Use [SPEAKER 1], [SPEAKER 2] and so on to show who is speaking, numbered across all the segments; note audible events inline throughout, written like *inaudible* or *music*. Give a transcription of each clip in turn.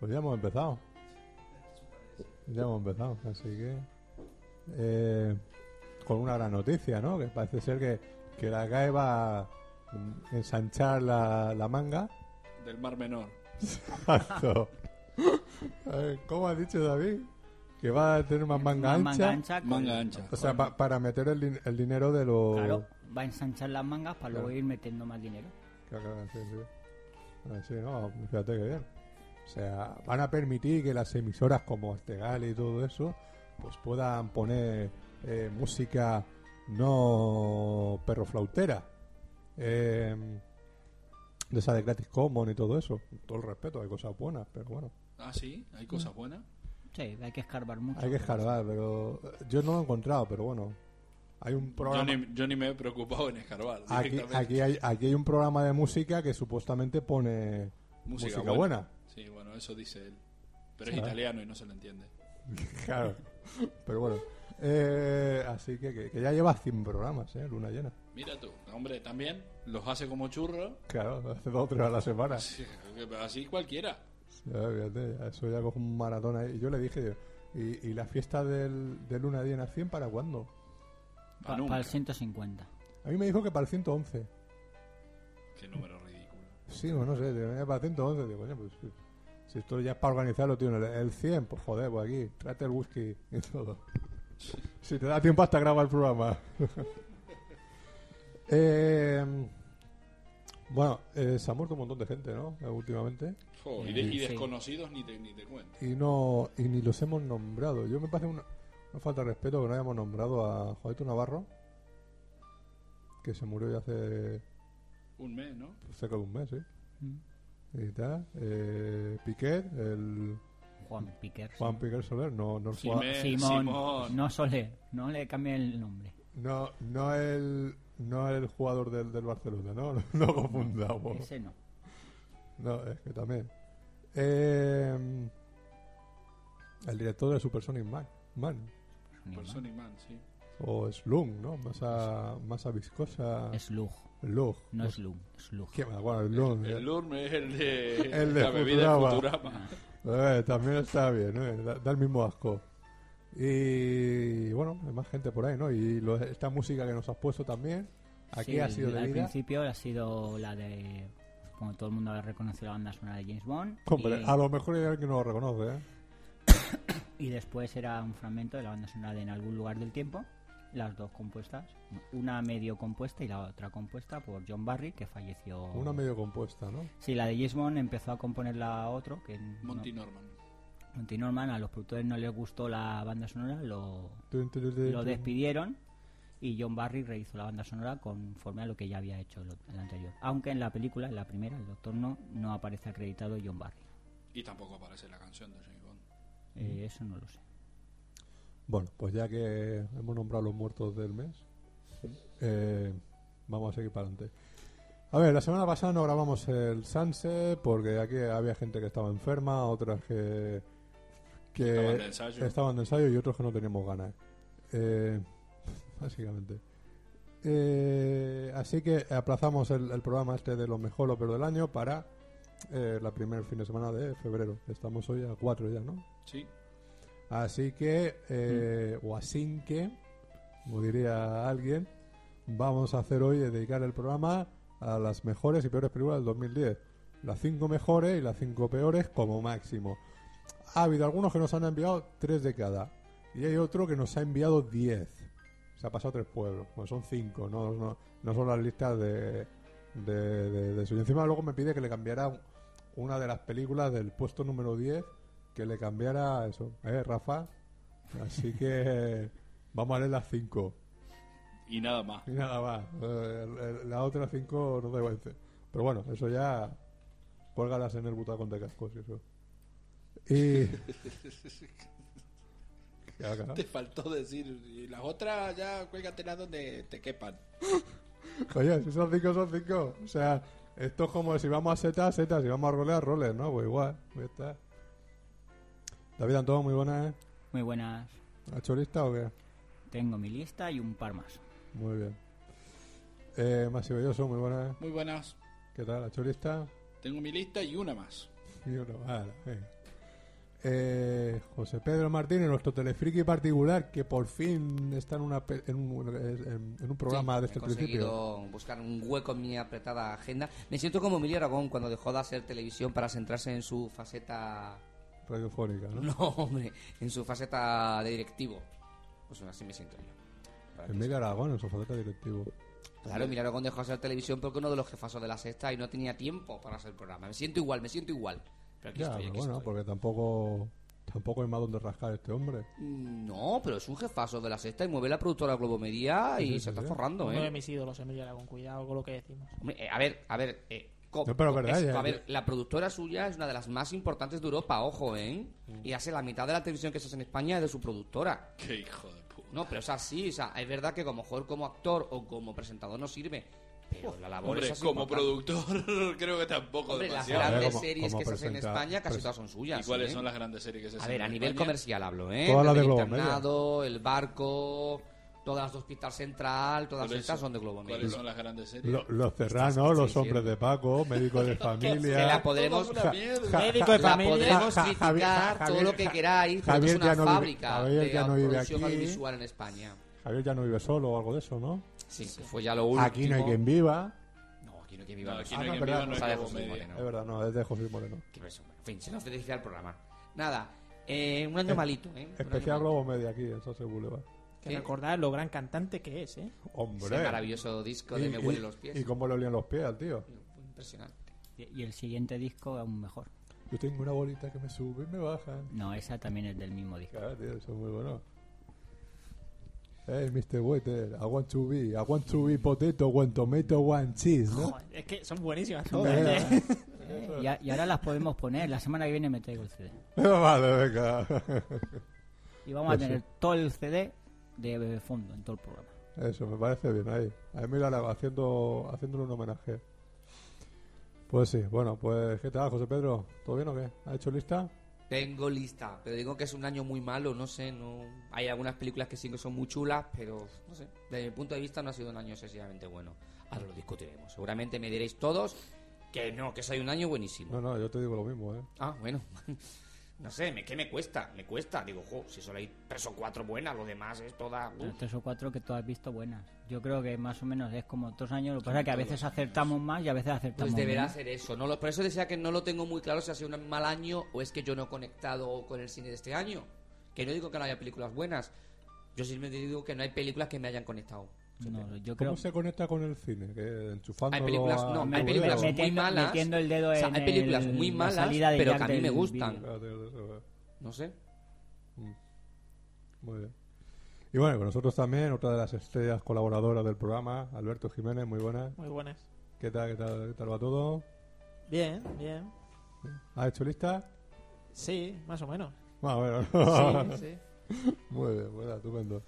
[SPEAKER 1] Pues ya hemos empezado. Ya hemos empezado, así que. eh, con una gran noticia, ¿no? Que parece ser que, que la GAE va a ensanchar la, la manga. *laughs*
[SPEAKER 2] Del Mar Menor.
[SPEAKER 1] Exacto. A ver, ¿Cómo ha dicho David? Que va a tener más manga
[SPEAKER 3] Una
[SPEAKER 1] ancha.
[SPEAKER 3] manga ancha con-
[SPEAKER 2] Manga ancha.
[SPEAKER 1] O sea, pa- para meter el, din- el dinero de los.
[SPEAKER 3] Claro, va a ensanchar las mangas para luego
[SPEAKER 1] Oh. Claro.
[SPEAKER 3] ir metiendo más dinero.
[SPEAKER 1] Claro, claro, sí, sí. Ah, sí, no, fíjate que bien. O sea, van a permitir que las emisoras como Astegal y todo eso, pues puedan poner eh, música no perroflautera. Eh, de esa de gratis common y todo eso. Con Todo el respeto, hay cosas buenas, pero bueno.
[SPEAKER 2] Ah, sí, hay
[SPEAKER 1] Mm.
[SPEAKER 2] cosas buenas.
[SPEAKER 3] Sí, hay que escarbar mucho.
[SPEAKER 1] Hay que escarbar, pero yo no lo he encontrado, pero bueno. Hay un
[SPEAKER 2] Yo
[SPEAKER 1] programa...
[SPEAKER 2] ni, yo ni me he preocupado en escarbar.
[SPEAKER 1] Aquí,
[SPEAKER 2] directamente.
[SPEAKER 1] aquí hay, aquí hay un programa de música que supuestamente pone música, buena.
[SPEAKER 2] Sí, bueno, eso dice él. Pero es
[SPEAKER 1] Sí.
[SPEAKER 2] italiano y no se le entiende.
[SPEAKER 1] *laughs* Claro. Pero bueno. Eh, así que, que, que ya lleva 100 programas, ¿eh? Luna llena.
[SPEAKER 2] Mira tú, hombre, también los hace como churro.
[SPEAKER 1] Claro, *laughs* hace dos o tres a la semana.
[SPEAKER 2] Sí, *laughs* Así cualquiera.
[SPEAKER 1] Ya, fíjate, ya, eso ya cojo un maratón ahí. Y yo le dije, ¿y, y la fiesta del, de Luna llena 100 para cuándo?
[SPEAKER 2] Pa'
[SPEAKER 3] para
[SPEAKER 2] Ah, nunca.
[SPEAKER 3] el 150.
[SPEAKER 1] A mí me dijo que para el 111.
[SPEAKER 2] Qué número ridículo.
[SPEAKER 1] Sí, o no sé, tío, para el 111. Digo, "Eh, coño, pues si- si esto ya es para organizarlo, tío, el, el 100, pues joder, pues aquí, trate el whisky y todo. *laughs* Si te da tiempo hasta grabar el programa. *laughs* Eh, bueno, eh, se ha muerto un montón de gente, ¿no? Eh, últimamente.
[SPEAKER 2] Jo, y, de- y
[SPEAKER 3] Sí.
[SPEAKER 2] desconocidos ni te, ni te cuento.
[SPEAKER 1] Y no y ni los hemos nombrado. Yo me parece una, una falta de respeto que no hayamos nombrado a Juanito Navarro, que se murió ya hace
[SPEAKER 2] Un mes, ¿no?
[SPEAKER 1] cerca de un mes, ¿eh?
[SPEAKER 3] Mm.
[SPEAKER 1] Y tal. Eh, Piquet, el
[SPEAKER 3] Juan Piquer. sí.
[SPEAKER 1] Juan Piquet Soler, no, no el Juan-
[SPEAKER 2] Jiménez.
[SPEAKER 3] Simón,
[SPEAKER 2] Simón.
[SPEAKER 3] No Soler, no le cambie el nombre.
[SPEAKER 1] No, no el, no el jugador del, del Barcelona, ¿no? No, no confundamos.
[SPEAKER 3] Ese no.
[SPEAKER 1] No, es que también. Eh, el director de Supersonic Man, Man
[SPEAKER 3] Ni más.
[SPEAKER 2] Persona imán, sí.
[SPEAKER 1] o Slung, ¿no? Masa, masa viscosa.
[SPEAKER 3] Slug,
[SPEAKER 1] Lug.
[SPEAKER 3] no Slug, Slug.
[SPEAKER 1] ¿Qué más? Bueno, el Lug.
[SPEAKER 2] El Lurme es el de,
[SPEAKER 1] *laughs* El de
[SPEAKER 2] la bebida de
[SPEAKER 1] Futurama.
[SPEAKER 2] Futurama.
[SPEAKER 1] Eh, también está bien, ¿no? Da, da el mismo asco. Y bueno, hay más gente por ahí, ¿no? Y lo- esta música que nos has puesto también, aquí
[SPEAKER 3] Sí,
[SPEAKER 1] ha sido de
[SPEAKER 3] Al
[SPEAKER 1] vida.
[SPEAKER 3] principio ha sido la de. Como todo el mundo ha reconocido la banda sonora de James Bond.
[SPEAKER 1] Hombre,
[SPEAKER 3] y,
[SPEAKER 1] a lo mejor hay alguien que no lo reconoce, ¿eh?
[SPEAKER 3] y después era un fragmento de la banda sonora de En algún lugar del tiempo. Las dos compuestas. Una medio compuesta y la otra compuesta por John Barry, que falleció.
[SPEAKER 1] Una medio compuesta, ¿no?
[SPEAKER 3] Sí, la de James Bond empezó a componerla otro, que. no-
[SPEAKER 2] Monty Norman.
[SPEAKER 3] Monty Norman. A los productores no les gustó la banda sonora, lo,
[SPEAKER 1] Tun, tun, tun,
[SPEAKER 3] lo
[SPEAKER 1] tun.
[SPEAKER 3] despidieron y John Barry rehizo la banda sonora conforme a lo que ya había hecho lo- el anterior. Aunque en la película, en la primera, el Doctor No, no aparece acreditado John Barry.
[SPEAKER 2] Y tampoco aparece la canción de James Bond.
[SPEAKER 1] Mm.
[SPEAKER 3] Eh, eso no lo sé.
[SPEAKER 1] Bueno, pues ya que hemos nombrado los muertos del mes, eh, vamos a seguir para adelante. A ver, la semana pasada no grabamos el Sunset porque aquí había gente que estaba enferma, otras que, que
[SPEAKER 2] Estaban de ensayo.
[SPEAKER 1] estaban de ensayo y otros que no teníamos ganas. Eh, *laughs* básicamente. Eh, así que aplazamos el, el programa este de lo mejor o peor del año para eh, la primer fin de semana de febrero. Estamos hoy a 4 ya, ¿no?
[SPEAKER 2] Sí.
[SPEAKER 1] Así que, eh, o así que, como diría alguien, vamos a hacer hoy, eh, dedicar el programa a las mejores y peores películas del 2010. Las cinco mejores y las cinco peores como máximo. Ha habido algunos que nos han enviado tres de cada. Y hay otro que nos ha enviado 10. Se ha pasado tres pueblos. Bueno, son cinco, no, no, no son las listas de, de, de- de eso. Y encima luego me pide que le cambiara un- una de las películas del puesto número 10, que le cambiara eso, ¿eh, Rafa? Así que *laughs* vamos a leer las cinco.
[SPEAKER 2] Y nada más.
[SPEAKER 1] Y nada más. Eh, las otras cinco no da igual. Pero bueno, eso ya. Cuélgalas en el butacón de cascos y eso. Y. Claro, claro.
[SPEAKER 2] Te faltó decir. Y las otras ya cuélgatelas donde te quepan.
[SPEAKER 1] Oye, si son cinco, son cinco. O sea, esto es como si vamos a setas, setas, si vamos a rolear, roles, ¿no? Pues igual, ya está. David Antón, muy buena, ¿eh?
[SPEAKER 3] Muy buenas.
[SPEAKER 1] ¿Ha hecho lista o qué?
[SPEAKER 3] Tengo mi lista y un par más.
[SPEAKER 1] Muy bien. Eh, Masi Belloso, muy buena, ¿eh?
[SPEAKER 2] Muy buenas.
[SPEAKER 1] ¿Qué tal? ¿Ha hecho lista?
[SPEAKER 2] Tengo mi lista y una más.
[SPEAKER 1] Y uno, vale, venga. eh, José Pedro Martínez, nuestro telefriki particular, que por fin está en, una, pe- en, un, en- en un programa este
[SPEAKER 4] Sí,
[SPEAKER 1] desde
[SPEAKER 4] he
[SPEAKER 1] el principio.
[SPEAKER 4] conseguido buscar un hueco en mi apretada agenda. Me siento como Emilio Aragón cuando dejó de hacer televisión para centrarse en su faceta... *laughs*
[SPEAKER 1] Radiofónica, ¿no?
[SPEAKER 4] No, hombre, en su faceta de directivo. Pues así me siento yo. Para que
[SPEAKER 1] Emilio Aragón, en su faceta directivo.
[SPEAKER 4] Claro, mira, luego dejó hacer televisión porque uno de los jefazos de la sexta y no tenía tiempo para hacer programa. Me siento igual, me siento igual. Pero aquí
[SPEAKER 1] Ya,
[SPEAKER 4] estoy,
[SPEAKER 1] pero
[SPEAKER 4] aquí
[SPEAKER 1] bueno,
[SPEAKER 4] estoy.
[SPEAKER 1] porque tampoco, tampoco hay más donde rascar este hombre.
[SPEAKER 4] Mm, No, pero es un jefazo de la sexta y mueve la productora Globomedia y
[SPEAKER 1] Sí, sí,
[SPEAKER 4] se
[SPEAKER 1] sí,
[SPEAKER 4] está
[SPEAKER 1] sí.
[SPEAKER 4] forrando,
[SPEAKER 5] Uno de
[SPEAKER 4] ¿eh?
[SPEAKER 5] mis ídolos, Emilio Aragón. Cuidado con lo que decimos.
[SPEAKER 4] Hombre, eh, a ver, a ver. eh, co-
[SPEAKER 1] No, pero
[SPEAKER 4] co-
[SPEAKER 1] verdad,
[SPEAKER 4] es-
[SPEAKER 1] ya-
[SPEAKER 4] a ver, la productora suya es una de las más importantes de Europa, ojo, ¿eh?
[SPEAKER 1] Mm.
[SPEAKER 4] Y hace la mitad de la televisión que se hace en España es de su productora.
[SPEAKER 2] Qué hijo de puta.
[SPEAKER 4] No, pero es así, o sea, es verdad que a lo mejor como actor o como presentador no sirve, pero la labor
[SPEAKER 2] Hombre,
[SPEAKER 4] es así
[SPEAKER 2] como
[SPEAKER 4] importante.
[SPEAKER 2] productor *laughs* creo que tampoco
[SPEAKER 4] Hombre, las
[SPEAKER 2] demasiado.
[SPEAKER 1] A ver,
[SPEAKER 4] grandes
[SPEAKER 1] como-
[SPEAKER 4] series
[SPEAKER 1] como
[SPEAKER 4] que se hacen en
[SPEAKER 1] presenta-
[SPEAKER 4] España casi
[SPEAKER 1] pres-
[SPEAKER 4] todas son suyas.
[SPEAKER 2] ¿Y cuáles
[SPEAKER 4] ¿eh?
[SPEAKER 2] son las grandes series que se
[SPEAKER 4] A
[SPEAKER 2] hacen
[SPEAKER 4] ver, a
[SPEAKER 2] en
[SPEAKER 4] nivel
[SPEAKER 2] España?
[SPEAKER 4] comercial hablo, ¿eh?
[SPEAKER 1] Todas las
[SPEAKER 4] Desde
[SPEAKER 1] de
[SPEAKER 4] el
[SPEAKER 1] Globo Media.
[SPEAKER 4] internado, el barco, todas las dos pistas central, todas
[SPEAKER 2] Por
[SPEAKER 4] estas
[SPEAKER 2] eso,
[SPEAKER 4] son de Globo Media.
[SPEAKER 2] ¿Cuáles son las grandes series?
[SPEAKER 1] Lo- los serranos, los
[SPEAKER 4] sí,
[SPEAKER 1] hombres
[SPEAKER 4] sí.
[SPEAKER 1] de Paco, médico de
[SPEAKER 4] *laughs* Que
[SPEAKER 1] familia.
[SPEAKER 4] la podremos,
[SPEAKER 2] Toda una mierda.
[SPEAKER 1] Ja-
[SPEAKER 5] Médico de
[SPEAKER 1] ja-
[SPEAKER 4] la
[SPEAKER 5] familia.
[SPEAKER 4] podremos
[SPEAKER 1] Ja- ja- Javier-
[SPEAKER 4] criticar
[SPEAKER 1] ja-
[SPEAKER 4] todo
[SPEAKER 1] Javier-
[SPEAKER 4] lo que queráis, pero
[SPEAKER 1] Javier
[SPEAKER 4] es una
[SPEAKER 1] ya no vive-
[SPEAKER 4] fábrica
[SPEAKER 1] Javier
[SPEAKER 4] de
[SPEAKER 1] ya no vive
[SPEAKER 4] producción
[SPEAKER 1] aquí.
[SPEAKER 4] audiovisual en España.
[SPEAKER 1] Javier ya no vive solo o algo de eso, ¿no?
[SPEAKER 4] Sí, que fue ya lo último.
[SPEAKER 1] Aquí no hay quien viva.
[SPEAKER 4] No, aquí no hay quien viva.
[SPEAKER 2] No,
[SPEAKER 4] No,
[SPEAKER 2] aquí
[SPEAKER 1] Ah,
[SPEAKER 2] no hay
[SPEAKER 1] no,
[SPEAKER 2] quien
[SPEAKER 1] pero
[SPEAKER 2] viva,
[SPEAKER 1] no
[SPEAKER 2] no hay
[SPEAKER 4] sabe
[SPEAKER 2] Globo
[SPEAKER 4] José
[SPEAKER 2] Media.
[SPEAKER 4] Moreno.
[SPEAKER 1] Es verdad, no, es de José Moreno.
[SPEAKER 4] Qué persona. En fin, se nos felicita el programa. Nada, eh, un año malito, ¿eh? Un
[SPEAKER 1] Especial
[SPEAKER 4] año malito.
[SPEAKER 1] Globo Media aquí, eso se Boulevard.
[SPEAKER 5] Que
[SPEAKER 4] Sí.
[SPEAKER 5] recordar lo gran cantante que es, ¿eh?
[SPEAKER 1] Hombre.
[SPEAKER 4] Ese maravilloso disco de Me huelen los pies.
[SPEAKER 1] y cómo le olían los pies al tío.
[SPEAKER 4] Fue Impresionante.
[SPEAKER 3] Y y el siguiente disco aún mejor.
[SPEAKER 1] Yo tengo una bolita que me sube y me baja.
[SPEAKER 3] No, esa también es del mismo disco.
[SPEAKER 1] Claro, tío, eso es muy bueno. Eh, Hey, Mr. Waiter, I want to be, I want to be potato, one tomato, one cheese, ¿no?
[SPEAKER 5] Joder, es que son buenísimas todas,
[SPEAKER 1] Venga.
[SPEAKER 5] ¿eh?
[SPEAKER 3] Eh, y, a- y ahora las podemos poner. La semana que viene me traigo el CD.
[SPEAKER 1] *laughs* vale, venga. *laughs*
[SPEAKER 3] Y vamos a
[SPEAKER 1] Pues sí.
[SPEAKER 3] tener todo el CD de fondo en todo el programa.
[SPEAKER 1] Eso, me parece bien ahí. A Emilio Aragón, haciendo, haciéndole un homenaje. Pues sí, bueno, pues ¿qué tal, José Pedro? ¿Todo bien o qué? ¿Ha hecho lista?
[SPEAKER 4] Tengo lista, pero digo que es un año muy malo, no sé, no... Hay algunas películas que sí que son muy chulas, pero no sé. Desde mi punto de vista no ha sido un año excesivamente bueno. Ahora lo discutiremos. Seguramente me diréis todos que no, que es un año buenísimo.
[SPEAKER 1] No, no, yo te digo lo mismo, ¿eh?
[SPEAKER 4] Ah, bueno. *laughs* No sé, me, ¿qué me cuesta? Me cuesta. Digo, jo, si solo hay tres o cuatro buenas, lo demás es toda... uf.
[SPEAKER 3] Pero Tres o cuatro que tú has visto buenas. Yo creo que más o menos es como dos años. Lo que pasa es que a veces acertamos más y a veces acertamos
[SPEAKER 4] Pues deberá
[SPEAKER 3] menos.
[SPEAKER 4] ser eso. No lo, por eso decía que no lo tengo muy claro si ha sido un mal año o es que yo no he conectado con el cine de este año. Que no digo que no haya películas buenas. Yo simplemente digo que no hay películas que me hayan conectado.
[SPEAKER 3] No, yo creo
[SPEAKER 1] ¿Cómo se conecta con el cine? ¿Que enchufándolo
[SPEAKER 4] Hay películas,
[SPEAKER 1] a
[SPEAKER 4] no,
[SPEAKER 1] un
[SPEAKER 4] hay
[SPEAKER 1] DVD?
[SPEAKER 4] películas muy
[SPEAKER 3] Metiendo-
[SPEAKER 4] malas.
[SPEAKER 3] metiendo el dedo
[SPEAKER 4] O sea,
[SPEAKER 3] en
[SPEAKER 4] hay películas
[SPEAKER 3] el-
[SPEAKER 4] muy
[SPEAKER 3] la
[SPEAKER 4] malas,
[SPEAKER 3] salida de
[SPEAKER 4] pero
[SPEAKER 3] Jack
[SPEAKER 4] que a mí
[SPEAKER 3] del
[SPEAKER 4] me gustan.
[SPEAKER 3] vídeo.
[SPEAKER 1] Espérate, eso, eh.
[SPEAKER 4] No sé.
[SPEAKER 1] Muy bien. Y bueno, con nosotros también otra de las estrellas colaboradoras del programa, Alberto Jiménez, muy buenas.
[SPEAKER 5] Muy buenas.
[SPEAKER 1] ¿Qué tal, qué tal, qué tal va todo?
[SPEAKER 5] Bien, bien.
[SPEAKER 1] ¿Has hecho lista?
[SPEAKER 5] Sí, más o menos.
[SPEAKER 1] Bueno, bueno.
[SPEAKER 5] Sí, sí.
[SPEAKER 1] *laughs* Muy bien, bueno, estupendo.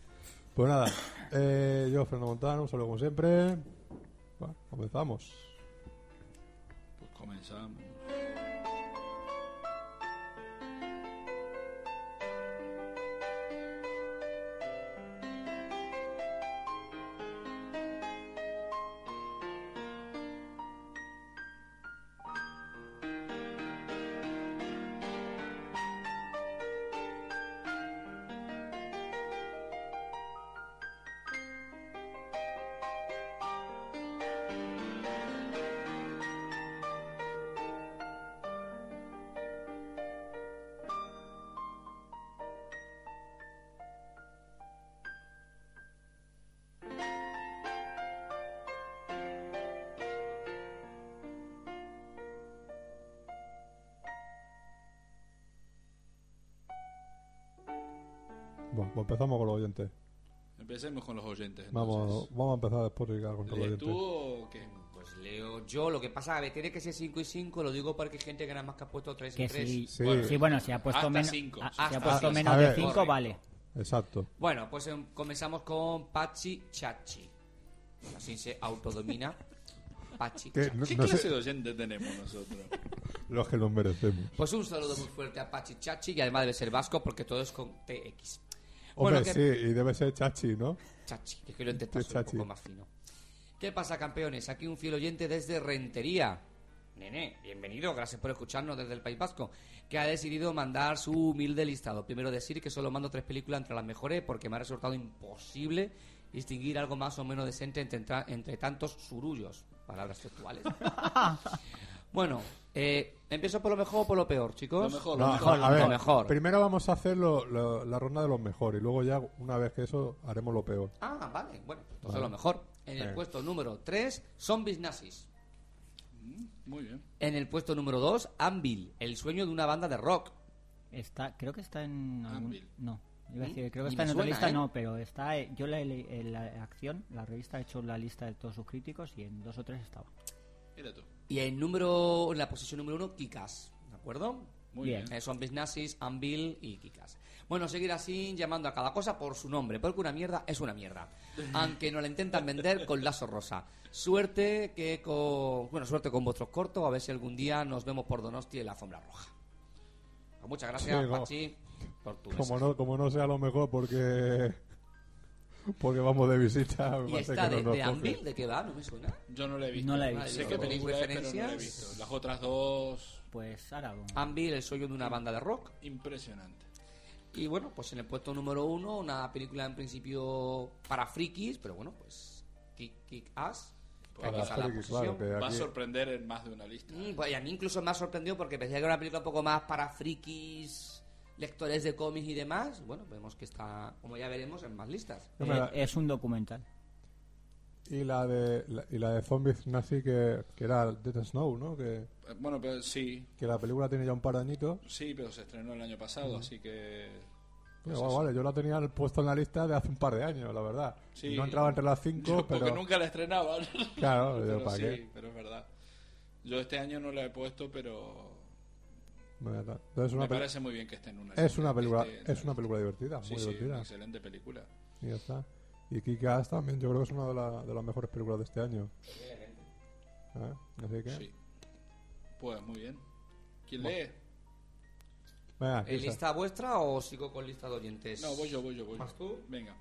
[SPEAKER 1] Pues nada, eh, yo, Fernando Montano, un saludo como siempre. Bueno, comenzamos.
[SPEAKER 2] Pues comenzamos.
[SPEAKER 1] Bueno, pues empezamos con los oyentes.
[SPEAKER 2] Empecemos con los oyentes.
[SPEAKER 1] Vamos,
[SPEAKER 2] entonces.
[SPEAKER 1] vamos a empezar después de con los
[SPEAKER 2] ¿Lees
[SPEAKER 1] oyentes.
[SPEAKER 2] tú o qué?
[SPEAKER 4] Pues leo yo. Lo que pasa, a ver, tiene que ser 5 y 5. Lo digo porque hay gente que nada más que ha puesto 3 y
[SPEAKER 3] Que
[SPEAKER 4] 3.
[SPEAKER 3] sí.
[SPEAKER 1] Sí.
[SPEAKER 3] Sí, bueno, si ha puesto,
[SPEAKER 2] Hasta
[SPEAKER 3] menos-
[SPEAKER 2] cinco.
[SPEAKER 3] a- si ha
[SPEAKER 4] Hasta
[SPEAKER 3] puesto
[SPEAKER 1] cinco.
[SPEAKER 3] menos
[SPEAKER 1] A
[SPEAKER 3] de
[SPEAKER 1] ver.
[SPEAKER 3] 5,
[SPEAKER 4] Correcto.
[SPEAKER 3] vale.
[SPEAKER 1] Exacto.
[SPEAKER 4] Bueno, pues em, comenzamos con Pachi Chachi. Así se autodomina. Pachi
[SPEAKER 1] Que
[SPEAKER 4] Chachi.
[SPEAKER 1] no-
[SPEAKER 2] ¿Qué
[SPEAKER 1] no
[SPEAKER 2] clase
[SPEAKER 1] sé,
[SPEAKER 2] de oyentes tenemos *laughs* nosotros?
[SPEAKER 1] los que los merecemos.
[SPEAKER 4] Pues un saludo muy fuerte a Pachi Chachi y además debe ser vasco porque todo es con TX.
[SPEAKER 1] Hombre,
[SPEAKER 4] que-
[SPEAKER 1] sí, y debe ser Chachi, ¿no?
[SPEAKER 4] Chachi, que quiero intentar
[SPEAKER 1] Sí,
[SPEAKER 4] ser un
[SPEAKER 1] Este Chachi.
[SPEAKER 4] poco más fino. ¿Qué pasa, campeones? Aquí un fiel oyente desde Rentería. Nene, bienvenido, gracias por escucharnos desde el País Vasco, que ha decidido mandar su humilde listado. Primero decir que solo mando tres películas entre las mejores porque me ha resultado imposible distinguir algo más o menos decente entre, entra- entre tantos surullos. Palabras textuales. bueno, eh, ¿empiezo por lo mejor o por lo peor, chicos?
[SPEAKER 2] Lo mejor,
[SPEAKER 1] No,
[SPEAKER 2] lo mejor.
[SPEAKER 1] a ver,
[SPEAKER 4] lo mejor.
[SPEAKER 1] Primero vamos a hacer lo- lo- la ronda de los mejores y luego ya, una vez que eso, haremos lo peor.
[SPEAKER 4] Ah, vale, bueno, entonces
[SPEAKER 1] Vale.
[SPEAKER 4] lo mejor. En el
[SPEAKER 1] Venga.
[SPEAKER 4] puesto número 3, Zombies Nazis.
[SPEAKER 2] Muy bien.
[SPEAKER 4] En el puesto número 2, Anvil, el sueño de una banda de rock.
[SPEAKER 3] Está, creo que está en algún-
[SPEAKER 2] Anvil.
[SPEAKER 3] no,
[SPEAKER 2] Mm,
[SPEAKER 3] iba a decir, creo
[SPEAKER 4] Ni
[SPEAKER 3] que está en
[SPEAKER 4] me
[SPEAKER 3] otra
[SPEAKER 4] suena,
[SPEAKER 3] lista,
[SPEAKER 4] ¿eh?
[SPEAKER 3] no, pero está, eh, yo la, le- en la acción, la revista ha hecho la lista de todos sus críticos y en dos o tres estaba.
[SPEAKER 2] Mira tú.
[SPEAKER 4] Y en, número, en la posición número 1, Kikas. ¿De acuerdo?
[SPEAKER 2] Muy
[SPEAKER 3] Bien.
[SPEAKER 2] bien.
[SPEAKER 4] Eh, zombies Nazis, Anvil y Kikas. Bueno, seguir así llamando a cada cosa por su nombre, porque una mierda es una *laughs* mierda. Aunque nos la intentan vender con lazo rosa. Suerte que con. Bueno, suerte con vuestros cortos, a ver si algún día nos vemos por Donosti en la alfombra roja. Pues muchas gracias,
[SPEAKER 1] Sí, como-
[SPEAKER 4] Pachi, por tu
[SPEAKER 1] Como no, como no sea lo mejor porque porque vamos de visita. me
[SPEAKER 4] Y
[SPEAKER 1] parece
[SPEAKER 4] esta
[SPEAKER 1] que no
[SPEAKER 4] de,
[SPEAKER 1] nos
[SPEAKER 4] de
[SPEAKER 1] coge.
[SPEAKER 4] Anvil, ¿de qué va? No me suena.
[SPEAKER 2] Yo no la he visto.
[SPEAKER 3] No la he visto.
[SPEAKER 2] Sé
[SPEAKER 4] Madre
[SPEAKER 2] qué
[SPEAKER 4] mía.
[SPEAKER 2] película es, pero no la he
[SPEAKER 4] ¿Referencias?
[SPEAKER 2] visto. Las otras dos,
[SPEAKER 3] Pues ahora vamos.
[SPEAKER 2] Ah,
[SPEAKER 4] Anvil, el sueño de una banda de rock.
[SPEAKER 2] impresionante.
[SPEAKER 4] Y bueno, pues en el puesto número uno, una película en principio para frikis, pero bueno, pues kick, kick ass.
[SPEAKER 2] Para
[SPEAKER 4] Aquí está la
[SPEAKER 1] frikis,
[SPEAKER 4] posición.
[SPEAKER 1] claro, pero-
[SPEAKER 2] Va a
[SPEAKER 1] aquí-
[SPEAKER 2] sorprender en más de una lista.
[SPEAKER 4] Mm, pues, y a mí incluso me ha sorprendido porque pensé que era una película un poco más para frikis, lectores de cómics y demás. Bueno, vemos que está, como ya veremos, en más listas.
[SPEAKER 1] No
[SPEAKER 3] Eh,
[SPEAKER 1] me la-
[SPEAKER 3] es un documental.
[SPEAKER 1] Y la de la- y la de zombies nazi que, que era Dead Snow, ¿no? Que,
[SPEAKER 2] Eh, Bueno, pero sí,
[SPEAKER 1] que la película tiene ya un par de añitos.
[SPEAKER 2] sí, pero se estrenó el año pasado, así que. pues
[SPEAKER 1] Pero, bueno,
[SPEAKER 2] eso.
[SPEAKER 1] vale, yo la tenía puesta en la lista de hace un par de años, la verdad.
[SPEAKER 2] Sí.
[SPEAKER 1] No entraba entre las cinco,
[SPEAKER 2] No,
[SPEAKER 1] pero
[SPEAKER 2] *laughs* Porque nunca
[SPEAKER 1] *laughs*
[SPEAKER 2] la estrenaban.
[SPEAKER 1] claro, yo,
[SPEAKER 2] pero
[SPEAKER 1] ¿para
[SPEAKER 2] sí,
[SPEAKER 1] qué?
[SPEAKER 2] pero es verdad. Yo este año no la he puesto, pero
[SPEAKER 1] Me- Entonces es una
[SPEAKER 2] me
[SPEAKER 1] peli-
[SPEAKER 2] parece muy bien que esté en una
[SPEAKER 1] es
[SPEAKER 2] lista,
[SPEAKER 1] una
[SPEAKER 2] que
[SPEAKER 1] película,
[SPEAKER 2] esté en
[SPEAKER 1] es
[SPEAKER 2] la
[SPEAKER 1] una película divertida,
[SPEAKER 2] lista.
[SPEAKER 1] muy
[SPEAKER 2] Sí, sí, una
[SPEAKER 1] divertida.
[SPEAKER 2] excelente película.
[SPEAKER 1] Y ya está. Y Kikas también, yo creo que es una de, la- de las mejores películas de este año. ¿Eh? Así que.
[SPEAKER 2] Sí. Pues muy bien. ¿Quién lee?
[SPEAKER 1] Venga,
[SPEAKER 4] ¿Eh,
[SPEAKER 1] Kika.
[SPEAKER 4] ¿Lista vuestra o sigo con lista de oyentes?
[SPEAKER 2] No, voy yo, voy yo, voy yo.
[SPEAKER 4] ¿Vas tú?
[SPEAKER 2] Venga.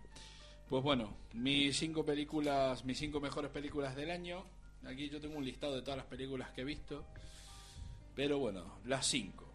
[SPEAKER 2] Pues bueno, mis cinco películas, mis cinco mejores películas del año. Aquí yo tengo un listado de todas las películas que he visto. Pero bueno, las cinco.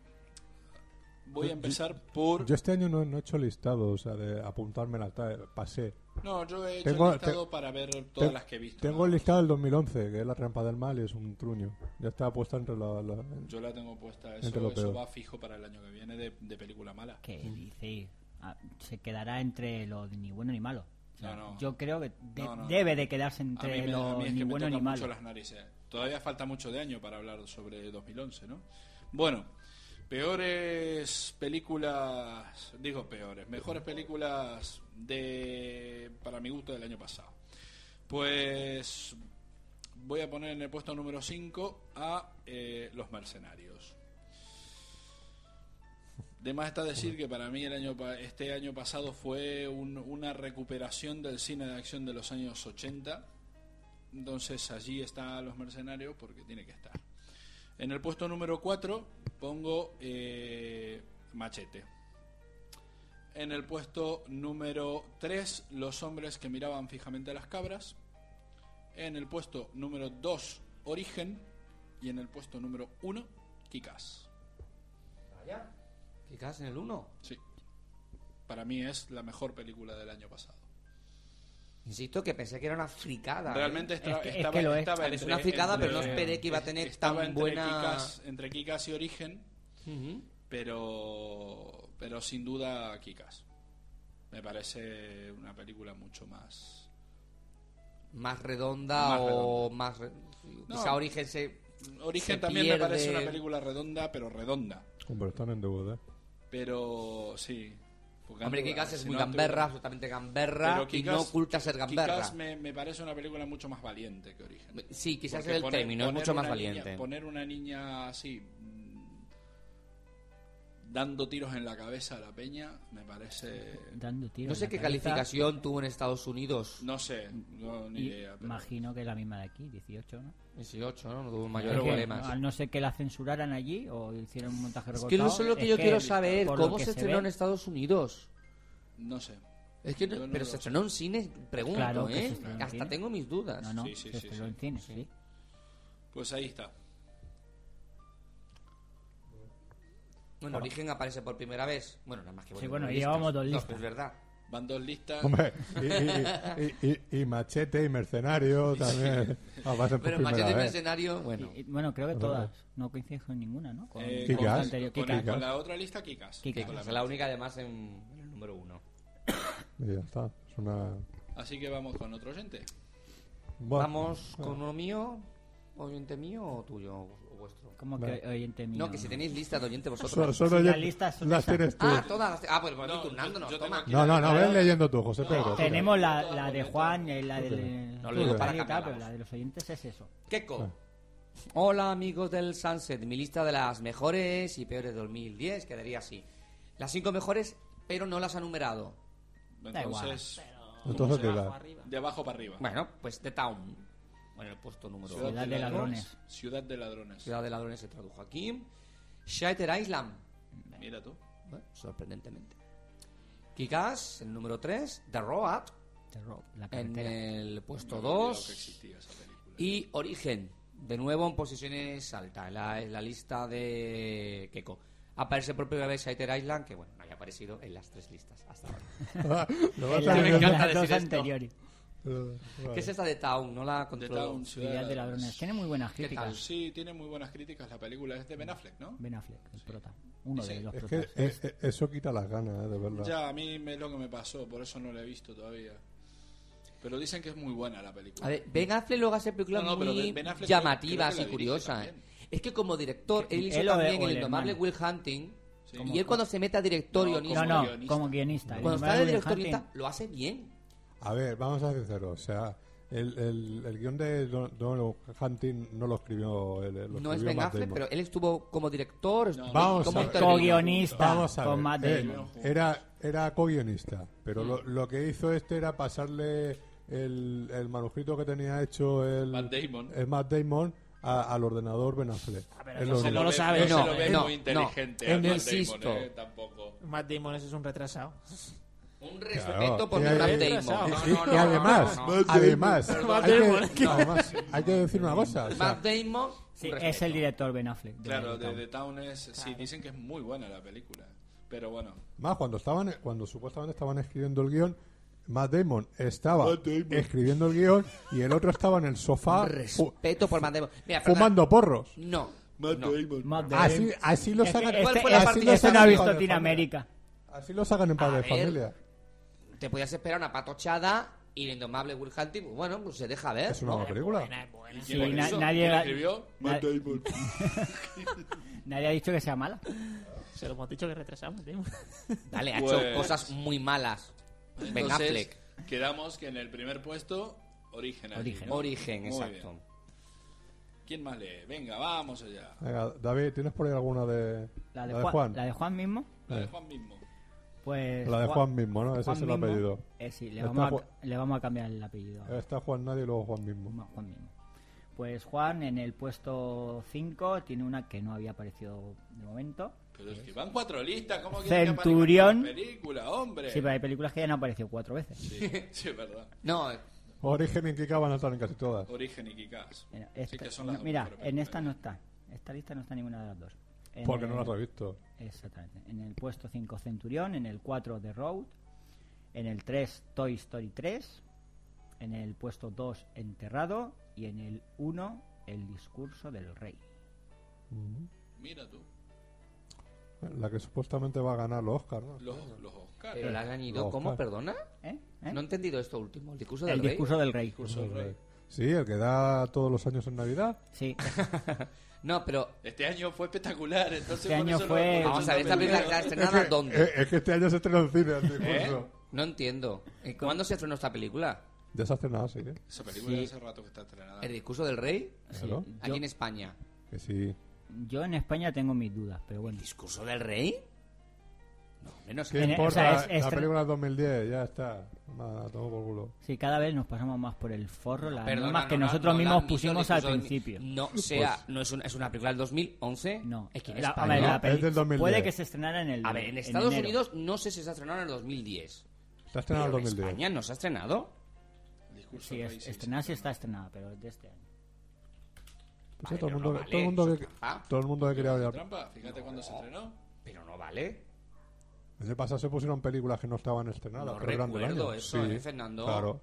[SPEAKER 2] Voy a empezar por.
[SPEAKER 1] Yo este año no, no he hecho listado, o sea, de apuntarme la pasé.
[SPEAKER 2] No, yo he hecho
[SPEAKER 1] Tengo-
[SPEAKER 2] el listado
[SPEAKER 1] te-
[SPEAKER 2] para ver todas
[SPEAKER 1] Te-
[SPEAKER 2] las que he visto.
[SPEAKER 1] Tengo el listado del 2011, que es La trampa del mal y es un truño. Ya está puesta entre la... la-
[SPEAKER 2] Yo la tengo puesta.
[SPEAKER 1] Entre lo
[SPEAKER 2] Eso, eso
[SPEAKER 1] peor.
[SPEAKER 2] va fijo para el año que viene de, de película mala.
[SPEAKER 3] ¿Qué dice? Ah, se quedará entre lo de ni bueno ni malo. O sea,
[SPEAKER 2] No, no.
[SPEAKER 3] Yo creo que de-
[SPEAKER 2] No, no.
[SPEAKER 3] debe de quedarse
[SPEAKER 2] A mí,
[SPEAKER 3] entre
[SPEAKER 2] me- a
[SPEAKER 3] lo
[SPEAKER 2] mí es
[SPEAKER 3] ni
[SPEAKER 2] que me
[SPEAKER 3] bueno
[SPEAKER 2] tocan
[SPEAKER 3] ni
[SPEAKER 2] mucho
[SPEAKER 3] malo.
[SPEAKER 2] las narices. Todavía falta mucho de año para hablar sobre 2011, ¿no? Bueno, peores películas, digo peores, mejores películas de para mi gusto del año pasado. Pues voy a poner en el puesto número 5 a eh, Los Mercenarios. De más está decir que para mí el año pa- este año pasado fue un- una recuperación del cine de acción de los años 80. Entonces allí está Los Mercenarios porque tiene que estar. En el puesto número 4 pongo eh, Machete. En el puesto número 3 Los hombres que miraban fijamente a las cabras. En el puesto número 2 Origen. Y en el puesto número 1 Kikas.
[SPEAKER 4] Vaya. Kick-Ass en el uno.
[SPEAKER 2] Sí. Para mí es la mejor película del año pasado.
[SPEAKER 4] Insisto que pensé que era una fricada. ¿eh?
[SPEAKER 2] Realmente
[SPEAKER 3] Es
[SPEAKER 2] estra-
[SPEAKER 3] que- es
[SPEAKER 2] estaba,
[SPEAKER 3] que lo es.
[SPEAKER 2] estaba
[SPEAKER 4] A ver, es
[SPEAKER 2] entre-
[SPEAKER 4] una fricada,
[SPEAKER 2] entre-
[SPEAKER 4] pero no esperé que iba a tener
[SPEAKER 2] estaba
[SPEAKER 4] tan
[SPEAKER 2] entre
[SPEAKER 4] buena-
[SPEAKER 2] Kikas- entre Kikas y Origen,
[SPEAKER 4] Ujú.
[SPEAKER 2] pero pero sin duda Kikas. Me parece una película mucho más.
[SPEAKER 4] más redonda
[SPEAKER 2] Más
[SPEAKER 4] o más re- quizá
[SPEAKER 2] No.
[SPEAKER 4] origen se
[SPEAKER 2] Origen
[SPEAKER 4] Se
[SPEAKER 2] también me parece
[SPEAKER 4] pierde.
[SPEAKER 2] una película redonda, pero redonda.
[SPEAKER 1] Hombre, están en deuda.
[SPEAKER 2] Pero sí. porque
[SPEAKER 4] hombre
[SPEAKER 2] antes-
[SPEAKER 4] Kikas es
[SPEAKER 2] si
[SPEAKER 4] muy
[SPEAKER 2] no, antes-
[SPEAKER 4] gamberra absolutamente gamberra
[SPEAKER 2] pero
[SPEAKER 4] y no
[SPEAKER 2] Kick-Ass-
[SPEAKER 4] oculta ser gamberra
[SPEAKER 2] Kick-Ass me, me parece una película mucho más valiente que Origen.
[SPEAKER 4] sí quizás
[SPEAKER 2] Porque
[SPEAKER 4] es el
[SPEAKER 2] poner-
[SPEAKER 4] término es
[SPEAKER 2] poner
[SPEAKER 4] mucho más
[SPEAKER 2] una niña-
[SPEAKER 4] valiente
[SPEAKER 2] poner una niña así mm, dando tiros en la cabeza a la peña me parece
[SPEAKER 3] Dando tiros
[SPEAKER 4] no sé
[SPEAKER 3] en la
[SPEAKER 4] qué
[SPEAKER 3] cabeza.
[SPEAKER 4] calificación tuvo en Estados Unidos
[SPEAKER 2] no sé, no, ni
[SPEAKER 3] Y
[SPEAKER 2] idea. pero-
[SPEAKER 3] Imagino que es la misma de aquí, 18, ¿no?
[SPEAKER 4] 18 no no tuvo
[SPEAKER 3] Es
[SPEAKER 4] mayores
[SPEAKER 3] que,
[SPEAKER 4] problemas
[SPEAKER 3] a no ser que la censuraran allí o hicieron un montaje
[SPEAKER 4] es
[SPEAKER 3] recortado.
[SPEAKER 4] que eso es lo que yo quiero saber
[SPEAKER 3] por lo
[SPEAKER 4] cómo
[SPEAKER 3] que
[SPEAKER 4] se
[SPEAKER 3] ve,
[SPEAKER 4] estrenó en este Estados Unidos
[SPEAKER 2] No sé.
[SPEAKER 4] es que no-
[SPEAKER 2] Yo no
[SPEAKER 4] pero
[SPEAKER 2] lo
[SPEAKER 4] se
[SPEAKER 2] sé.
[SPEAKER 4] estrenó en cines pregunto
[SPEAKER 3] Claro que se
[SPEAKER 4] eh
[SPEAKER 3] estrenó en
[SPEAKER 4] hasta
[SPEAKER 3] cine.
[SPEAKER 4] tengo mis dudas
[SPEAKER 3] No, no,
[SPEAKER 2] Sí, sí,
[SPEAKER 3] se
[SPEAKER 2] sí,
[SPEAKER 3] estrenó
[SPEAKER 2] sí.
[SPEAKER 3] en cine, sí.
[SPEAKER 2] Pues ahí está.
[SPEAKER 4] Bueno, Origen aparece por primera vez. Bueno, nada más que
[SPEAKER 3] Sí,
[SPEAKER 4] volver
[SPEAKER 3] bueno,
[SPEAKER 4] con
[SPEAKER 3] y llevamos dos
[SPEAKER 4] No,
[SPEAKER 3] listas.
[SPEAKER 4] pero es verdad.
[SPEAKER 2] Van dos listas.
[SPEAKER 1] Hombre, y, y- y- y- y Machete y Mercenario también Ah, aparecen por
[SPEAKER 4] Pero
[SPEAKER 1] primera
[SPEAKER 4] Machete
[SPEAKER 1] vez.
[SPEAKER 4] Mercenario, bueno.
[SPEAKER 3] Y- y- bueno, creo que
[SPEAKER 1] Bueno.
[SPEAKER 3] todas. No coinciden con ninguna, ¿no? Con
[SPEAKER 2] eh,
[SPEAKER 1] Kikas.
[SPEAKER 2] con,
[SPEAKER 3] la
[SPEAKER 2] la-
[SPEAKER 3] anterior.
[SPEAKER 2] con
[SPEAKER 3] Kikas.
[SPEAKER 2] la, con la otra lista, Kikas.
[SPEAKER 3] Kikas.
[SPEAKER 4] que
[SPEAKER 2] Con la
[SPEAKER 4] es la única, además, en en el número uno.
[SPEAKER 1] Y ya está. Es una...
[SPEAKER 2] Así que vamos con otro oyente.
[SPEAKER 1] Bueno,
[SPEAKER 4] ¿Vamos con uno mío, oyente mío o tuyo o o vuestro?
[SPEAKER 3] ¿Cómo
[SPEAKER 1] Vale.
[SPEAKER 3] que oyente mío?
[SPEAKER 4] No, que si tenéis lista de oyente
[SPEAKER 1] so-
[SPEAKER 4] vosotros.
[SPEAKER 1] solo
[SPEAKER 3] Sí,
[SPEAKER 1] yo-
[SPEAKER 3] la lista es
[SPEAKER 1] las
[SPEAKER 3] esa.
[SPEAKER 1] tienes tú.
[SPEAKER 4] Ah, todas las... Ah, pues vamos
[SPEAKER 2] No, yo-
[SPEAKER 4] turnándonos,
[SPEAKER 2] yo tengo
[SPEAKER 4] toma.
[SPEAKER 2] aquí-
[SPEAKER 1] no, no, no,
[SPEAKER 2] Claro.
[SPEAKER 1] ven leyendo tú, José Pedro. sí.
[SPEAKER 3] Tenemos la,
[SPEAKER 2] Todas
[SPEAKER 3] la de
[SPEAKER 2] bonitas.
[SPEAKER 3] Juan, eh, la del.
[SPEAKER 4] No lo digo
[SPEAKER 3] la
[SPEAKER 4] para
[SPEAKER 3] de tal,
[SPEAKER 4] cambiarlas.
[SPEAKER 3] pero la de los oyentes es eso.
[SPEAKER 4] Keiko.
[SPEAKER 1] Ah.
[SPEAKER 4] Hola amigos del Sunset, mi lista de las mejores y peores de 2010 quedaría así. Las cinco mejores, pero no las ha numerado.
[SPEAKER 3] Da igual.
[SPEAKER 2] Entonces,
[SPEAKER 1] Entonces,
[SPEAKER 2] ¿cómo se
[SPEAKER 1] dila.
[SPEAKER 2] llama? de abajo para arriba.
[SPEAKER 4] Bueno, pues The Town. Bueno, el puesto número
[SPEAKER 3] Ciudad
[SPEAKER 4] uno.
[SPEAKER 3] de Ladrones.
[SPEAKER 2] Ciudad de ladrones.
[SPEAKER 4] Ciudad de Ladrones se tradujo aquí. Shatter Island,
[SPEAKER 2] Mira tú.
[SPEAKER 4] bueno, sorprendentemente. Kikas, el número 3. The Road,
[SPEAKER 3] Te robo la
[SPEAKER 4] en eh,
[SPEAKER 3] carretera.
[SPEAKER 4] el puesto
[SPEAKER 2] Me había olvidado que
[SPEAKER 4] 2.
[SPEAKER 2] existía esa película.
[SPEAKER 4] Y Origen, de nuevo en posiciones altas, en la, en la lista de Keiko. Aparece por primera vez Shatter Island, que bueno, no había aparecido en las tres listas hasta
[SPEAKER 2] *laughs*
[SPEAKER 4] ahora.
[SPEAKER 1] Lo vas
[SPEAKER 3] En
[SPEAKER 1] a
[SPEAKER 3] la-
[SPEAKER 4] me
[SPEAKER 1] leer.
[SPEAKER 3] en
[SPEAKER 4] encanta
[SPEAKER 3] las dos
[SPEAKER 4] decir esto.
[SPEAKER 3] anteriores.
[SPEAKER 1] Eh,
[SPEAKER 4] ¿Qué
[SPEAKER 1] vale.
[SPEAKER 4] es esta de Town? No la
[SPEAKER 2] The
[SPEAKER 4] controlo.
[SPEAKER 2] Town, Ciudad
[SPEAKER 3] Ciudad de Ladrones. Tiene muy buenas
[SPEAKER 4] ¿Qué tal?
[SPEAKER 3] críticas.
[SPEAKER 2] Sí, tiene muy buenas críticas la película. Es de Ben Affleck, ¿no?
[SPEAKER 3] Ben Affleck, el prota. Uno
[SPEAKER 2] Sí,
[SPEAKER 3] de los
[SPEAKER 1] Es que
[SPEAKER 3] protas.
[SPEAKER 1] eh, eh, eso quita las ganas eh, de verla.
[SPEAKER 2] Ya, a mí me- es lo que me pasó, por eso no la he visto todavía. Pero dicen que es muy buena la película.
[SPEAKER 4] A ver, Ben Affleck luego hace películas
[SPEAKER 2] No, no, pero
[SPEAKER 4] muy
[SPEAKER 2] Ben- Ben Affleck creo- creo
[SPEAKER 4] llamativas
[SPEAKER 2] que la
[SPEAKER 4] y
[SPEAKER 2] dirige
[SPEAKER 4] curiosas.
[SPEAKER 2] también.
[SPEAKER 4] Es que como director, él hizo
[SPEAKER 3] Él o-
[SPEAKER 4] también
[SPEAKER 3] o
[SPEAKER 4] El
[SPEAKER 3] el
[SPEAKER 4] Indomable
[SPEAKER 3] hermano.
[SPEAKER 4] Will Hunting.
[SPEAKER 2] Sí.
[SPEAKER 4] Y él cuando se mete a director
[SPEAKER 2] No,
[SPEAKER 4] y
[SPEAKER 2] como
[SPEAKER 3] No,
[SPEAKER 4] guionista,
[SPEAKER 3] no,
[SPEAKER 2] guionista.
[SPEAKER 3] como guionista. El
[SPEAKER 4] cuando está de
[SPEAKER 3] Marvel
[SPEAKER 4] director y
[SPEAKER 3] Hunting,
[SPEAKER 4] guionista, lo hace bien.
[SPEAKER 1] A ver, vamos a ser sinceros. O sea, el, el, el guión de Don- Donald Hunting no lo escribió él. eh, Lo
[SPEAKER 4] No es
[SPEAKER 1] escribió
[SPEAKER 4] Ben
[SPEAKER 1] Matt
[SPEAKER 4] Affleck,
[SPEAKER 1] Damon.
[SPEAKER 4] pero él estuvo como director, estuvo
[SPEAKER 1] Vamos
[SPEAKER 4] como
[SPEAKER 1] a ver.
[SPEAKER 4] intervino.
[SPEAKER 3] eh, Co-guionista.
[SPEAKER 1] Vamos a ver.
[SPEAKER 3] con Matt
[SPEAKER 1] eh,
[SPEAKER 2] Damon.
[SPEAKER 1] era era co-guionista, pero
[SPEAKER 2] Mm.
[SPEAKER 1] lo, lo que hizo este era pasarle el, el manuscrito que tenía hecho el
[SPEAKER 2] Matt Damon.
[SPEAKER 1] el Matt Damon a- al ordenador Ben Affleck.
[SPEAKER 3] Ah, pero
[SPEAKER 1] Es
[SPEAKER 3] eso
[SPEAKER 1] lo
[SPEAKER 2] Se
[SPEAKER 1] único.
[SPEAKER 5] No lo
[SPEAKER 2] ve-
[SPEAKER 5] sabe,
[SPEAKER 2] no,
[SPEAKER 4] no,
[SPEAKER 2] se lo ve
[SPEAKER 4] no,
[SPEAKER 2] muy
[SPEAKER 4] no.
[SPEAKER 2] inteligente.
[SPEAKER 4] Él
[SPEAKER 2] a Matt
[SPEAKER 4] insisto.
[SPEAKER 2] Damon, eh, tampoco.
[SPEAKER 5] Matt Damon ese es un retrasado.
[SPEAKER 4] Un
[SPEAKER 1] Claro.
[SPEAKER 4] respeto por
[SPEAKER 1] Y
[SPEAKER 4] mi
[SPEAKER 1] hay-
[SPEAKER 4] Matt
[SPEAKER 5] y-
[SPEAKER 4] Damon.
[SPEAKER 1] Y, y- y además,
[SPEAKER 3] pues,
[SPEAKER 1] además,
[SPEAKER 5] Matt
[SPEAKER 1] hay,
[SPEAKER 5] Damon, es
[SPEAKER 1] que, además, hay que decir una cosa. o sea,
[SPEAKER 4] Matt Damon.
[SPEAKER 3] Sí,
[SPEAKER 4] un
[SPEAKER 3] es el
[SPEAKER 4] respeto.
[SPEAKER 3] director Ben Affleck. de
[SPEAKER 2] Claro,
[SPEAKER 3] The
[SPEAKER 2] de
[SPEAKER 3] Town.
[SPEAKER 2] The Town es... Sí, dicen que es muy buena la película. Pero bueno,
[SPEAKER 1] Más cuando estaban, cuando supuestamente estaban escribiendo el guión, Matt Damon estaba escribiendo el guión y el otro estaba en el sofá
[SPEAKER 4] Un
[SPEAKER 1] fu-
[SPEAKER 4] Respeto por Matt Damon. Mira, Fernando,
[SPEAKER 1] fumando porros.
[SPEAKER 4] No.
[SPEAKER 2] Matt
[SPEAKER 4] no.
[SPEAKER 3] Matt
[SPEAKER 2] Ah,
[SPEAKER 1] Así,
[SPEAKER 3] Damon.
[SPEAKER 1] así lo
[SPEAKER 3] Es que
[SPEAKER 1] sacan.
[SPEAKER 3] este-
[SPEAKER 4] ¿Cuál fue la
[SPEAKER 1] así
[SPEAKER 4] parte
[SPEAKER 1] lo sacan
[SPEAKER 4] que
[SPEAKER 3] Este no ha
[SPEAKER 1] en
[SPEAKER 3] visto
[SPEAKER 1] Padre
[SPEAKER 3] Teen
[SPEAKER 1] Familia.
[SPEAKER 3] América.
[SPEAKER 1] Así lo sacan en
[SPEAKER 4] A
[SPEAKER 1] Padre
[SPEAKER 4] ver.
[SPEAKER 1] Familia.
[SPEAKER 4] Te podías esperar una patochada y el indomable Will Hunting, pues bueno, pues se deja ver.
[SPEAKER 1] Es una
[SPEAKER 4] ¿no?
[SPEAKER 1] buena película.
[SPEAKER 5] Ah.
[SPEAKER 2] ¿y
[SPEAKER 3] Sí,
[SPEAKER 2] quién la
[SPEAKER 3] na-
[SPEAKER 2] hizo?
[SPEAKER 3] nadie
[SPEAKER 2] ¿Quién la
[SPEAKER 3] la-
[SPEAKER 2] escribió?
[SPEAKER 3] na-
[SPEAKER 2] Matt Damon.
[SPEAKER 3] *laughs* Nadie ha dicho que sea mala.
[SPEAKER 5] Se lo hemos dicho que retrasado Matt Damon. *laughs*
[SPEAKER 4] Dale, ha
[SPEAKER 2] Pues-
[SPEAKER 4] hecho cosas muy malas. ben
[SPEAKER 2] Entonces,
[SPEAKER 4] Affleck.
[SPEAKER 2] quedamos que en el primer puesto, Origen. allí,
[SPEAKER 3] Origen.
[SPEAKER 2] ¿no?
[SPEAKER 4] Origen,
[SPEAKER 2] Muy
[SPEAKER 4] exacto.
[SPEAKER 2] bien. ¿Quién más lee? Venga, vamos allá.
[SPEAKER 1] Venga, David, ¿tienes por ahí alguna de
[SPEAKER 3] La de, Juan, la de Juan mismo.
[SPEAKER 2] La de Juan mismo.
[SPEAKER 3] Pues.
[SPEAKER 1] La de Juan mismo, ¿no? Ese
[SPEAKER 3] Juan
[SPEAKER 1] es el apeldido.
[SPEAKER 3] mismo, eh, sí, le
[SPEAKER 1] Está Este.
[SPEAKER 3] vamos, a,
[SPEAKER 1] Juan-
[SPEAKER 3] le vamos a cambiar el apellido.
[SPEAKER 1] Está Juan Nadie y luego Juan mismo.
[SPEAKER 3] Ma- Juan mismo. Pues Juan en el puesto 5 tiene una que no había aparecido de momento.
[SPEAKER 2] Pero es que van cuatro listas, ¿cómo quieren que aparezca
[SPEAKER 3] Centurión.
[SPEAKER 2] en la película, hombre?
[SPEAKER 3] Sí, pero hay películas que ya han aparecido cuatro veces.
[SPEAKER 2] Sí, *laughs* sí, es verdad.
[SPEAKER 4] No,
[SPEAKER 1] Origen y Kika van a estar en casi todas.
[SPEAKER 2] Origen y Kikás.
[SPEAKER 3] Mira,
[SPEAKER 2] sí
[SPEAKER 3] esta-
[SPEAKER 2] que son las
[SPEAKER 3] no,
[SPEAKER 2] dos
[SPEAKER 3] mira,
[SPEAKER 2] mejores
[SPEAKER 3] en esta no
[SPEAKER 2] películas.
[SPEAKER 3] está. Esta lista no está ninguna de las dos. En
[SPEAKER 1] Porque no
[SPEAKER 3] el-
[SPEAKER 1] las he visto.
[SPEAKER 3] Exactamente. En el puesto 5 Centurión, en el 4 The Road, en el 3 Toy Story 3, en el puesto 2 Enterrado y en el 1 El discurso del rey.
[SPEAKER 1] Mm.
[SPEAKER 2] Mira tú,
[SPEAKER 1] La que supuestamente va a ganar los Oscar, ¿no?
[SPEAKER 2] los, los Oscars.
[SPEAKER 4] pero la han añadido.
[SPEAKER 1] No, claro.
[SPEAKER 4] ¿Cómo? ¿Perdona?
[SPEAKER 3] ¿Eh? ¿Eh?
[SPEAKER 4] No he entendido esto último. El discurso del
[SPEAKER 3] el
[SPEAKER 4] rey.
[SPEAKER 3] discurso del rey.
[SPEAKER 2] Discurso del
[SPEAKER 4] ¿eh?
[SPEAKER 2] rey.
[SPEAKER 1] Sí, el que da todos los años en Navidad.
[SPEAKER 3] Sí, *laughs*
[SPEAKER 4] No, pero
[SPEAKER 2] Este año fue espectacular, entonces
[SPEAKER 3] Este
[SPEAKER 2] por
[SPEAKER 3] año
[SPEAKER 2] eso lo-
[SPEAKER 3] fue-
[SPEAKER 2] por eso
[SPEAKER 4] vamos a ver,
[SPEAKER 2] lo
[SPEAKER 4] esta película
[SPEAKER 2] metieron.
[SPEAKER 4] está estrenada dónde?
[SPEAKER 1] Eh, es que este año se estrenó en
[SPEAKER 4] *laughs*
[SPEAKER 1] cine, el
[SPEAKER 4] ¿Eh?
[SPEAKER 1] discurso.
[SPEAKER 4] No entiendo. ¿Y ¿Cuándo se estrenó esta película?
[SPEAKER 1] Ya se ha estrenado, sí. ¿eh?
[SPEAKER 2] Esa película
[SPEAKER 3] Sí.
[SPEAKER 2] de hace rato que está estrenada.
[SPEAKER 4] ¿El discurso del rey?
[SPEAKER 3] sí.
[SPEAKER 1] Claro.
[SPEAKER 4] Aquí
[SPEAKER 3] Yo,
[SPEAKER 4] en España.
[SPEAKER 1] Que sí.
[SPEAKER 3] yo en España tengo mis dudas, pero bueno.
[SPEAKER 4] ¿El discurso del rey? No, hombre, no
[SPEAKER 1] ¿Qué
[SPEAKER 4] sé.
[SPEAKER 3] En-
[SPEAKER 1] importa?
[SPEAKER 3] o sea, es- es
[SPEAKER 1] la
[SPEAKER 3] tre-
[SPEAKER 1] película del 2010, ya está. Nada, tomo por culo.
[SPEAKER 3] Sí, cada vez nos pasamos más por el forro, las
[SPEAKER 4] Perdona,
[SPEAKER 3] normas
[SPEAKER 4] no,
[SPEAKER 3] que
[SPEAKER 4] no,
[SPEAKER 3] nosotros
[SPEAKER 4] no,
[SPEAKER 3] mismos
[SPEAKER 4] no,
[SPEAKER 3] pusimos
[SPEAKER 4] no,
[SPEAKER 3] al
[SPEAKER 4] no,
[SPEAKER 3] principio. Pues-
[SPEAKER 4] No, sea, no es una, es una película del 2011.
[SPEAKER 3] No,
[SPEAKER 4] es que en
[SPEAKER 3] la-
[SPEAKER 4] España-
[SPEAKER 3] a ver, la
[SPEAKER 1] No, es del
[SPEAKER 3] peli-
[SPEAKER 1] 2010.
[SPEAKER 3] puede que se estrenara en el.
[SPEAKER 4] A ver, en Estados
[SPEAKER 3] enero.
[SPEAKER 4] Unidos no sé si se ha estrenado en el 2010.
[SPEAKER 1] Se ha estrenado en
[SPEAKER 4] pero en
[SPEAKER 1] 2010.
[SPEAKER 4] España no se ha estrenado.
[SPEAKER 2] El discurso
[SPEAKER 3] Sí,
[SPEAKER 2] del
[SPEAKER 3] es,
[SPEAKER 2] rey, sí,
[SPEAKER 3] estrenada
[SPEAKER 2] sí,
[SPEAKER 3] sí está estrenada, pero es de este año.
[SPEAKER 1] Pues
[SPEAKER 4] Vale,
[SPEAKER 1] sí, todo, el
[SPEAKER 4] pero
[SPEAKER 1] mundo,
[SPEAKER 4] no
[SPEAKER 1] Pues todo el
[SPEAKER 4] vale,
[SPEAKER 1] mundo
[SPEAKER 4] eso
[SPEAKER 1] que,
[SPEAKER 4] es trampa.
[SPEAKER 1] todo el mundo que quería ver.
[SPEAKER 3] Eh,
[SPEAKER 2] Trampa, fíjate cuando se estrenó.
[SPEAKER 4] Pero no vale.
[SPEAKER 1] En el pasado se pusieron películas que no estaban estrenadas.
[SPEAKER 4] No
[SPEAKER 1] pero eran del
[SPEAKER 4] recuerdo
[SPEAKER 1] año.
[SPEAKER 4] eso, ¿eh, Fernando?
[SPEAKER 1] Claro.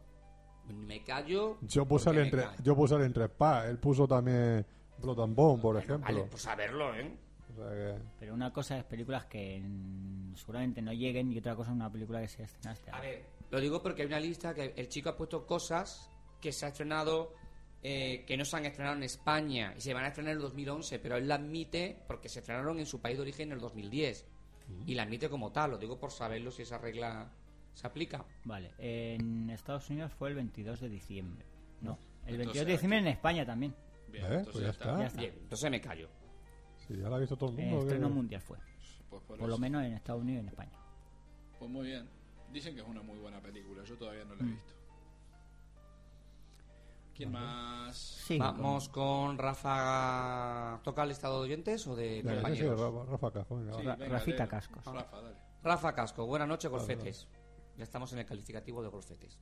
[SPEAKER 4] Me callo.
[SPEAKER 1] Yo puse, el
[SPEAKER 4] porque me
[SPEAKER 1] entre,
[SPEAKER 4] callo.
[SPEAKER 1] yo puse el entre spa. Él puso también Blood and Bone, por
[SPEAKER 4] Bueno,
[SPEAKER 1] ejemplo.
[SPEAKER 4] Vale, pues a verlo, ¿eh?
[SPEAKER 1] O sea que-
[SPEAKER 3] Pero una cosa es películas que mm, seguramente no lleguen y otra cosa es una película que se estrena este
[SPEAKER 4] A
[SPEAKER 3] año.
[SPEAKER 4] ver, lo digo porque hay una lista que el chico ha puesto cosas que se ha estrenado, eh, que no se han estrenado en España y se van a estrenar en el 2011, pero él la admite porque se estrenaron en su país de origen en el 2010 y la admite como tal. Lo digo por saberlo si esa regla se aplica.
[SPEAKER 3] Vale, en Estados Unidos fue el 22 de diciembre. No, el 22
[SPEAKER 2] Entonces,
[SPEAKER 3] de
[SPEAKER 4] eh,
[SPEAKER 3] diciembre en España también.
[SPEAKER 2] Bien,
[SPEAKER 1] ¿Eh?
[SPEAKER 2] entonces
[SPEAKER 1] Pues ya está.
[SPEAKER 3] Ya está.
[SPEAKER 4] Bien, entonces me callo.
[SPEAKER 1] Sí, ya la ha visto todo el
[SPEAKER 3] Eh,
[SPEAKER 1] mundo. ¿qué?
[SPEAKER 3] estreno mundial fue.
[SPEAKER 2] Pues por
[SPEAKER 3] Por lo
[SPEAKER 2] eso.
[SPEAKER 3] menos en Estados Unidos y en España.
[SPEAKER 2] Pues muy bien. Dicen que es una muy buena película. Yo todavía no la
[SPEAKER 3] Mm.
[SPEAKER 2] he visto. ¿Quién más?
[SPEAKER 3] Sí.
[SPEAKER 4] Vamos con Rafa. ¿Toca el estado de oyentes o de
[SPEAKER 1] Ya, sí, sí,
[SPEAKER 4] compañeros?
[SPEAKER 1] Rafa, Rafa Cajón, venga,
[SPEAKER 2] Sí,
[SPEAKER 1] va.
[SPEAKER 3] Ra- Rafita
[SPEAKER 2] dale.
[SPEAKER 3] Cascos.
[SPEAKER 2] Rafa, dale.
[SPEAKER 4] Rafa Casco, buenas noches, golfetes. Ya estamos en el calificativo de golfetes.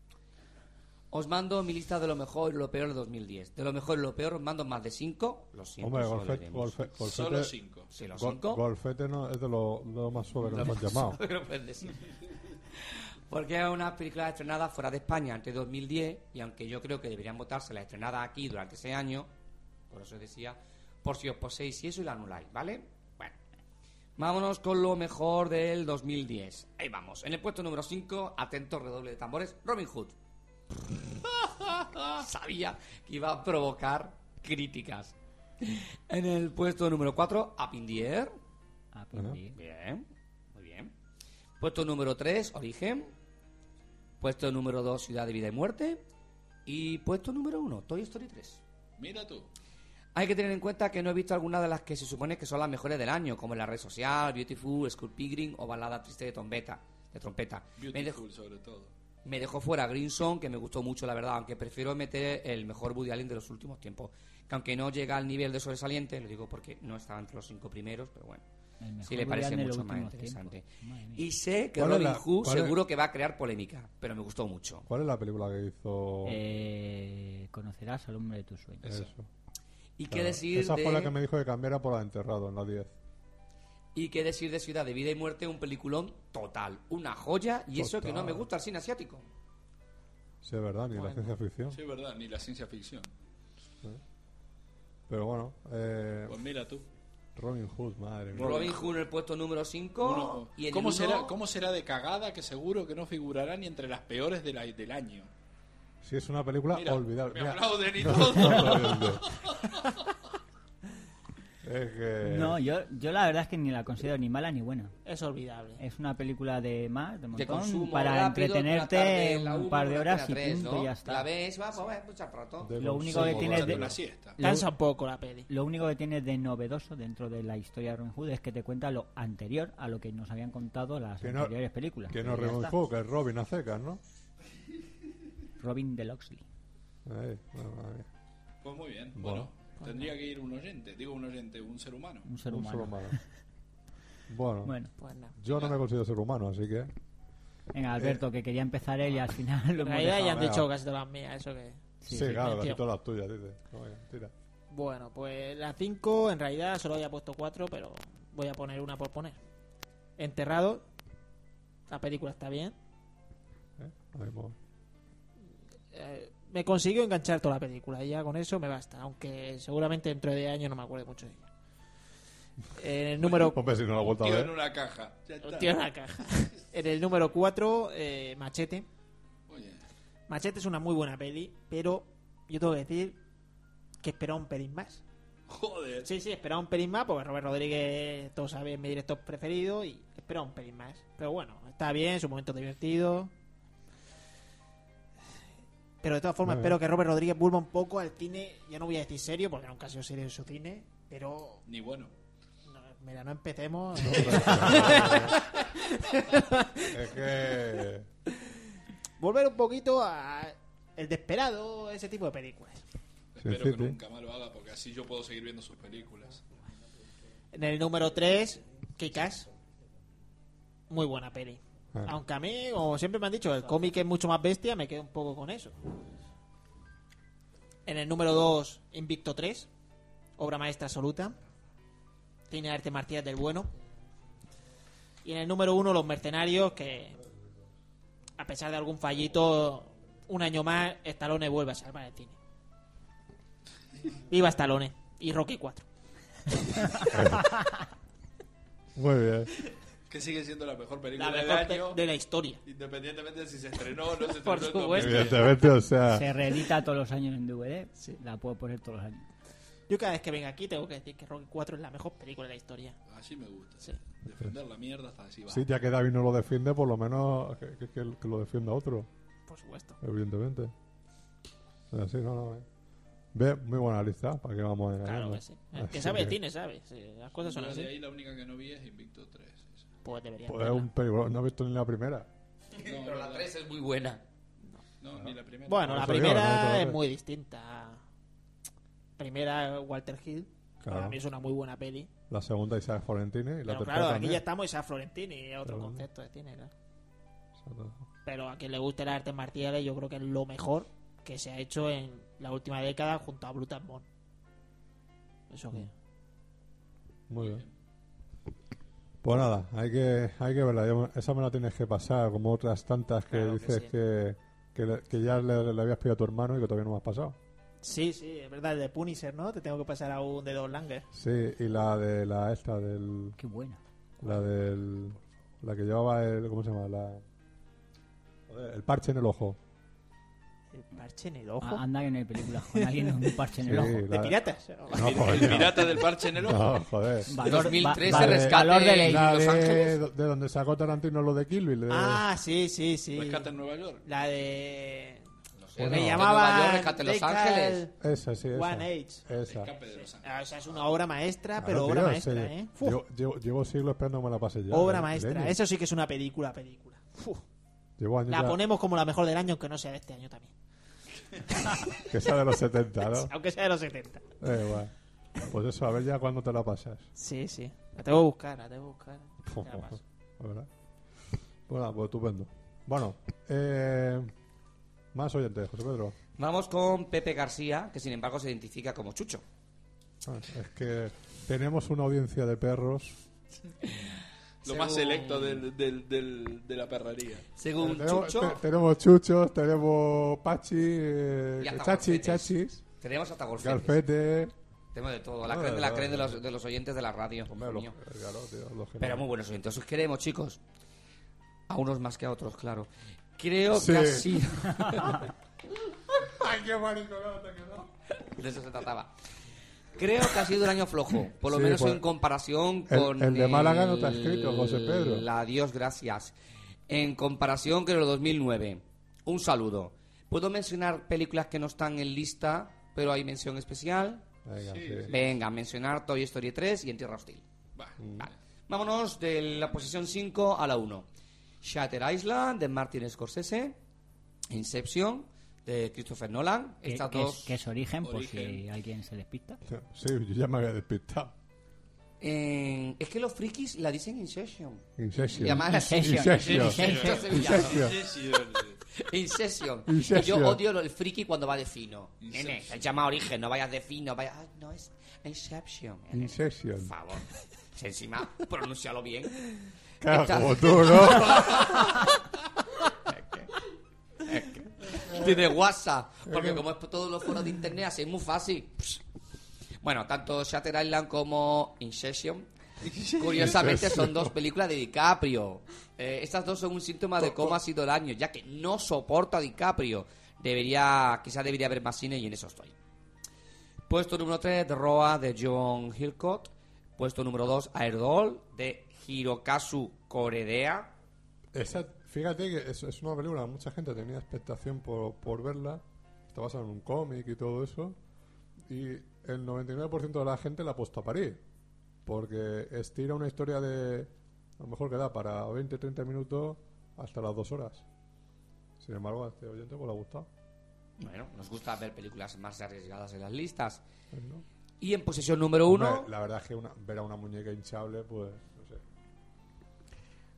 [SPEAKER 4] Os mando mi lista de lo mejor y lo peor de 2010. De lo mejor y lo peor os mando más de 5. Lo siento,
[SPEAKER 1] Hombre,
[SPEAKER 4] solo
[SPEAKER 1] golfete,
[SPEAKER 4] diremos.
[SPEAKER 1] golfe- golfete,
[SPEAKER 2] Solo cinco.
[SPEAKER 4] Sí,
[SPEAKER 1] gol-
[SPEAKER 4] los 5.
[SPEAKER 1] golfete no, es de lo, de lo más suave que nos han
[SPEAKER 4] *laughs*
[SPEAKER 1] llamado.
[SPEAKER 4] Porque es una película estrenada fuera de España antes de 2010 y aunque yo creo que deberían votarse las estrenadas aquí durante ese año, por eso decía, por si os poseéis y eso y la anuláis, ¿vale? Bueno, vámonos con lo mejor del 2010. Ahí vamos. En el puesto número 5, atento redoble de tambores, Robin Hood. *laughs* Sabía que iba a provocar críticas. En el puesto número 4, Apindier.
[SPEAKER 3] Ah, pues
[SPEAKER 1] Ajá.
[SPEAKER 3] sí.
[SPEAKER 4] Bien, muy bien. Puesto número 3, Origen. Puesto número 2, Ciudad de Vida y Muerte. Y puesto número 1, Toy Story 3.
[SPEAKER 2] Mira tú.
[SPEAKER 4] Hay que tener en cuenta que no he visto alguna de las que se supone que son las mejores del año, como La Red Social, Beautiful, School Pigging o Balada Triste de Trompeta. De trompeta. Me, dejó,
[SPEAKER 2] Beautiful, sobre todo.
[SPEAKER 4] me dejó fuera Green Song, que me gustó mucho, la verdad, aunque prefiero meter el mejor Woody Allen de los últimos tiempos. Que aunque no llega al nivel de sobresaliente, lo digo porque no estaba entre los cinco primeros, pero bueno.
[SPEAKER 3] El mejor
[SPEAKER 4] Sí, le
[SPEAKER 3] Woody
[SPEAKER 4] parece
[SPEAKER 3] Allen de los
[SPEAKER 4] mucho más
[SPEAKER 3] últimos
[SPEAKER 4] interesante.
[SPEAKER 3] tiempos. Madre mía.
[SPEAKER 4] Y sé que
[SPEAKER 1] ¿Cuál es
[SPEAKER 4] Robin
[SPEAKER 1] la-
[SPEAKER 4] Hood
[SPEAKER 1] cuál es-
[SPEAKER 4] seguro que va a crear polémica, pero me gustó mucho.
[SPEAKER 1] ¿Cuál es la película que hizo
[SPEAKER 3] Eh, conocerás al hombre de tus sueños.
[SPEAKER 1] eso?
[SPEAKER 4] ¿Y qué
[SPEAKER 1] Claro.
[SPEAKER 4] decir
[SPEAKER 1] Esa
[SPEAKER 4] de...
[SPEAKER 1] fue la que me dijo que cambiara por la de enterrado en la 10.
[SPEAKER 4] ¿Y qué decir de Ciudad de Vida y Muerte? Un peliculón total, una joya, y eso que no
[SPEAKER 1] Total.
[SPEAKER 4] me gusta el cine asiático.
[SPEAKER 1] Sí, es verdad, ni la ciencia ficción.
[SPEAKER 2] Sí, es verdad, ni la ciencia ficción.
[SPEAKER 1] Pero bueno, eh,
[SPEAKER 2] Pues mira tú.
[SPEAKER 1] Robin Hood, madre mía.
[SPEAKER 4] Robin Hood en el puesto número 5
[SPEAKER 2] Uno-
[SPEAKER 4] Oh, y en el
[SPEAKER 2] ¿Cómo,
[SPEAKER 4] uno-
[SPEAKER 2] será, ¿Cómo será de cagada que seguro que no figurará ni entre las peores de la- del año?
[SPEAKER 1] Si es una película
[SPEAKER 2] Mira,
[SPEAKER 1] olvidable.
[SPEAKER 2] me
[SPEAKER 1] Ah, Mira, *laughs*
[SPEAKER 2] aplauden y
[SPEAKER 1] no,
[SPEAKER 2] todo.
[SPEAKER 1] no, no, no.
[SPEAKER 2] *laughs*
[SPEAKER 1] es que.
[SPEAKER 3] No, yo, yo la verdad es que ni la considero ni mala ni buena.
[SPEAKER 5] Es olvidable.
[SPEAKER 3] Es una película de más, de montón,
[SPEAKER 4] consumo
[SPEAKER 3] para
[SPEAKER 4] rápido,
[SPEAKER 3] entretenerte
[SPEAKER 4] una tarde, la
[SPEAKER 3] un
[SPEAKER 4] una,
[SPEAKER 3] par de
[SPEAKER 4] una
[SPEAKER 3] horas y
[SPEAKER 4] tarde, tres,
[SPEAKER 3] punto
[SPEAKER 4] ¿no?
[SPEAKER 3] y ya está.
[SPEAKER 4] La ves, vas a ver, mucho rato.
[SPEAKER 1] de
[SPEAKER 3] lo único que
[SPEAKER 1] consumo,
[SPEAKER 3] tiene es
[SPEAKER 2] Echando
[SPEAKER 3] de-
[SPEAKER 1] ¿no?
[SPEAKER 2] una siesta.
[SPEAKER 5] Cansa un poco la peli.
[SPEAKER 3] Lo único que tiene de novedoso dentro de la historia de Robin Hood es que te cuenta lo anterior a lo que nos habían contado las
[SPEAKER 1] Que no-
[SPEAKER 3] anteriores películas.
[SPEAKER 1] Que no
[SPEAKER 3] Pero ya
[SPEAKER 1] Robin
[SPEAKER 3] está.
[SPEAKER 1] Hood, que es Robin a secas, ¿no?
[SPEAKER 3] Robin de Loxley.
[SPEAKER 1] Ahí, bueno, madre mía.
[SPEAKER 2] Pues muy bien.
[SPEAKER 1] Bueno.
[SPEAKER 2] Bueno, tendría que ir un oyente. Digo un oyente, un ser humano.
[SPEAKER 3] Un ser
[SPEAKER 1] Un
[SPEAKER 3] humano.
[SPEAKER 1] solo
[SPEAKER 5] *laughs*
[SPEAKER 1] malo. Bueno,
[SPEAKER 3] Bueno,
[SPEAKER 5] Pues nada.
[SPEAKER 1] yo no me considero ser humano, así que.
[SPEAKER 3] venga,
[SPEAKER 1] Eh.
[SPEAKER 3] Alberto, que quería empezar él y al final lo
[SPEAKER 5] En
[SPEAKER 3] hemos
[SPEAKER 5] realidad ya
[SPEAKER 3] dejado.
[SPEAKER 5] han
[SPEAKER 1] venga.
[SPEAKER 5] dicho casi todas las mías, eso que...
[SPEAKER 1] Sí,
[SPEAKER 5] sí,
[SPEAKER 1] claro,
[SPEAKER 5] me
[SPEAKER 1] casi
[SPEAKER 5] tío.
[SPEAKER 1] todas las tuyas, dice. No, venga, tira. ¿eh?
[SPEAKER 5] Bueno, pues las 5 en realidad solo había puesto 4, pero voy a poner una por poner. Enterrado. La película está bien.
[SPEAKER 1] ¿eh? Ahí, bueno.
[SPEAKER 5] Eh, me consiguió enganchar toda la película y ya con eso me basta, aunque seguramente dentro de años no me acuerde mucho de ella. En el número
[SPEAKER 1] *laughs* Hombre, si no la he vuelto a
[SPEAKER 2] Tío en
[SPEAKER 1] ver.
[SPEAKER 2] una caja. Ya pues, está.
[SPEAKER 5] Tío, una caja. En el número 4, eh, Machete.
[SPEAKER 2] Oye,
[SPEAKER 5] Machete es una muy buena peli, pero yo tengo que decir que esperaba un pelín más.
[SPEAKER 2] joder.
[SPEAKER 5] Sí, sí, esperaba un pelín más, porque Robert Rodríguez, todos saben, es mi director preferido, y esperaba un pelín más. Pero bueno, está bien, su momento divertido. Pero de todas formas,
[SPEAKER 1] Muy bien.
[SPEAKER 5] espero que Robert Rodríguez vuelva un poco al cine. Ya no voy a decir serio, porque nunca ha sido serio en su cine, pero.
[SPEAKER 2] Ni bueno.
[SPEAKER 5] no, mira,
[SPEAKER 1] *laughs*
[SPEAKER 5] no empecemos.
[SPEAKER 1] *laughs* Es que.
[SPEAKER 5] Volver un poquito a. El desesperado, ese tipo de películas.
[SPEAKER 2] Espero
[SPEAKER 1] sí,
[SPEAKER 2] que
[SPEAKER 1] sí.
[SPEAKER 2] nunca más lo haga porque así yo puedo seguir viendo sus películas.
[SPEAKER 5] En el número 3, Kikas. Muy buena peli.
[SPEAKER 1] Ah.
[SPEAKER 5] Aunque a mí, como siempre me han dicho, el cómic es mucho más bestia, me quedo un poco con eso. En el número 2, Invicto 3. Obra maestra absoluta. Tiene arte marcial del bueno. Y en el número uno, Los Mercenarios, que a pesar de algún fallito, un año más, Stallone vuelve a salvar el cine. Viva Stallone y Rocky 4.
[SPEAKER 1] Muy bien.
[SPEAKER 2] Que sigue siendo la mejor película
[SPEAKER 5] La mejor
[SPEAKER 2] del
[SPEAKER 5] pe-
[SPEAKER 2] año.
[SPEAKER 5] de la historia.
[SPEAKER 2] Independientemente de si se estrenó o no
[SPEAKER 5] *laughs*
[SPEAKER 2] se estrenó.
[SPEAKER 5] Por
[SPEAKER 2] en
[SPEAKER 5] supuesto.
[SPEAKER 2] 2010.
[SPEAKER 1] Evidentemente, o sea.
[SPEAKER 3] Se reedita todos los años en DVD.
[SPEAKER 5] Sí.
[SPEAKER 3] La puedo poner todos los años.
[SPEAKER 5] Yo cada vez que venga aquí tengo que decir que Rocky 4 es la mejor película de la historia.
[SPEAKER 2] Así me gusta.
[SPEAKER 5] Sí.
[SPEAKER 2] Defender la mierda hasta decir
[SPEAKER 1] Sí,
[SPEAKER 2] basta.
[SPEAKER 1] ya que David no lo defiende, por lo menos que, que- que- que lo defienda otro,
[SPEAKER 5] Por supuesto.
[SPEAKER 1] evidentemente. Es así, no, no. eh. Ve, muy buena lista, para que vamos a
[SPEAKER 5] Claro que sí. El que sabe de cine, sabe. Sí, las
[SPEAKER 2] Yo
[SPEAKER 5] cosas son
[SPEAKER 2] de
[SPEAKER 5] así.
[SPEAKER 2] ahí la única que no vi es Invicto 3. esa.
[SPEAKER 5] Pues debería.
[SPEAKER 1] Pues es un peligro, no he visto ni la primera.
[SPEAKER 2] No,
[SPEAKER 4] *laughs* Pero
[SPEAKER 2] no,
[SPEAKER 4] la
[SPEAKER 2] no.
[SPEAKER 4] 3 es muy buena.
[SPEAKER 2] No, ni la primera.
[SPEAKER 5] Bueno, la
[SPEAKER 1] Por eso digo, no,
[SPEAKER 5] primera
[SPEAKER 1] no, no, no.
[SPEAKER 5] es muy distinta. Primera, Walter Hill.
[SPEAKER 1] Claro.
[SPEAKER 5] Para mí es una muy buena peli.
[SPEAKER 1] La segunda, Isaac Florentini. Y la
[SPEAKER 5] Pero
[SPEAKER 1] tercera
[SPEAKER 5] claro, aquí
[SPEAKER 1] también.
[SPEAKER 5] ya estamos Isaac Florentini, es otro
[SPEAKER 1] Claro.
[SPEAKER 5] concepto de cine. claro.
[SPEAKER 1] Exacto.
[SPEAKER 5] Pero a quien le guste las artes marciales, yo creo que es lo mejor que se ha hecho en la última década junto a Brutal Bond. Eso que.
[SPEAKER 1] Muy bien. Pues nada, hay que, hay que verla. Yo- esa me la tienes que pasar, como otras tantas que
[SPEAKER 5] Claro que
[SPEAKER 1] dices
[SPEAKER 5] sí.
[SPEAKER 1] que, que le- que ya le, le habías pedido a tu hermano y que todavía no me has pasado.
[SPEAKER 5] Sí, sí, es verdad, el de Punisher, ¿no? Te tengo que pasar a un de dos Langer.
[SPEAKER 1] Sí, y la de la esta, del,
[SPEAKER 3] Qué buena.
[SPEAKER 1] la del, la que llevaba el, ¿cómo se llama? La, joder, el parche en el ojo.
[SPEAKER 5] El parche en el ojo.
[SPEAKER 3] Ah, anda que no hay películas
[SPEAKER 1] *laughs*
[SPEAKER 3] con alguien con un parche en el
[SPEAKER 1] Sí,
[SPEAKER 3] ojo.
[SPEAKER 5] ¿De
[SPEAKER 1] la-
[SPEAKER 5] piratas? ¿eh?
[SPEAKER 1] No,
[SPEAKER 2] El-
[SPEAKER 1] joder,
[SPEAKER 2] el pirata del parche en el ojo.
[SPEAKER 1] No, joder.
[SPEAKER 3] Valor,
[SPEAKER 4] 2013
[SPEAKER 3] va- valor-
[SPEAKER 4] rescate
[SPEAKER 3] valor de ley.
[SPEAKER 4] en
[SPEAKER 1] La
[SPEAKER 4] Los
[SPEAKER 1] de,
[SPEAKER 4] Ángeles.
[SPEAKER 1] de donde sacó Tarantino lo de Kill Bill. de-
[SPEAKER 5] Ah, sí, sí, sí.
[SPEAKER 2] Rescata en Nueva York.
[SPEAKER 5] La de.
[SPEAKER 4] No sé,
[SPEAKER 1] Bueno.
[SPEAKER 5] Se le
[SPEAKER 4] Rescate en
[SPEAKER 5] llamaba.
[SPEAKER 4] Nueva York, Rescate en Los Ángeles.
[SPEAKER 1] Esa, sí, esa.
[SPEAKER 5] One Age.
[SPEAKER 1] Esa.
[SPEAKER 2] Escape de Los Ángeles.
[SPEAKER 5] Ah, O sea, es una obra maestra,
[SPEAKER 1] Claro,
[SPEAKER 5] pero
[SPEAKER 1] tío,
[SPEAKER 5] obra
[SPEAKER 1] en
[SPEAKER 5] maestra,
[SPEAKER 1] serio.
[SPEAKER 5] ¿eh? Fu,
[SPEAKER 1] Llevo, llevo, llevo siglos esperando que me la pase ya.
[SPEAKER 5] obra
[SPEAKER 1] ¿eh?
[SPEAKER 5] maestra.
[SPEAKER 1] Leño.
[SPEAKER 5] Eso sí que es una película, película. Fu.
[SPEAKER 1] Llevo años
[SPEAKER 5] La
[SPEAKER 1] ya-
[SPEAKER 5] ponemos como la mejor del año, aunque no sea de este año también.
[SPEAKER 1] que sea de los 70,
[SPEAKER 5] *laughs*
[SPEAKER 1] ¿no?
[SPEAKER 5] Aunque sea de los 70.
[SPEAKER 1] Da igual. Pues eso, a ver ya cuándo te la pasas.
[SPEAKER 5] Sí, sí. La tengo que buscar, la tengo que buscar. Ya
[SPEAKER 1] *laughs*
[SPEAKER 5] la paso.
[SPEAKER 1] ¿Verdad? Pues nada, pues estupendo. Bueno, eh, más oyentes, José Pedro.
[SPEAKER 4] Vamos con Pepe García, que sin embargo se identifica como Chucho.
[SPEAKER 1] Ah, es que tenemos una audiencia de perros.
[SPEAKER 2] Lo más
[SPEAKER 4] Según-
[SPEAKER 2] selecto del, del, del- de la perrrería.
[SPEAKER 4] Según
[SPEAKER 1] tenemos,
[SPEAKER 4] Chucho,
[SPEAKER 1] Eh, te- tenemos chuchos, tenemos pachi, eh,
[SPEAKER 4] Y hasta
[SPEAKER 1] chachi,
[SPEAKER 4] golfetes.
[SPEAKER 1] chachis,
[SPEAKER 4] tenemos hasta golfetes.
[SPEAKER 1] galfete.
[SPEAKER 4] Tenemos de todo. La
[SPEAKER 1] No,
[SPEAKER 4] creen de, la
[SPEAKER 1] no,
[SPEAKER 4] creen de
[SPEAKER 1] no.
[SPEAKER 4] los, de los oyentes de la radio.
[SPEAKER 1] Hombre, los-
[SPEAKER 4] Coño.
[SPEAKER 1] claro, tío, los que
[SPEAKER 4] Pero
[SPEAKER 1] no-
[SPEAKER 4] muy buenos oyentes. Os queremos, chicos. A unos más que a otros, claro. Creo
[SPEAKER 1] Sí.
[SPEAKER 4] que ha sido...
[SPEAKER 1] *laughs* ¡Ay, qué mariconado te ha quedado!
[SPEAKER 4] De eso se trataba. Creo que ha sido un año flojo, por lo
[SPEAKER 1] Sí,
[SPEAKER 4] menos
[SPEAKER 1] pues,
[SPEAKER 4] en comparación
[SPEAKER 1] el-
[SPEAKER 4] con.
[SPEAKER 1] el de Málaga no te ha escrito, José Pedro.
[SPEAKER 4] La Dios, gracias. En comparación con el 2009. Un saludo. ¿Puedo mencionar películas que no están en lista, pero hay mención especial?
[SPEAKER 1] Venga,
[SPEAKER 2] Sí,
[SPEAKER 1] sí.
[SPEAKER 4] Venga, mencionar Toy Story 3 y En Tierra Hostil.
[SPEAKER 2] Va.
[SPEAKER 1] Mm.
[SPEAKER 4] Vale. Vámonos de la posición 5 a la 1. Shatter Island de Martin Scorsese. Inception de Christopher Nolan.
[SPEAKER 3] Que,
[SPEAKER 4] Estas
[SPEAKER 3] que es-
[SPEAKER 4] dos.
[SPEAKER 3] que es origen, por si
[SPEAKER 2] Origen.
[SPEAKER 3] alguien se despista.
[SPEAKER 1] Sí, yo ya me había despistado.
[SPEAKER 4] Eh, es que los frikis la dicen Inception.
[SPEAKER 1] Inception.
[SPEAKER 4] Llamada
[SPEAKER 3] Inception.
[SPEAKER 1] Inception.
[SPEAKER 4] Inception.
[SPEAKER 1] Inception.
[SPEAKER 4] Inception.
[SPEAKER 1] Inception.
[SPEAKER 4] Yo odio el friki cuando va de fino.
[SPEAKER 2] Inception.
[SPEAKER 4] Nene, se llama origen, no vayas de fino. Vayas... Ah, no, es Inception. Nene,
[SPEAKER 1] Inception.
[SPEAKER 4] Por favor. Si encima, pronúncialo bien.
[SPEAKER 1] Claro,
[SPEAKER 4] Está-
[SPEAKER 1] como tú, ¿no?
[SPEAKER 4] Tiene WhatsApp. Porque como es por todos los foros de internet, así es muy fácil. Bueno, tanto Shatter Island como Inception. Curiosamente son dos películas de DiCaprio. Eh, estas dos son un síntoma de cómo ha sido el año, ya que no soporto a DiCaprio. Debería, quizás debería haber más cine y en eso estoy. Puesto número 3, The Roa de John Hillcott. Puesto número 2, Aerdol de Hirokazu Koredea.
[SPEAKER 1] Esa, fíjate que es, es una película, que mucha gente tenía expectación por, por verla. Está basada en un cómic y todo eso. Y el 99% de la gente la ha puesto a parir. Porque estira una historia de. A lo mejor que da para 20, 30 minutos hasta las dos horas. Sin embargo, a este oyente pues, le ha gustado.
[SPEAKER 4] Bueno, nos gusta ver películas más arriesgadas en las listas.
[SPEAKER 1] Pues, ¿no?
[SPEAKER 4] Y en posición número 1,
[SPEAKER 1] Hombre, la verdad es que una- ver a una muñeca hinchable, pues. No sé.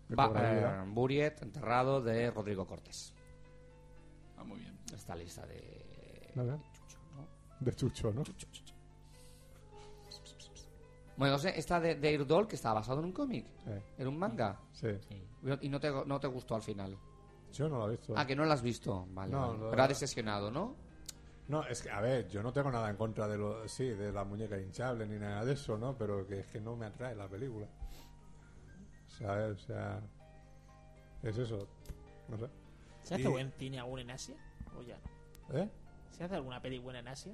[SPEAKER 1] Qué
[SPEAKER 4] va,
[SPEAKER 1] pobre vida.
[SPEAKER 4] eh, Buriet, enterrado de Rodrigo Cortés.
[SPEAKER 2] Ah, muy bien.
[SPEAKER 4] Esta lista de.
[SPEAKER 1] Nada.
[SPEAKER 4] eh, Chucho, ¿no?
[SPEAKER 1] De chucho, ¿no?
[SPEAKER 4] Chucho, chucho. Bueno, no sé, esta de, de Irdol, que estaba basado en un cómic,
[SPEAKER 1] Eh,
[SPEAKER 4] en un manga.
[SPEAKER 1] sí.
[SPEAKER 3] Sí.
[SPEAKER 4] Y no te, no te gustó al final.
[SPEAKER 1] Yo no lo he visto.
[SPEAKER 4] Ah, que no la has visto.
[SPEAKER 1] Pues-
[SPEAKER 4] Vale.
[SPEAKER 1] No,
[SPEAKER 4] vale.
[SPEAKER 1] no.
[SPEAKER 4] Pero ha decepcionado, ¿no?
[SPEAKER 1] No, es que, a ver, yo no tengo nada en contra de lo, sí, de la muñeca hinchable ni nada de eso, ¿no? Pero que es que no me atrae la película. ¿Sabes? O sea, es eso. No sé.
[SPEAKER 5] ¿Se hace
[SPEAKER 1] Y-
[SPEAKER 5] buen cine aún en Asia? ¿O ya no?
[SPEAKER 1] ¿Eh?
[SPEAKER 5] ¿Se hace alguna peli buena en Asia?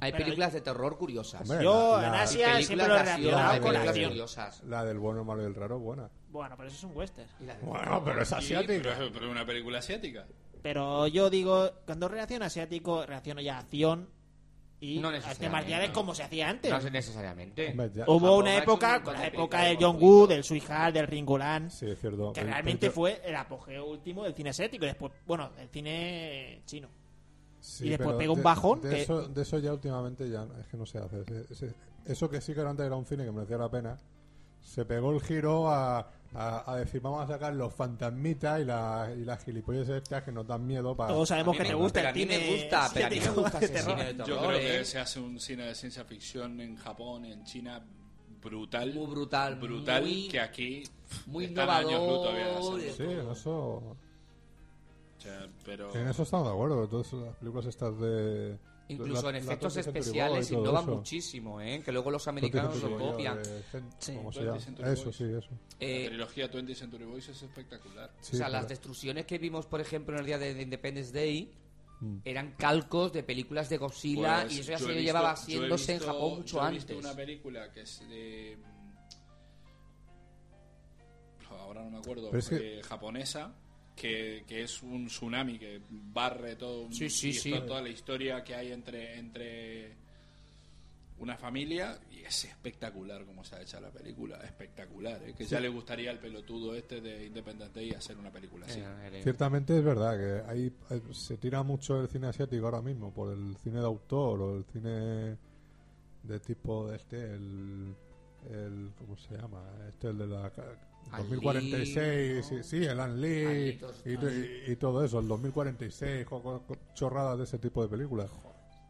[SPEAKER 4] Hay
[SPEAKER 5] Bueno,
[SPEAKER 4] películas de terror curiosas.
[SPEAKER 1] Hombre,
[SPEAKER 5] Yo
[SPEAKER 1] la-
[SPEAKER 5] en
[SPEAKER 1] la-
[SPEAKER 4] Y
[SPEAKER 5] Asia siempre
[SPEAKER 4] películas
[SPEAKER 5] lo he
[SPEAKER 4] de acción, hay
[SPEAKER 5] relacionado con
[SPEAKER 1] la
[SPEAKER 4] películas
[SPEAKER 5] acción.
[SPEAKER 4] curiosas.
[SPEAKER 1] La del bueno, malo y el raro, buena.
[SPEAKER 5] Bueno, pero eso es un western.
[SPEAKER 4] Y la de-
[SPEAKER 1] Bueno, pero es
[SPEAKER 2] Sí,
[SPEAKER 1] asiática.
[SPEAKER 2] pero, pero una película asiática.
[SPEAKER 5] Pero yo digo, cuando relaciono asiático, relaciono ya acción y
[SPEAKER 4] No
[SPEAKER 5] las
[SPEAKER 4] necesariamente,
[SPEAKER 5] temas marciales
[SPEAKER 4] no.
[SPEAKER 5] como se hacía antes.
[SPEAKER 4] No sé necesariamente.
[SPEAKER 1] Hombre, ya-
[SPEAKER 5] Hubo
[SPEAKER 4] Japón
[SPEAKER 5] una
[SPEAKER 4] ha hecho un
[SPEAKER 5] época,
[SPEAKER 4] montón
[SPEAKER 5] con
[SPEAKER 4] de
[SPEAKER 5] la época
[SPEAKER 4] películas
[SPEAKER 5] del
[SPEAKER 4] muy
[SPEAKER 5] John Woo,
[SPEAKER 4] bonitas.
[SPEAKER 5] del Suihar, del Ringolan,
[SPEAKER 1] Sí, es cierto.
[SPEAKER 5] que
[SPEAKER 1] Pero-
[SPEAKER 5] realmente
[SPEAKER 1] pero-
[SPEAKER 5] fue el apogeo último del cine asiático y después, bueno, del cine chino.
[SPEAKER 1] sí,
[SPEAKER 5] y después
[SPEAKER 1] pero
[SPEAKER 5] pegó un
[SPEAKER 1] de-
[SPEAKER 5] bajón
[SPEAKER 1] De,
[SPEAKER 5] que-
[SPEAKER 1] eso, de eso ya últimamente ya es que no se hace. Es- es- es- eso que sí que antes era un cine que merecía la pena, se pegó el giro a, a- a decir vamos a sacar los fantasmitas y, la, y las gilipolleces estas que nos dan miedo para...
[SPEAKER 5] Todos
[SPEAKER 4] A mí
[SPEAKER 5] sabemos que
[SPEAKER 4] me
[SPEAKER 5] te
[SPEAKER 4] gusta,
[SPEAKER 5] gusta
[SPEAKER 4] pero
[SPEAKER 5] el
[SPEAKER 4] a mí
[SPEAKER 5] cine
[SPEAKER 4] me gusta, pero a mí me
[SPEAKER 5] asiático *laughs*
[SPEAKER 4] gusta
[SPEAKER 5] de
[SPEAKER 4] ese
[SPEAKER 5] terror.
[SPEAKER 4] cine de terror.
[SPEAKER 2] Yo creo que
[SPEAKER 4] ¿eh?
[SPEAKER 2] se hace un cine de ciencia ficción en Japón, en China, brutal.
[SPEAKER 4] Muy brutal,
[SPEAKER 2] Brutal,
[SPEAKER 4] muy-
[SPEAKER 2] que aquí
[SPEAKER 4] muy
[SPEAKER 2] están años luz
[SPEAKER 4] innovador.
[SPEAKER 2] todavía de hacerlo.
[SPEAKER 1] Sí, en eso,
[SPEAKER 2] O sea, pero...
[SPEAKER 1] en eso estamos de acuerdo. Todas las películas estas de...
[SPEAKER 4] Incluso
[SPEAKER 1] la-
[SPEAKER 4] en
[SPEAKER 1] la
[SPEAKER 4] efectos
[SPEAKER 1] 20th Century Boy
[SPEAKER 4] especiales
[SPEAKER 1] y todo
[SPEAKER 4] innovan
[SPEAKER 1] eso.
[SPEAKER 4] muchísimo, ¿eh? que luego los
[SPEAKER 1] 20th
[SPEAKER 4] americanos lo
[SPEAKER 1] Century Boy,
[SPEAKER 4] copian.
[SPEAKER 1] eh, cen-
[SPEAKER 5] Sí.
[SPEAKER 1] ¿cómo se
[SPEAKER 2] 20th
[SPEAKER 1] llama?
[SPEAKER 2] Century
[SPEAKER 1] Eso
[SPEAKER 2] Boys.
[SPEAKER 1] sí, eso.
[SPEAKER 2] La
[SPEAKER 4] Eh,
[SPEAKER 2] trilogía 20 Century Boys es espectacular.
[SPEAKER 1] Sí,
[SPEAKER 4] o sea,
[SPEAKER 1] pero-
[SPEAKER 4] las destrucciones que vimos, por ejemplo, en el día de, de Independence Day
[SPEAKER 1] Mm.
[SPEAKER 4] eran calcos de películas de Godzilla
[SPEAKER 2] Pues,
[SPEAKER 4] y eso ya
[SPEAKER 2] yo
[SPEAKER 4] se
[SPEAKER 2] he visto-
[SPEAKER 4] llevaba
[SPEAKER 2] yo he
[SPEAKER 4] haciéndose en
[SPEAKER 2] visto-
[SPEAKER 4] Japón mucho
[SPEAKER 2] yo he
[SPEAKER 4] antes.
[SPEAKER 2] visto una película que es de... mm, Ahora no me acuerdo.
[SPEAKER 1] Pero es que-
[SPEAKER 2] eh, japonesa. Que, que es un tsunami que barre todo un-
[SPEAKER 4] Sí, sí,
[SPEAKER 2] y
[SPEAKER 4] sí.
[SPEAKER 2] está toda la historia que hay entre entre una familia y es espectacular como se ha hecho la película espectacular ¿eh? que ya le gustaría al pelotudo este de Independence Day hacer una película así
[SPEAKER 4] Eh, era-
[SPEAKER 1] Ciertamente es verdad que ahí eh, se tira mucho el cine asiático ahora mismo por el cine de autor o el cine de tipo de este, el, el- ¿cómo se llama? Este el de la ca-
[SPEAKER 4] Ang
[SPEAKER 1] 2046,
[SPEAKER 4] Lee, ¿no?
[SPEAKER 1] y- sí, el An Lee
[SPEAKER 4] Ang Lee,
[SPEAKER 1] y, to- y- y todo eso, el 2046, jo- co- co- chorradas de ese tipo de películas.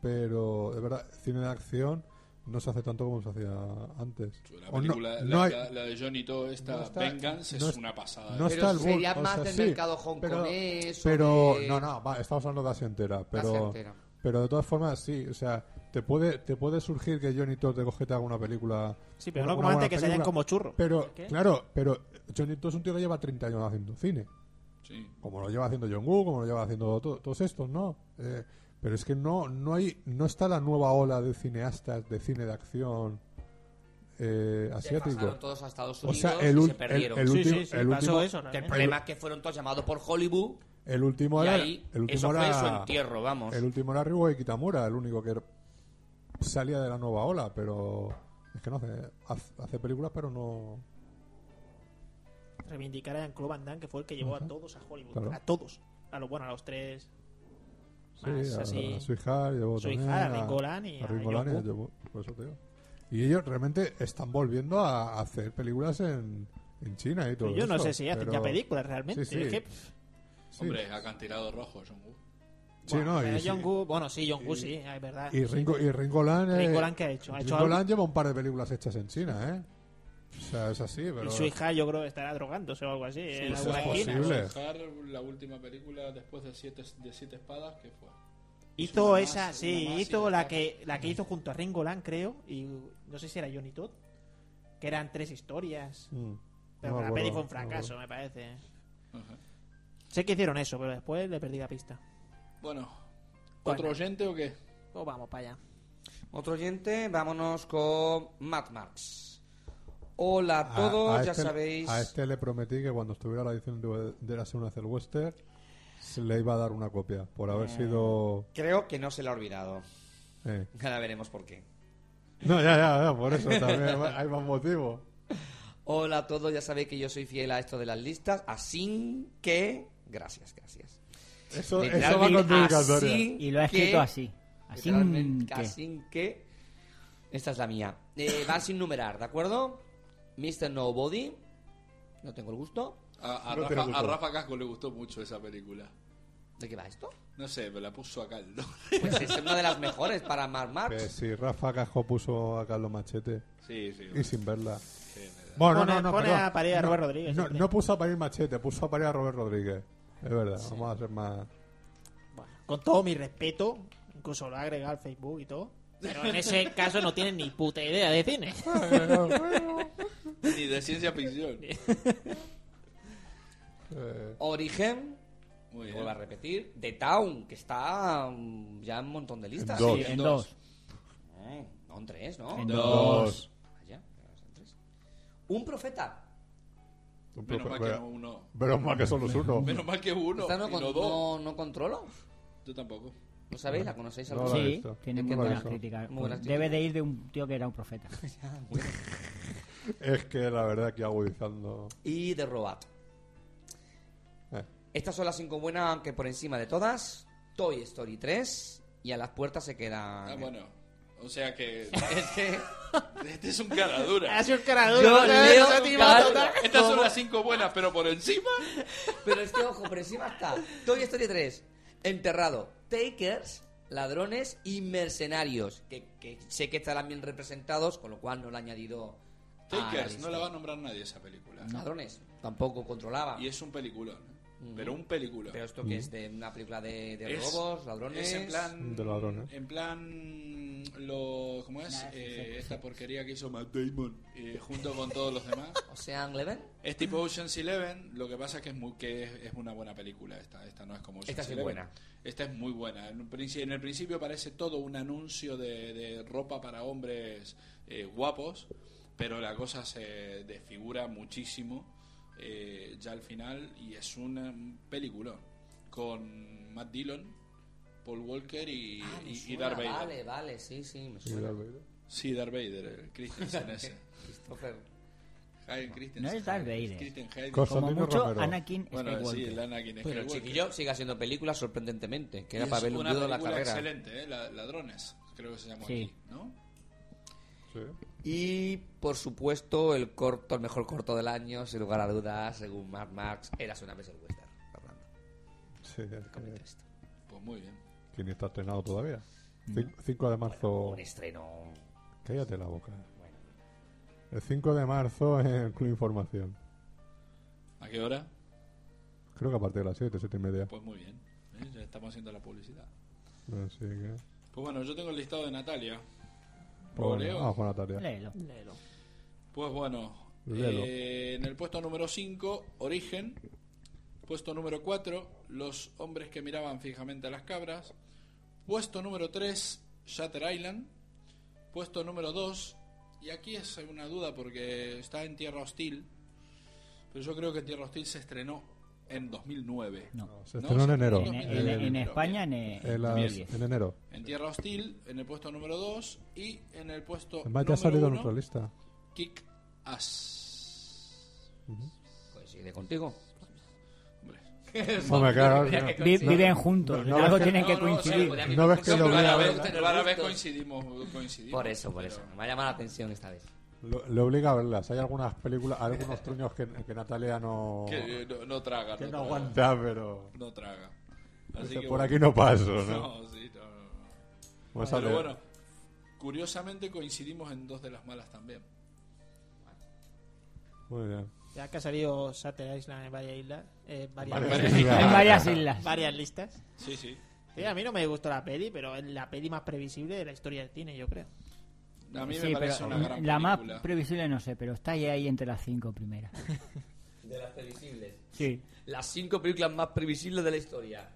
[SPEAKER 1] Pero de verdad, cine de acción no se hace tanto como se hacía antes.
[SPEAKER 2] Pues La
[SPEAKER 1] O no-
[SPEAKER 2] película,
[SPEAKER 1] no
[SPEAKER 2] la,
[SPEAKER 1] hay-
[SPEAKER 2] la- la de Johnny To, esta
[SPEAKER 1] no está-
[SPEAKER 2] Vengeance,
[SPEAKER 1] no
[SPEAKER 2] es
[SPEAKER 1] es-
[SPEAKER 2] una pasada.
[SPEAKER 1] no
[SPEAKER 2] ¿eh?
[SPEAKER 1] está el
[SPEAKER 4] Pero sería
[SPEAKER 1] boom, o
[SPEAKER 4] más
[SPEAKER 1] sea,
[SPEAKER 4] del
[SPEAKER 1] sí,
[SPEAKER 4] mercado
[SPEAKER 1] pero,
[SPEAKER 4] hongkonés o
[SPEAKER 1] pero
[SPEAKER 4] de-
[SPEAKER 1] no no va, estamos hablando de Asia entera pero
[SPEAKER 4] Asia entera.
[SPEAKER 1] pero de todas formas sí o sea te puede te puede surgir que Johnny Todd te coge te haga una película
[SPEAKER 5] Sí, pero
[SPEAKER 1] una-
[SPEAKER 5] no como
[SPEAKER 1] una buena
[SPEAKER 5] antes que se hallan
[SPEAKER 1] película.
[SPEAKER 5] como churros.
[SPEAKER 1] pero
[SPEAKER 5] ¿Qué?
[SPEAKER 1] claro pero Johnny Todd es un tío que lleva 30 años haciendo cine
[SPEAKER 2] Sí.
[SPEAKER 1] como lo lleva haciendo John Woo como lo lleva haciendo to- todos estos no Eh, pero es que no no hay no está la nueva ola de cineastas de cine de acción eh,
[SPEAKER 4] Se
[SPEAKER 1] asiático
[SPEAKER 4] pasaron todos a Estados
[SPEAKER 1] o
[SPEAKER 4] Unidos
[SPEAKER 1] sea el,
[SPEAKER 4] y
[SPEAKER 1] ul-
[SPEAKER 4] se perdieron.
[SPEAKER 1] el- el
[SPEAKER 5] Sí,
[SPEAKER 1] último
[SPEAKER 5] sí, sí,
[SPEAKER 1] el
[SPEAKER 5] pasó
[SPEAKER 1] último-
[SPEAKER 5] eso
[SPEAKER 4] el
[SPEAKER 5] realmente.
[SPEAKER 4] problema es que fueron todos llamados por Hollywood
[SPEAKER 1] El último
[SPEAKER 4] y
[SPEAKER 1] era.
[SPEAKER 4] ahí
[SPEAKER 1] el último
[SPEAKER 4] eso fue
[SPEAKER 1] era-
[SPEAKER 4] su entierro, vamos.
[SPEAKER 1] El último era Ryuhei Kitamura, el único que era- salía de la nueva ola, pero. Es que no hace. haz- Hace películas, pero no.
[SPEAKER 5] Reivindicar a Jean-Claude Van Damme, que fue el que llevó a
[SPEAKER 1] Ajá.
[SPEAKER 5] todos a Hollywood.
[SPEAKER 1] Claro.
[SPEAKER 5] A todos. A los, bueno, a los tres.
[SPEAKER 1] Sí,
[SPEAKER 5] Más
[SPEAKER 1] a,
[SPEAKER 5] así.
[SPEAKER 1] a Suihara llevó
[SPEAKER 5] Suihara,
[SPEAKER 1] también,
[SPEAKER 5] a Ringolan y
[SPEAKER 1] a
[SPEAKER 5] a
[SPEAKER 1] Ringolan y
[SPEAKER 5] John
[SPEAKER 1] a Yobu, por eso te digo. Y ellos realmente están volviendo a hacer películas en, en China y todo
[SPEAKER 5] Y yo no
[SPEAKER 1] eso,
[SPEAKER 5] sé si hacen
[SPEAKER 1] pero-
[SPEAKER 5] ya películas realmente.
[SPEAKER 1] Sí, sí.
[SPEAKER 5] Es que, pff,
[SPEAKER 1] Sí,
[SPEAKER 2] Hombre, acantilado rojo, John Woo.
[SPEAKER 1] sí,
[SPEAKER 5] bueno,
[SPEAKER 1] no,
[SPEAKER 5] pero
[SPEAKER 1] y, sí.
[SPEAKER 5] John Woo- bueno, sí, John Woo,
[SPEAKER 1] y-
[SPEAKER 5] sí, es verdad.
[SPEAKER 1] y Ringo, y Ringolan. eh,
[SPEAKER 5] Ringolan, ¿qué ha hecho? ¿Ha hecho
[SPEAKER 1] Ringolan lleva un par de películas hechas en China, ¿eh? O sea, es así, pero.
[SPEAKER 5] Y su hija, yo creo, estará drogándose o algo así. en
[SPEAKER 1] eso
[SPEAKER 5] alguna
[SPEAKER 1] es
[SPEAKER 5] esquina.
[SPEAKER 1] posible.
[SPEAKER 2] Dejar la última película después de siete, de siete espadas, que fue.
[SPEAKER 5] Hizo
[SPEAKER 2] Una más,
[SPEAKER 5] esa,
[SPEAKER 2] una
[SPEAKER 5] sí,
[SPEAKER 2] más y
[SPEAKER 5] hizo
[SPEAKER 2] ya
[SPEAKER 5] la
[SPEAKER 2] está.
[SPEAKER 5] que, la que hizo junto a Ringo Lam, creo, y no sé si era Johnny Todd, que eran tres historias.
[SPEAKER 1] Mm, no
[SPEAKER 5] Pero
[SPEAKER 1] me
[SPEAKER 5] la
[SPEAKER 1] acuerdo,
[SPEAKER 5] peli fue un
[SPEAKER 1] no me acuerdo.
[SPEAKER 5] fracaso, me parece.
[SPEAKER 2] Ajá.
[SPEAKER 5] Sé que hicieron eso, pero después le perdí la pista.
[SPEAKER 2] Bueno,
[SPEAKER 5] Bueno.
[SPEAKER 2] ¿otro oyente o qué?
[SPEAKER 5] Pues vamos para allá.
[SPEAKER 4] Otro oyente, vámonos con Matt Marx. Hola a
[SPEAKER 1] A-
[SPEAKER 4] todos,
[SPEAKER 1] a
[SPEAKER 4] ya
[SPEAKER 1] este-
[SPEAKER 4] sabéis.
[SPEAKER 1] A este le prometí que cuando estuviera la edición de, de la segunda del Western se le iba a dar una copia por
[SPEAKER 5] Eh.
[SPEAKER 1] haber sido.
[SPEAKER 4] Creo que no se lo ha olvidado.
[SPEAKER 1] eh.
[SPEAKER 4] Ahora veremos por qué.
[SPEAKER 1] No, ya, ya, ya, por eso también hay más motivo.
[SPEAKER 4] Hola a todos, ya sabéis que yo soy fiel a esto de las listas, así que. Gracias, gracias.
[SPEAKER 1] Eso, eso va
[SPEAKER 4] Literalmente,
[SPEAKER 1] con dedicatoria.
[SPEAKER 4] así
[SPEAKER 3] Y lo he escrito
[SPEAKER 4] que-
[SPEAKER 3] así. Así
[SPEAKER 4] Literalmente,
[SPEAKER 3] que-
[SPEAKER 4] así que. Esta es la mía. Eh, va sin numerar, ¿de acuerdo? Mr. Nobody. No tengo el gusto.
[SPEAKER 2] A, a
[SPEAKER 1] No te
[SPEAKER 2] Rafa,
[SPEAKER 1] preocupes.
[SPEAKER 2] a Rafa Casco le gustó mucho esa película.
[SPEAKER 4] ¿De qué va esto?
[SPEAKER 2] No sé, me la puso a caldo.
[SPEAKER 4] Pues es una de las mejores para Mark
[SPEAKER 1] Que
[SPEAKER 4] Marx.
[SPEAKER 1] si Rafa Cajo puso a Carlos Machete
[SPEAKER 2] *laughs* Sí, sí.
[SPEAKER 1] y sin verla.
[SPEAKER 2] sí, me da.
[SPEAKER 1] Bueno,
[SPEAKER 5] Pone-
[SPEAKER 1] no, no,
[SPEAKER 5] pone
[SPEAKER 1] perdón.
[SPEAKER 5] a parir a
[SPEAKER 1] No,
[SPEAKER 5] Robert Rodríguez,
[SPEAKER 1] No,
[SPEAKER 5] siempre.
[SPEAKER 1] no puso a parir Machete, puso a parir a Robert Rodríguez. Es verdad, vamos a ser
[SPEAKER 5] *laughs*
[SPEAKER 1] más.
[SPEAKER 5] Bueno, con todo mi respeto, incluso lo ha agregado al Facebook y todo. Pero en ese caso no tienen ni puta idea de cine.
[SPEAKER 2] Ni de ciencia ficción.
[SPEAKER 1] Eh,
[SPEAKER 4] Origen,
[SPEAKER 2] Muy bien.
[SPEAKER 4] vuelvo a repetir, The Town, que está mm, ya en un montón de listas.
[SPEAKER 1] dos.
[SPEAKER 3] Sí, en
[SPEAKER 2] en
[SPEAKER 3] dos.
[SPEAKER 4] Mm, no, en tres, ¿no?
[SPEAKER 3] En
[SPEAKER 2] Dos.
[SPEAKER 4] Vaya, en tres. Un profeta.
[SPEAKER 1] un
[SPEAKER 2] Menos
[SPEAKER 1] profe-
[SPEAKER 2] mal que no uno.
[SPEAKER 1] Menos mal que son los uno.
[SPEAKER 2] Menos mal que uno.
[SPEAKER 4] Esta no,
[SPEAKER 2] y
[SPEAKER 4] con-
[SPEAKER 2] no dos.
[SPEAKER 4] no- no controlo.
[SPEAKER 2] Tú tampoco.
[SPEAKER 4] ¿No sabéis? ¿La conocéis?
[SPEAKER 1] No
[SPEAKER 4] alguna?
[SPEAKER 1] la he
[SPEAKER 3] Sí,
[SPEAKER 1] visto.
[SPEAKER 3] tiene
[SPEAKER 4] Es que
[SPEAKER 3] muy
[SPEAKER 4] no la
[SPEAKER 3] buenas
[SPEAKER 4] he visto.
[SPEAKER 3] críticas.
[SPEAKER 4] Muy buenas
[SPEAKER 3] Pues Debe
[SPEAKER 4] críticas.
[SPEAKER 3] de ir de un tío que era un profeta.
[SPEAKER 1] Es que la verdad que agudizando.
[SPEAKER 4] Y The Robot.
[SPEAKER 1] Eh,
[SPEAKER 4] Estas son las cinco buenas, aunque por encima de todas. Toy Story 3. Y a las puertas se queda.
[SPEAKER 2] Ah, bueno. O sea que.
[SPEAKER 4] *laughs*
[SPEAKER 2] *laughs*
[SPEAKER 4] Es que
[SPEAKER 2] este es un cara dura.
[SPEAKER 5] *laughs* *laughs* Ha sido un cara
[SPEAKER 4] Yo
[SPEAKER 5] duro. ¿no?
[SPEAKER 4] leo
[SPEAKER 5] No te iba a
[SPEAKER 4] cada-
[SPEAKER 5] tocar.
[SPEAKER 2] Estas son las cinco buenas, pero por encima.
[SPEAKER 4] Pero es que, ojo, por encima está Toy Story 3, Enterrado, Takers, Ladrones y Mercenarios, que, que sé que estarán bien representados, con lo cual no lo he añadido. a la
[SPEAKER 2] Takers,
[SPEAKER 4] lista.
[SPEAKER 2] no la va a nombrar nadie esa película.
[SPEAKER 4] Ladrones, tampoco controlaba.
[SPEAKER 2] Y es un peliculón. ¿eh? Pero un peliculón.
[SPEAKER 4] Pero esto que
[SPEAKER 1] Mm.
[SPEAKER 4] es de una película de, de
[SPEAKER 2] Es-
[SPEAKER 4] robos, ladrones.
[SPEAKER 2] Es en plan.
[SPEAKER 1] De ladrones.
[SPEAKER 2] En plan. Lo, ¿Cómo es?
[SPEAKER 3] Nah, sí,
[SPEAKER 2] Eh,
[SPEAKER 3] sí, sí.
[SPEAKER 2] esta porquería que hizo Matt Damon eh, junto con todos los demás.
[SPEAKER 4] O sea, Leven.
[SPEAKER 2] Es tipo Ocean's Eleven, lo que pasa es que es, muy, que es, es una buena película esta, esta no es como Ocean's
[SPEAKER 4] Esta sí es
[SPEAKER 2] Eleven.
[SPEAKER 4] buena.
[SPEAKER 2] Esta es muy buena. En, un princi- en el principio parece todo un anuncio de, de ropa para hombres eh, guapos, pero la cosa se desfigura muchísimo eh, ya al final y es una película con Matt Dillon, Paul Walker y,
[SPEAKER 4] Ah, me
[SPEAKER 2] y- y
[SPEAKER 4] suena,
[SPEAKER 2] Darth Vader.
[SPEAKER 4] Vale, vale, sí, sí, me
[SPEAKER 1] y
[SPEAKER 4] suena.
[SPEAKER 1] Darth Vader.
[SPEAKER 2] Sí, Darth Vader, el
[SPEAKER 4] *laughs*
[SPEAKER 2] Christensen ese.
[SPEAKER 4] Christopher.
[SPEAKER 2] Hayden Christensen.
[SPEAKER 3] No es Darth Vader.
[SPEAKER 2] Christian Hayden.
[SPEAKER 1] Cosa-
[SPEAKER 3] Como
[SPEAKER 1] Constantino
[SPEAKER 3] mucho,
[SPEAKER 1] Romero.
[SPEAKER 3] Anakin
[SPEAKER 2] Bueno, sí,
[SPEAKER 3] Skywalker.
[SPEAKER 2] el Anakin
[SPEAKER 4] Pero
[SPEAKER 2] Skywalker.
[SPEAKER 4] el chiquillo sigue haciendo películas sorprendentemente, que era
[SPEAKER 2] Y
[SPEAKER 4] para
[SPEAKER 2] es
[SPEAKER 4] haber
[SPEAKER 2] una
[SPEAKER 4] hundido la
[SPEAKER 2] película
[SPEAKER 4] carrera.
[SPEAKER 2] excelente, ¿eh? La- Ladrones, creo que se llamó
[SPEAKER 3] Sí.
[SPEAKER 2] aquí, ¿no?
[SPEAKER 1] Sí.
[SPEAKER 4] Y por supuesto, el corto, el mejor corto del año, sin lugar a dudas, según Mark Max, era una vez el western. Fernando,
[SPEAKER 1] Sí, es
[SPEAKER 4] te comento esto.
[SPEAKER 2] Pues muy bien.
[SPEAKER 1] que ni está estrenado todavía. Cin- 5 de marzo.
[SPEAKER 4] Un estreno.
[SPEAKER 1] Cállate la boca.
[SPEAKER 4] Bueno,
[SPEAKER 1] El 5 de marzo en Club Información.
[SPEAKER 2] ¿A qué hora?
[SPEAKER 1] Creo que a partir de las 7, 7 y media.
[SPEAKER 2] Pues muy bien. ¿eh? Ya estamos haciendo la publicidad.
[SPEAKER 1] Así que.
[SPEAKER 2] Pues bueno, yo tengo el listado de Natalia. ¿Lo
[SPEAKER 1] Pues,
[SPEAKER 2] leo?
[SPEAKER 1] ah, buena tarea.
[SPEAKER 3] Léelo.
[SPEAKER 5] Léelo.
[SPEAKER 2] Pues bueno,
[SPEAKER 1] Léelo.
[SPEAKER 2] eh, en el puesto número 5, Origen. Puesto número 4, Los hombres que miraban fijamente a las cabras. Puesto número 3, Shatter Island. Puesto número 2, y aquí es una duda porque está en Tierra Hostil, pero yo creo que Tierra Hostil se estrenó en 2009.
[SPEAKER 3] No.
[SPEAKER 1] No, se
[SPEAKER 2] No,
[SPEAKER 1] estrenó en
[SPEAKER 2] se
[SPEAKER 1] enero.
[SPEAKER 2] estrenó
[SPEAKER 3] En, en-
[SPEAKER 1] Eh,
[SPEAKER 3] en España, en,
[SPEAKER 1] en las-
[SPEAKER 3] 2010.
[SPEAKER 1] en enero.
[SPEAKER 2] En Tierra Hostil, en el puesto número 2 y en el puesto
[SPEAKER 1] Además, ya
[SPEAKER 2] número
[SPEAKER 1] ha salido en nuestra
[SPEAKER 2] 1,
[SPEAKER 1] lista.
[SPEAKER 2] Kick Ass.
[SPEAKER 4] coincide contigo.
[SPEAKER 2] Hombre.
[SPEAKER 1] Hombre, claro,
[SPEAKER 4] Mira
[SPEAKER 1] no.
[SPEAKER 4] que
[SPEAKER 3] Vi-
[SPEAKER 4] coincide.
[SPEAKER 3] viven juntos,
[SPEAKER 1] No, no,
[SPEAKER 3] algo
[SPEAKER 1] es que-
[SPEAKER 3] tienen que
[SPEAKER 2] no, no, sí,
[SPEAKER 3] coincidir.
[SPEAKER 1] No ves que
[SPEAKER 2] No,
[SPEAKER 1] lo
[SPEAKER 2] pero
[SPEAKER 1] voy
[SPEAKER 2] a
[SPEAKER 1] a
[SPEAKER 2] la
[SPEAKER 1] ver.
[SPEAKER 2] vez, a la vez coincidimos, coincidimos.
[SPEAKER 4] Por eso, por
[SPEAKER 2] pero-
[SPEAKER 4] eso. Me ha llamado la atención esta vez.
[SPEAKER 1] Lo- le obliga a verlas. Hay algunas películas, algunos truños que, que Natalia no,
[SPEAKER 2] Que eh, no, no traga.
[SPEAKER 1] que no
[SPEAKER 2] traga,
[SPEAKER 1] aguanta, pero
[SPEAKER 2] No traga.
[SPEAKER 1] dice,
[SPEAKER 2] que
[SPEAKER 1] por
[SPEAKER 2] bueno.
[SPEAKER 1] aquí no paso, ¿no?
[SPEAKER 2] *laughs* No, sí, no, no, no.
[SPEAKER 1] Pues
[SPEAKER 2] Pero
[SPEAKER 1] sale-
[SPEAKER 2] bueno, curiosamente coincidimos en dos de las malas también.
[SPEAKER 1] Muy bien.
[SPEAKER 5] Ya que ha salido Saturday Island en varias islas, eh, varias,
[SPEAKER 1] Vale,
[SPEAKER 5] varias,
[SPEAKER 1] sí,
[SPEAKER 5] *laughs*
[SPEAKER 1] va.
[SPEAKER 3] En varias islas.
[SPEAKER 5] listas.
[SPEAKER 2] Sí, sí.
[SPEAKER 5] Sí, a mí no me gustó la peli, pero es la peli más previsible de la historia del cine, yo creo.
[SPEAKER 2] A mí
[SPEAKER 3] Sí,
[SPEAKER 2] me parece
[SPEAKER 3] pero
[SPEAKER 2] una gran
[SPEAKER 3] la más
[SPEAKER 2] película.
[SPEAKER 3] previsible no sé, pero está ahí, ahí entre las cinco primeras.
[SPEAKER 4] De las previsibles.
[SPEAKER 3] Sí.
[SPEAKER 4] Las cinco películas más previsibles de la historia.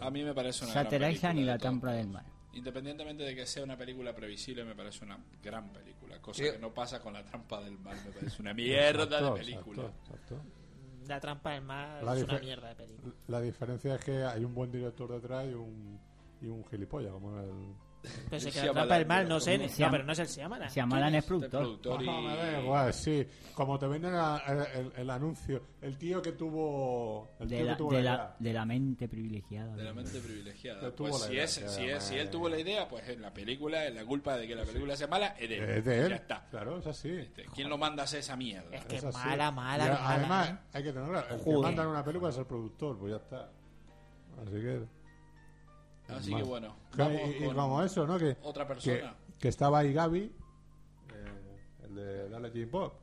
[SPEAKER 2] A mí me parece una
[SPEAKER 3] Shutter
[SPEAKER 2] gran
[SPEAKER 3] Island
[SPEAKER 2] película.
[SPEAKER 3] y La
[SPEAKER 2] de todas
[SPEAKER 3] Trampa del
[SPEAKER 2] formas.
[SPEAKER 3] Mar.
[SPEAKER 2] Independientemente de que sea una película previsible, me parece una gran película. Cosa
[SPEAKER 4] Creo-
[SPEAKER 2] que no pasa con La Trampa del Mar. Me parece una mierda de
[SPEAKER 1] Exacto,
[SPEAKER 2] película.
[SPEAKER 1] exacto, exacto.
[SPEAKER 5] La trampa es más
[SPEAKER 1] La
[SPEAKER 5] es una
[SPEAKER 1] difer-
[SPEAKER 5] mierda de peli.
[SPEAKER 1] La diferencia es que hay un buen director detrás y un, y un gilipollas, como era el...
[SPEAKER 5] Pero
[SPEAKER 2] El
[SPEAKER 5] es que la
[SPEAKER 2] Shyamalan,
[SPEAKER 5] trampa del mal,
[SPEAKER 2] tío,
[SPEAKER 5] no sé,
[SPEAKER 2] ¿cómo?
[SPEAKER 5] no, pero no es el Siamala.
[SPEAKER 3] Shyamalan es
[SPEAKER 2] Este
[SPEAKER 3] productor.
[SPEAKER 2] productor y-
[SPEAKER 1] Ah, me da igual, sí. Como te venden a- el, el- el anuncio, el tío que tuvo... El tío
[SPEAKER 3] De la,
[SPEAKER 1] que tuvo
[SPEAKER 3] de,
[SPEAKER 1] la
[SPEAKER 3] la,
[SPEAKER 1] idea.
[SPEAKER 3] de la mente privilegiada.
[SPEAKER 2] De la mente
[SPEAKER 1] Pero
[SPEAKER 2] privilegiada.
[SPEAKER 1] tuvo
[SPEAKER 2] Pues
[SPEAKER 1] la
[SPEAKER 2] si,
[SPEAKER 1] idea,
[SPEAKER 2] es,
[SPEAKER 1] que
[SPEAKER 2] si,
[SPEAKER 1] era
[SPEAKER 2] es- si
[SPEAKER 1] más-
[SPEAKER 2] él tuvo la idea, pues en la película, en la culpa de que la película sea mala es de él.
[SPEAKER 1] Es de él.
[SPEAKER 2] Ya está.
[SPEAKER 1] Claro, es así.
[SPEAKER 2] Este, ¿Quién lo manda a hacer esa mierda?
[SPEAKER 5] Es que
[SPEAKER 1] así.
[SPEAKER 5] mala, mala,
[SPEAKER 1] Y a-
[SPEAKER 5] mala.
[SPEAKER 1] Además, hay que tener claro, el que
[SPEAKER 5] Joder.
[SPEAKER 1] manda en una película es el productor, pues ya está. Así que.
[SPEAKER 2] Así
[SPEAKER 1] Vale.
[SPEAKER 2] que bueno,
[SPEAKER 1] Vamos y, y
[SPEAKER 2] con
[SPEAKER 1] vamos a eso, ¿no? Que,
[SPEAKER 2] otra
[SPEAKER 1] que,
[SPEAKER 2] persona.
[SPEAKER 1] que estaba ahí Gaby, eh, el de Dale Jim Pop.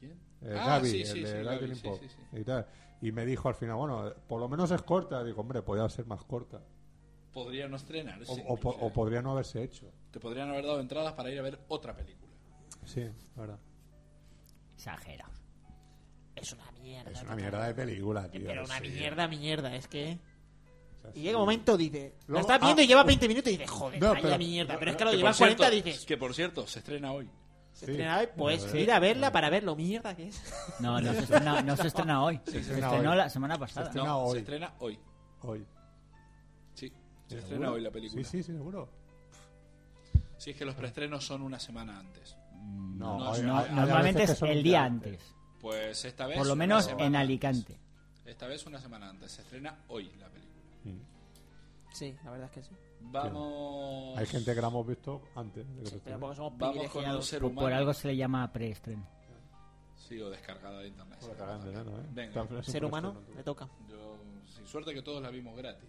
[SPEAKER 2] ¿Quién?
[SPEAKER 1] eh,
[SPEAKER 2] Ah,
[SPEAKER 1] Gaby,
[SPEAKER 2] sí,
[SPEAKER 1] el
[SPEAKER 2] sí,
[SPEAKER 1] de
[SPEAKER 2] sí,
[SPEAKER 1] Dale
[SPEAKER 2] Gaby,
[SPEAKER 1] Jim
[SPEAKER 2] sí,
[SPEAKER 1] Pop
[SPEAKER 2] sí, sí.
[SPEAKER 1] Y, tal. y me dijo al final, bueno, por lo menos es corta. Digo, hombre, podía ser más corta.
[SPEAKER 2] Podría no estrenar.
[SPEAKER 1] O,
[SPEAKER 2] sí,
[SPEAKER 1] o po-
[SPEAKER 2] o sea,
[SPEAKER 1] o podría no haberse hecho.
[SPEAKER 2] Te podrían haber dado entradas para ir a ver otra película.
[SPEAKER 1] Sí, la verdad.
[SPEAKER 3] Exagerados.
[SPEAKER 5] Es una mierda.
[SPEAKER 1] Es una mierda de película, tío.
[SPEAKER 5] Pero una
[SPEAKER 1] sí.
[SPEAKER 5] mierda, mierda, es que.
[SPEAKER 1] O sea,
[SPEAKER 5] Y llega
[SPEAKER 1] sí.
[SPEAKER 5] un momento, dice.
[SPEAKER 1] Luego-
[SPEAKER 5] la estás viendo
[SPEAKER 1] ah,
[SPEAKER 5] y lleva 20 minutos y dices, joder,
[SPEAKER 1] No,
[SPEAKER 5] vaya
[SPEAKER 1] pero-
[SPEAKER 5] mierda. Pero es que lo
[SPEAKER 2] Que
[SPEAKER 5] llevas
[SPEAKER 2] por cierto-
[SPEAKER 5] 40 dices.
[SPEAKER 2] Que por cierto, se estrena hoy.
[SPEAKER 1] Sí.
[SPEAKER 5] "Tren a ver, pues
[SPEAKER 1] Pero, eh,
[SPEAKER 5] ir a verla para ver lo mierda que es.
[SPEAKER 3] No, no se estrena, no se estrena hoy. Se,
[SPEAKER 1] estrena
[SPEAKER 3] estrenó
[SPEAKER 1] hoy.
[SPEAKER 3] la semana pasada.
[SPEAKER 1] estrena
[SPEAKER 2] No,
[SPEAKER 1] hoy.
[SPEAKER 2] Se estrena hoy.
[SPEAKER 1] Hoy.
[SPEAKER 2] Sí, se
[SPEAKER 1] ¿Seguro?
[SPEAKER 2] estrena hoy la película.
[SPEAKER 1] Sí, sí, sí, seguro.
[SPEAKER 2] Si es que los preestrenos son una semana antes.
[SPEAKER 3] Mm,
[SPEAKER 1] No,
[SPEAKER 2] hay-
[SPEAKER 3] no,
[SPEAKER 2] hay- hay
[SPEAKER 3] normalmente
[SPEAKER 1] veces que
[SPEAKER 3] es
[SPEAKER 1] son
[SPEAKER 3] el
[SPEAKER 1] un
[SPEAKER 3] día
[SPEAKER 1] día
[SPEAKER 3] antes.
[SPEAKER 2] Pues esta vez.
[SPEAKER 3] Por lo
[SPEAKER 2] una
[SPEAKER 3] menos
[SPEAKER 2] semana
[SPEAKER 3] en
[SPEAKER 2] antes.
[SPEAKER 3] Alicante.
[SPEAKER 2] Esta vez una semana antes. Se estrena hoy la película.
[SPEAKER 5] Sí, la verdad es que sí.
[SPEAKER 2] Vamos.
[SPEAKER 1] Hay gente que la hemos visto antes. de que se
[SPEAKER 5] Sí, pero
[SPEAKER 1] estrene.
[SPEAKER 5] porque somos
[SPEAKER 2] Vamos con un
[SPEAKER 5] privilegiados.
[SPEAKER 2] ser
[SPEAKER 3] Por,
[SPEAKER 2] humano.
[SPEAKER 3] por algo se le llama preestreno.
[SPEAKER 2] Sí, o descargada de internet.
[SPEAKER 1] Joder, grande, ¿no? ¿Eh?
[SPEAKER 2] Venga.
[SPEAKER 1] Está- es un
[SPEAKER 5] Ser humano, eh.
[SPEAKER 1] preestreno,
[SPEAKER 5] me
[SPEAKER 1] tío.
[SPEAKER 5] toca.
[SPEAKER 2] Yo, sin suerte que todos la vimos gratis.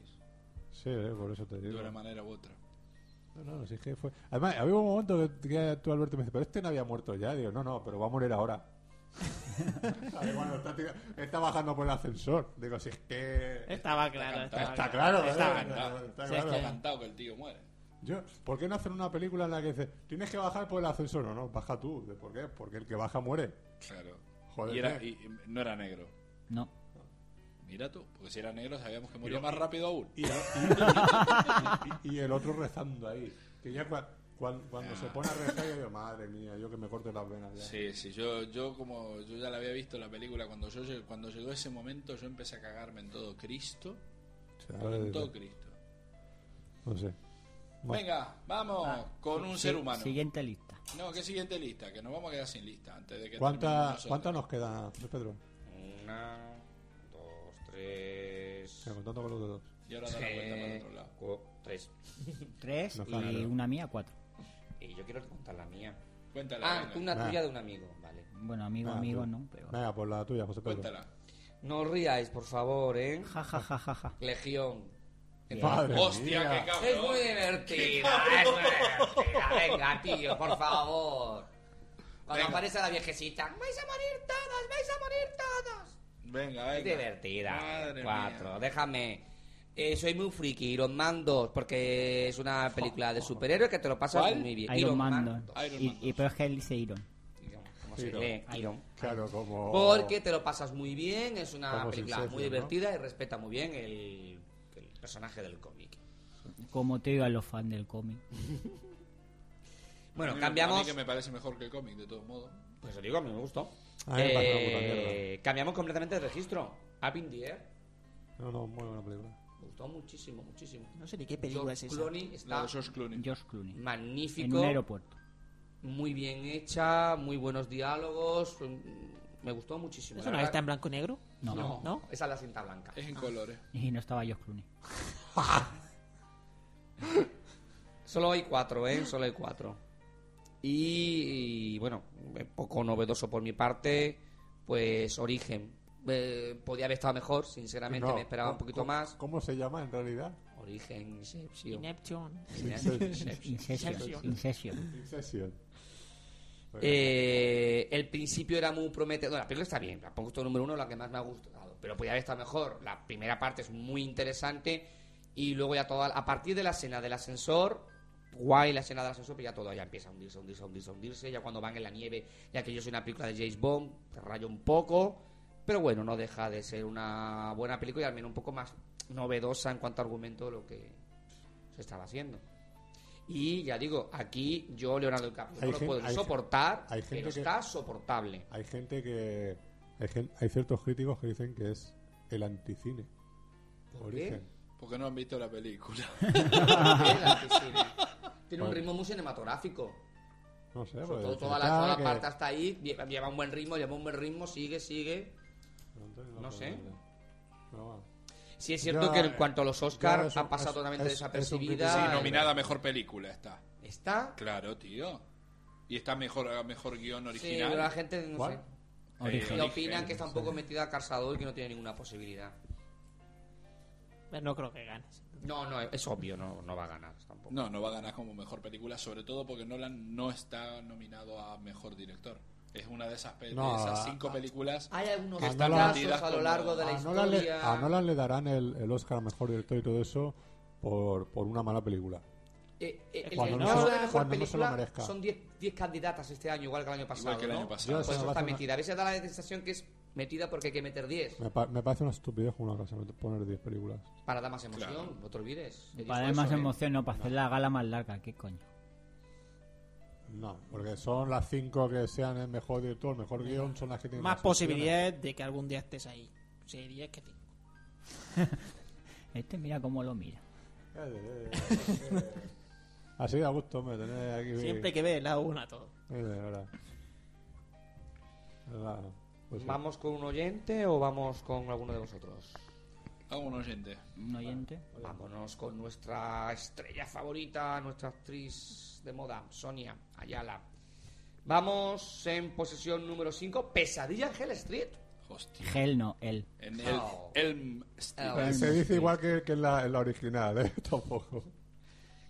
[SPEAKER 1] Sí, eh, por eso te
[SPEAKER 2] De
[SPEAKER 1] digo.
[SPEAKER 2] una manera u otra.
[SPEAKER 1] No, no, si es que fue... Además, había un momento que, que tú, Alberto, me dices, pero este no había muerto ya. Digo, no, no, pero va a morir
[SPEAKER 5] *laughs*
[SPEAKER 1] ahora. Sabe, cuando está, tira- está bajando por el ascensor. Digo, si es que...
[SPEAKER 5] Estaba claro,
[SPEAKER 2] cantado,
[SPEAKER 5] estaba
[SPEAKER 1] Está claro, ¿eh?
[SPEAKER 5] Estaba
[SPEAKER 1] Está
[SPEAKER 5] Eh, claro. Sí,
[SPEAKER 1] claro.
[SPEAKER 5] es
[SPEAKER 2] Está
[SPEAKER 5] que-
[SPEAKER 2] cantado que el tío muere.
[SPEAKER 1] Yo, ¿Por qué no hacen una película en la que dice, tienes que bajar por el ascensor? No, no, baja tú. ¿De ¿Por qué? Porque el que baja muere.
[SPEAKER 2] Claro.
[SPEAKER 1] Joder,
[SPEAKER 2] y, era-
[SPEAKER 1] eh.
[SPEAKER 2] y- y no era negro.
[SPEAKER 3] No.
[SPEAKER 2] Mira tú, porque si era negro sabíamos que moría más rápido aún.
[SPEAKER 1] Y, y- y el otro rezando ahí. Que ya cua- cuan- cuando se pone a rezar, yo digo, madre mía, yo que me corte las venas ya.
[SPEAKER 2] Ah. Sí, sí, yo, yo como yo ya la había visto la película, cuando yo lleg- cuando llegó ese momento yo empecé a cagarme en todo Cristo,
[SPEAKER 1] O sea,
[SPEAKER 2] en
[SPEAKER 1] eh,
[SPEAKER 2] todo Cristo.
[SPEAKER 1] no sé. Bueno.
[SPEAKER 2] Venga, vamos con un
[SPEAKER 3] Ah, Sí,
[SPEAKER 2] ser humano.
[SPEAKER 3] Siguiente lista.
[SPEAKER 2] No, que siguiente lista, que nos vamos a quedar sin lista antes de que termine
[SPEAKER 1] ¿Cuánta,
[SPEAKER 2] nosotros.
[SPEAKER 1] ¿Cuántas nos quedan, José Pedro?
[SPEAKER 4] Una, dos, tres.
[SPEAKER 1] Mira, contando con los dedos.
[SPEAKER 2] Y ahora da la vuelta para el otro lado.
[SPEAKER 4] cu- tres.
[SPEAKER 3] Tres
[SPEAKER 1] No
[SPEAKER 3] y
[SPEAKER 1] está claro.
[SPEAKER 3] una mía, cuatro.
[SPEAKER 4] Y yo quiero contar la mía.
[SPEAKER 2] Cuéntala.
[SPEAKER 4] Ah,
[SPEAKER 2] venga.
[SPEAKER 4] una
[SPEAKER 1] Va.
[SPEAKER 4] tuya de un amigo, vale.
[SPEAKER 3] Bueno, amigo,
[SPEAKER 1] Ah,
[SPEAKER 3] amigo,
[SPEAKER 1] tú.
[SPEAKER 3] no, pero...
[SPEAKER 1] Venga, por la tuya, José Pedro.
[SPEAKER 2] Cuéntala.
[SPEAKER 4] No os riáis, por favor, ¿eh?
[SPEAKER 3] Ja, ja, ja, ja, ja.
[SPEAKER 4] Legión.
[SPEAKER 1] Madre
[SPEAKER 2] Hostia,
[SPEAKER 1] mía.
[SPEAKER 2] qué
[SPEAKER 4] Es
[SPEAKER 2] cabrón.
[SPEAKER 4] muy divertida, es muy divertida. Venga, tío, por favor. Cuando
[SPEAKER 2] Venga.
[SPEAKER 4] aparece la viejecita, vais a morir todos, vais a morir todos.
[SPEAKER 2] Venga,
[SPEAKER 4] Es
[SPEAKER 2] venga.
[SPEAKER 4] divertida.
[SPEAKER 2] Madre
[SPEAKER 4] Cuatro,
[SPEAKER 2] mía.
[SPEAKER 4] déjame. Eh, soy muy friki, Iron Man 2, porque es una película de superhéroes que te lo pasas
[SPEAKER 2] ¿Cuál?
[SPEAKER 4] muy bien.
[SPEAKER 3] Iron, Man.
[SPEAKER 4] dos.
[SPEAKER 3] ¿no?
[SPEAKER 2] Iron
[SPEAKER 3] Y-
[SPEAKER 2] Man
[SPEAKER 3] y, pero es que él dice Iron.
[SPEAKER 4] Iron, ¿Cómo se
[SPEAKER 1] Iron.
[SPEAKER 4] lee? Iron.
[SPEAKER 1] Claro,
[SPEAKER 2] Oh.
[SPEAKER 1] como.
[SPEAKER 4] Porque te lo pasas muy bien, es una
[SPEAKER 1] Como
[SPEAKER 4] película
[SPEAKER 1] Inception,
[SPEAKER 4] muy
[SPEAKER 1] ¿no?
[SPEAKER 4] divertida y respeta muy bien el, el personaje del cómic.
[SPEAKER 3] Como te digo a los fans del cómic.
[SPEAKER 4] Bueno,
[SPEAKER 2] A mí- a
[SPEAKER 4] cambiamos.
[SPEAKER 2] mí que me parece mejor que el cómic, de todos modos.
[SPEAKER 4] Pues lo digo, a mí me gustó.
[SPEAKER 1] A mí me parece una puta
[SPEAKER 4] Eh, cambiamos completamente de registro. Up in the Air.
[SPEAKER 1] No, no, muy buena película.
[SPEAKER 4] Me gustó muchísimo, muchísimo.
[SPEAKER 5] No sé ni qué película es
[SPEAKER 4] George
[SPEAKER 5] esa.
[SPEAKER 4] Clooney
[SPEAKER 2] La
[SPEAKER 4] está
[SPEAKER 2] de George Clooney.
[SPEAKER 3] George Clooney. En
[SPEAKER 4] magnífico,
[SPEAKER 3] un aeropuerto.
[SPEAKER 4] muy bien hecha, muy buenos diálogos. mm, Me gustó muchísimo.
[SPEAKER 5] ¿Es
[SPEAKER 4] la
[SPEAKER 5] una que
[SPEAKER 4] verdad.
[SPEAKER 5] está en blanco y negro?
[SPEAKER 3] No.
[SPEAKER 4] No,
[SPEAKER 5] ¿No?
[SPEAKER 4] esa es la cinta blanca.
[SPEAKER 2] Es en colores.
[SPEAKER 3] Y no estaba George Clooney.
[SPEAKER 4] Solo hay cuatro, ¿eh? Solo hay cuatro. Y, bueno, eh, poco novedoso por mi parte, pues Origen. Eh, podía haber estado mejor, sinceramente,
[SPEAKER 1] No,
[SPEAKER 4] me esperaba un
[SPEAKER 1] ¿cómo-
[SPEAKER 4] poquito más.
[SPEAKER 1] ¿Cómo se llama en realidad?
[SPEAKER 4] Origen, Inception.
[SPEAKER 5] Ineption.
[SPEAKER 4] Inception.
[SPEAKER 3] Incession.
[SPEAKER 2] Eh,
[SPEAKER 3] Incession.
[SPEAKER 1] Inception. Bueno,
[SPEAKER 4] Eh, el principio era muy prometedor. La película está bien, la pongo esto número uno, la que más me ha gustado. Pero podía haber estado mejor. La primera parte es muy interesante. Y luego ya toda. A partir de la escena del ascensor, guay la escena del ascensor, pero ya todo ya empieza a hundirse, a hundirse, a hundirse, a hundirse. Ya cuando van en la nieve, ya que yo soy una película de James Bond, te rayo un poco. Pero bueno, no deja de ser una buena película y al menos un poco más novedosa en cuanto a argumento de lo que se estaba haciendo. Y ya digo, aquí yo, Leonardo DiCaprio,
[SPEAKER 1] Hay
[SPEAKER 4] no lo
[SPEAKER 1] gen-
[SPEAKER 4] puedo
[SPEAKER 1] hay gen-
[SPEAKER 4] soportar,
[SPEAKER 1] hay gente
[SPEAKER 4] pero
[SPEAKER 1] que-
[SPEAKER 4] está soportable.
[SPEAKER 1] Hay gente que. Hay, gen- hay ciertos críticos que dicen que es el anticine.
[SPEAKER 4] ¿Por qué? *laughs*
[SPEAKER 1] Origen.
[SPEAKER 2] Porque no han visto la película.
[SPEAKER 4] Ah. El anticine. Tiene un
[SPEAKER 1] Bueno.
[SPEAKER 4] ritmo muy cinematográfico.
[SPEAKER 1] No sé,
[SPEAKER 4] Sobre
[SPEAKER 1] pues,
[SPEAKER 4] todo toda la,
[SPEAKER 1] está
[SPEAKER 4] toda la
[SPEAKER 1] que-
[SPEAKER 4] parte hasta ahí lleva, lleva un buen ritmo, lleva un buen ritmo, sigue, sigue. no sé.
[SPEAKER 1] Pero bueno.
[SPEAKER 4] Sí es cierto
[SPEAKER 1] Ya, eh,
[SPEAKER 4] que en cuanto a los
[SPEAKER 1] ya
[SPEAKER 4] Oscars
[SPEAKER 1] es un-
[SPEAKER 4] ha pasado
[SPEAKER 1] es-
[SPEAKER 4] totalmente
[SPEAKER 1] es- es un
[SPEAKER 4] desapercibida.
[SPEAKER 1] crítico.
[SPEAKER 2] Sí,
[SPEAKER 1] Ay,
[SPEAKER 2] nominada a mejor película está.
[SPEAKER 4] Está.
[SPEAKER 2] Claro, tío. Y está mejor a mejor guión
[SPEAKER 4] Sí, pero
[SPEAKER 2] original.
[SPEAKER 4] la gente no
[SPEAKER 1] ¿Cuál?
[SPEAKER 4] sé.
[SPEAKER 2] Eh,
[SPEAKER 4] Y
[SPEAKER 3] Origen.
[SPEAKER 2] Origen,
[SPEAKER 4] opinan que está un poco metida a Carzador y que no tiene ninguna posibilidad.
[SPEAKER 5] No creo que ganes.
[SPEAKER 4] No, no, es obvio, no, no va a ganar tampoco.
[SPEAKER 2] No, no va a ganar como mejor película, sobre todo porque Nolan no está nominado a mejor director. Es una de esas, pe-
[SPEAKER 1] No,
[SPEAKER 2] de esas
[SPEAKER 1] a-
[SPEAKER 2] cinco películas.
[SPEAKER 4] Hay algunos
[SPEAKER 1] Que
[SPEAKER 4] casos
[SPEAKER 1] están
[SPEAKER 2] metidas
[SPEAKER 4] a lo
[SPEAKER 2] como-
[SPEAKER 4] largo de la
[SPEAKER 1] A Nolan, le,
[SPEAKER 4] historia.
[SPEAKER 1] a Nolan le darán el, el Oscar a mejor director y todo eso por, por una mala película.
[SPEAKER 4] Eh, eh, el-
[SPEAKER 1] Cuando
[SPEAKER 4] el
[SPEAKER 5] no
[SPEAKER 4] caso
[SPEAKER 5] se-
[SPEAKER 4] de mejor
[SPEAKER 1] cuando no se lo
[SPEAKER 4] película
[SPEAKER 1] merezca.
[SPEAKER 4] son 10 10 candidatas este año, igual que el año pasado.
[SPEAKER 2] que el
[SPEAKER 4] ¿no?
[SPEAKER 2] año pasado. Yo
[SPEAKER 4] Por
[SPEAKER 1] eso
[SPEAKER 4] eso
[SPEAKER 1] me
[SPEAKER 4] está
[SPEAKER 1] parece
[SPEAKER 4] metida. A veces da la sensación que es metida porque hay que meter 10
[SPEAKER 1] Me, pa- me parece una estupidez como una casa meter- poner 10 películas.
[SPEAKER 4] para dar más emoción,
[SPEAKER 2] Claro.
[SPEAKER 4] no te olvides.
[SPEAKER 3] Para
[SPEAKER 4] He dicho
[SPEAKER 3] dar más
[SPEAKER 4] eso, ¿eh?
[SPEAKER 3] emoción, no, para hacer la gala más larga, qué coño.
[SPEAKER 1] No, porque son las 5 que sean el mejor director, el mejor guión, son las que tienen
[SPEAKER 5] Más
[SPEAKER 1] las opciones.
[SPEAKER 5] posibilidades de que algún día estés ahí. Sí, diría que sí.
[SPEAKER 3] Este mira cómo lo mira.
[SPEAKER 1] Eh, eh, eh. Así a gusto, me tenéis aquí.
[SPEAKER 5] Siempre que ve el lado uno a todo.
[SPEAKER 1] Eh, de verdad. De verdad, pues sí.
[SPEAKER 4] ¿Vamos con un oyente o vamos con alguno de vosotros?
[SPEAKER 2] A un oyente.
[SPEAKER 3] Un oyente.
[SPEAKER 4] Vámonos con nuestra estrella favorita, nuestra actriz de moda, Sonia Ayala. Vamos en posesión número 5, Pesadilla en Hell Street.
[SPEAKER 2] Hostia.
[SPEAKER 3] *laughs* Gel no, él.
[SPEAKER 2] En el,
[SPEAKER 4] No.
[SPEAKER 2] Elm Street.
[SPEAKER 4] Ah,
[SPEAKER 1] Eh, se dice igual que, que en, la, en la original, ¿eh? *laughs* Tampoco.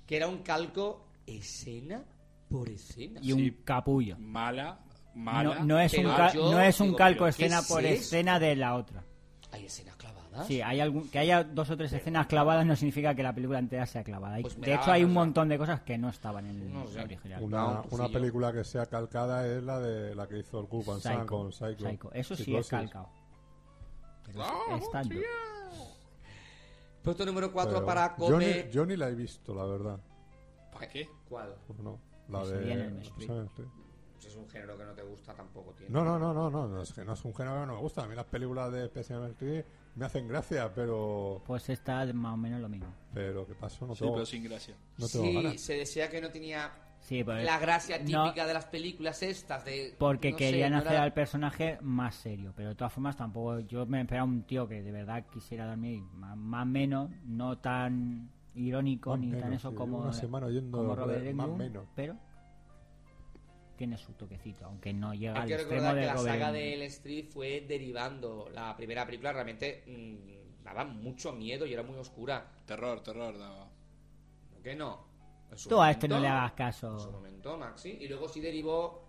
[SPEAKER 4] que era un calco escena por escena.
[SPEAKER 3] Y un
[SPEAKER 2] Sí.
[SPEAKER 3] capullo.
[SPEAKER 2] Mala, mala.
[SPEAKER 3] No, no es un
[SPEAKER 4] pero
[SPEAKER 3] cal-
[SPEAKER 4] yo
[SPEAKER 3] no es un
[SPEAKER 4] digo,
[SPEAKER 3] calco
[SPEAKER 4] ¿pero qué
[SPEAKER 3] escena
[SPEAKER 4] es
[SPEAKER 3] por
[SPEAKER 4] esto?
[SPEAKER 3] escena de la otra.
[SPEAKER 4] Hay escenas clavadas.
[SPEAKER 3] Sí, hay algún, que haya dos o tres escenas clavadas no significa que la película entera sea clavada. Hay-
[SPEAKER 4] Pues me
[SPEAKER 3] de hecho,
[SPEAKER 4] daba
[SPEAKER 3] hay un
[SPEAKER 4] cosa.
[SPEAKER 3] montón de cosas que no estaban en el
[SPEAKER 4] No sé.
[SPEAKER 3] original.
[SPEAKER 1] Una,
[SPEAKER 4] No, pues
[SPEAKER 1] una
[SPEAKER 4] sí, yo.
[SPEAKER 1] película que sea calcada es la de la que hizo el Gu Van Sant con Psycho.
[SPEAKER 3] Psycho. Eso sí es
[SPEAKER 1] Psicosis.
[SPEAKER 3] calcao. Pero
[SPEAKER 4] Ah,
[SPEAKER 3] es- es tanto.
[SPEAKER 4] Puesto número 4
[SPEAKER 1] Pero
[SPEAKER 4] para
[SPEAKER 1] yo ni-
[SPEAKER 4] Come.
[SPEAKER 1] Yo ni la he visto, la verdad.
[SPEAKER 2] ¿Para qué?
[SPEAKER 4] ¿Cuál?
[SPEAKER 1] Pues no. La
[SPEAKER 3] Esa
[SPEAKER 1] de.
[SPEAKER 3] viene en el Street.
[SPEAKER 1] ¿sabes? Sí.
[SPEAKER 4] Si es un género que no te gusta, tampoco tiene.
[SPEAKER 1] No, no, no, no, no, no, es que no es un género que no me gusta. A mí las películas de Special Street me hacen gracia, pero.
[SPEAKER 3] Pues está más o menos lo mismo.
[SPEAKER 1] Pero, ¿qué pasó? No
[SPEAKER 2] Sí,
[SPEAKER 1] tengo,
[SPEAKER 2] pero sin gracia.
[SPEAKER 1] no tengo
[SPEAKER 4] sí,
[SPEAKER 1] ganas.
[SPEAKER 4] se decía que no tenía
[SPEAKER 3] Sí, pero-
[SPEAKER 4] la gracia
[SPEAKER 3] no,
[SPEAKER 4] típica de las películas estas. De,
[SPEAKER 3] porque
[SPEAKER 4] no sé,
[SPEAKER 3] querían
[SPEAKER 4] no
[SPEAKER 3] hacer
[SPEAKER 4] era-
[SPEAKER 3] al personaje más serio. Pero de todas formas, tampoco. Yo me esperaba un tío que de verdad quisiera dormir más, más menos, no tan irónico
[SPEAKER 1] Más
[SPEAKER 3] ni tan
[SPEAKER 1] menos,
[SPEAKER 3] eso
[SPEAKER 1] sí,
[SPEAKER 3] como,
[SPEAKER 1] una semana oyendo
[SPEAKER 3] como
[SPEAKER 1] hablar
[SPEAKER 3] Robert
[SPEAKER 1] de más
[SPEAKER 3] Englund,
[SPEAKER 1] menos.
[SPEAKER 3] Pero tiene su toquecito, aunque no llega
[SPEAKER 4] Hay
[SPEAKER 3] al
[SPEAKER 4] que
[SPEAKER 3] extremo
[SPEAKER 4] recordar
[SPEAKER 3] de
[SPEAKER 4] que la
[SPEAKER 3] Robert
[SPEAKER 4] saga de
[SPEAKER 3] Englund.
[SPEAKER 4] El Street fue derivando. La primera película realmente mm, daba mucho miedo y era muy oscura.
[SPEAKER 2] Terror, terror. daba.
[SPEAKER 4] ¿Por qué no? En su
[SPEAKER 3] Tú a este no
[SPEAKER 4] momento-
[SPEAKER 3] le hagas
[SPEAKER 4] en su
[SPEAKER 3] caso.
[SPEAKER 4] momento, Maxi. Y luego sí derivó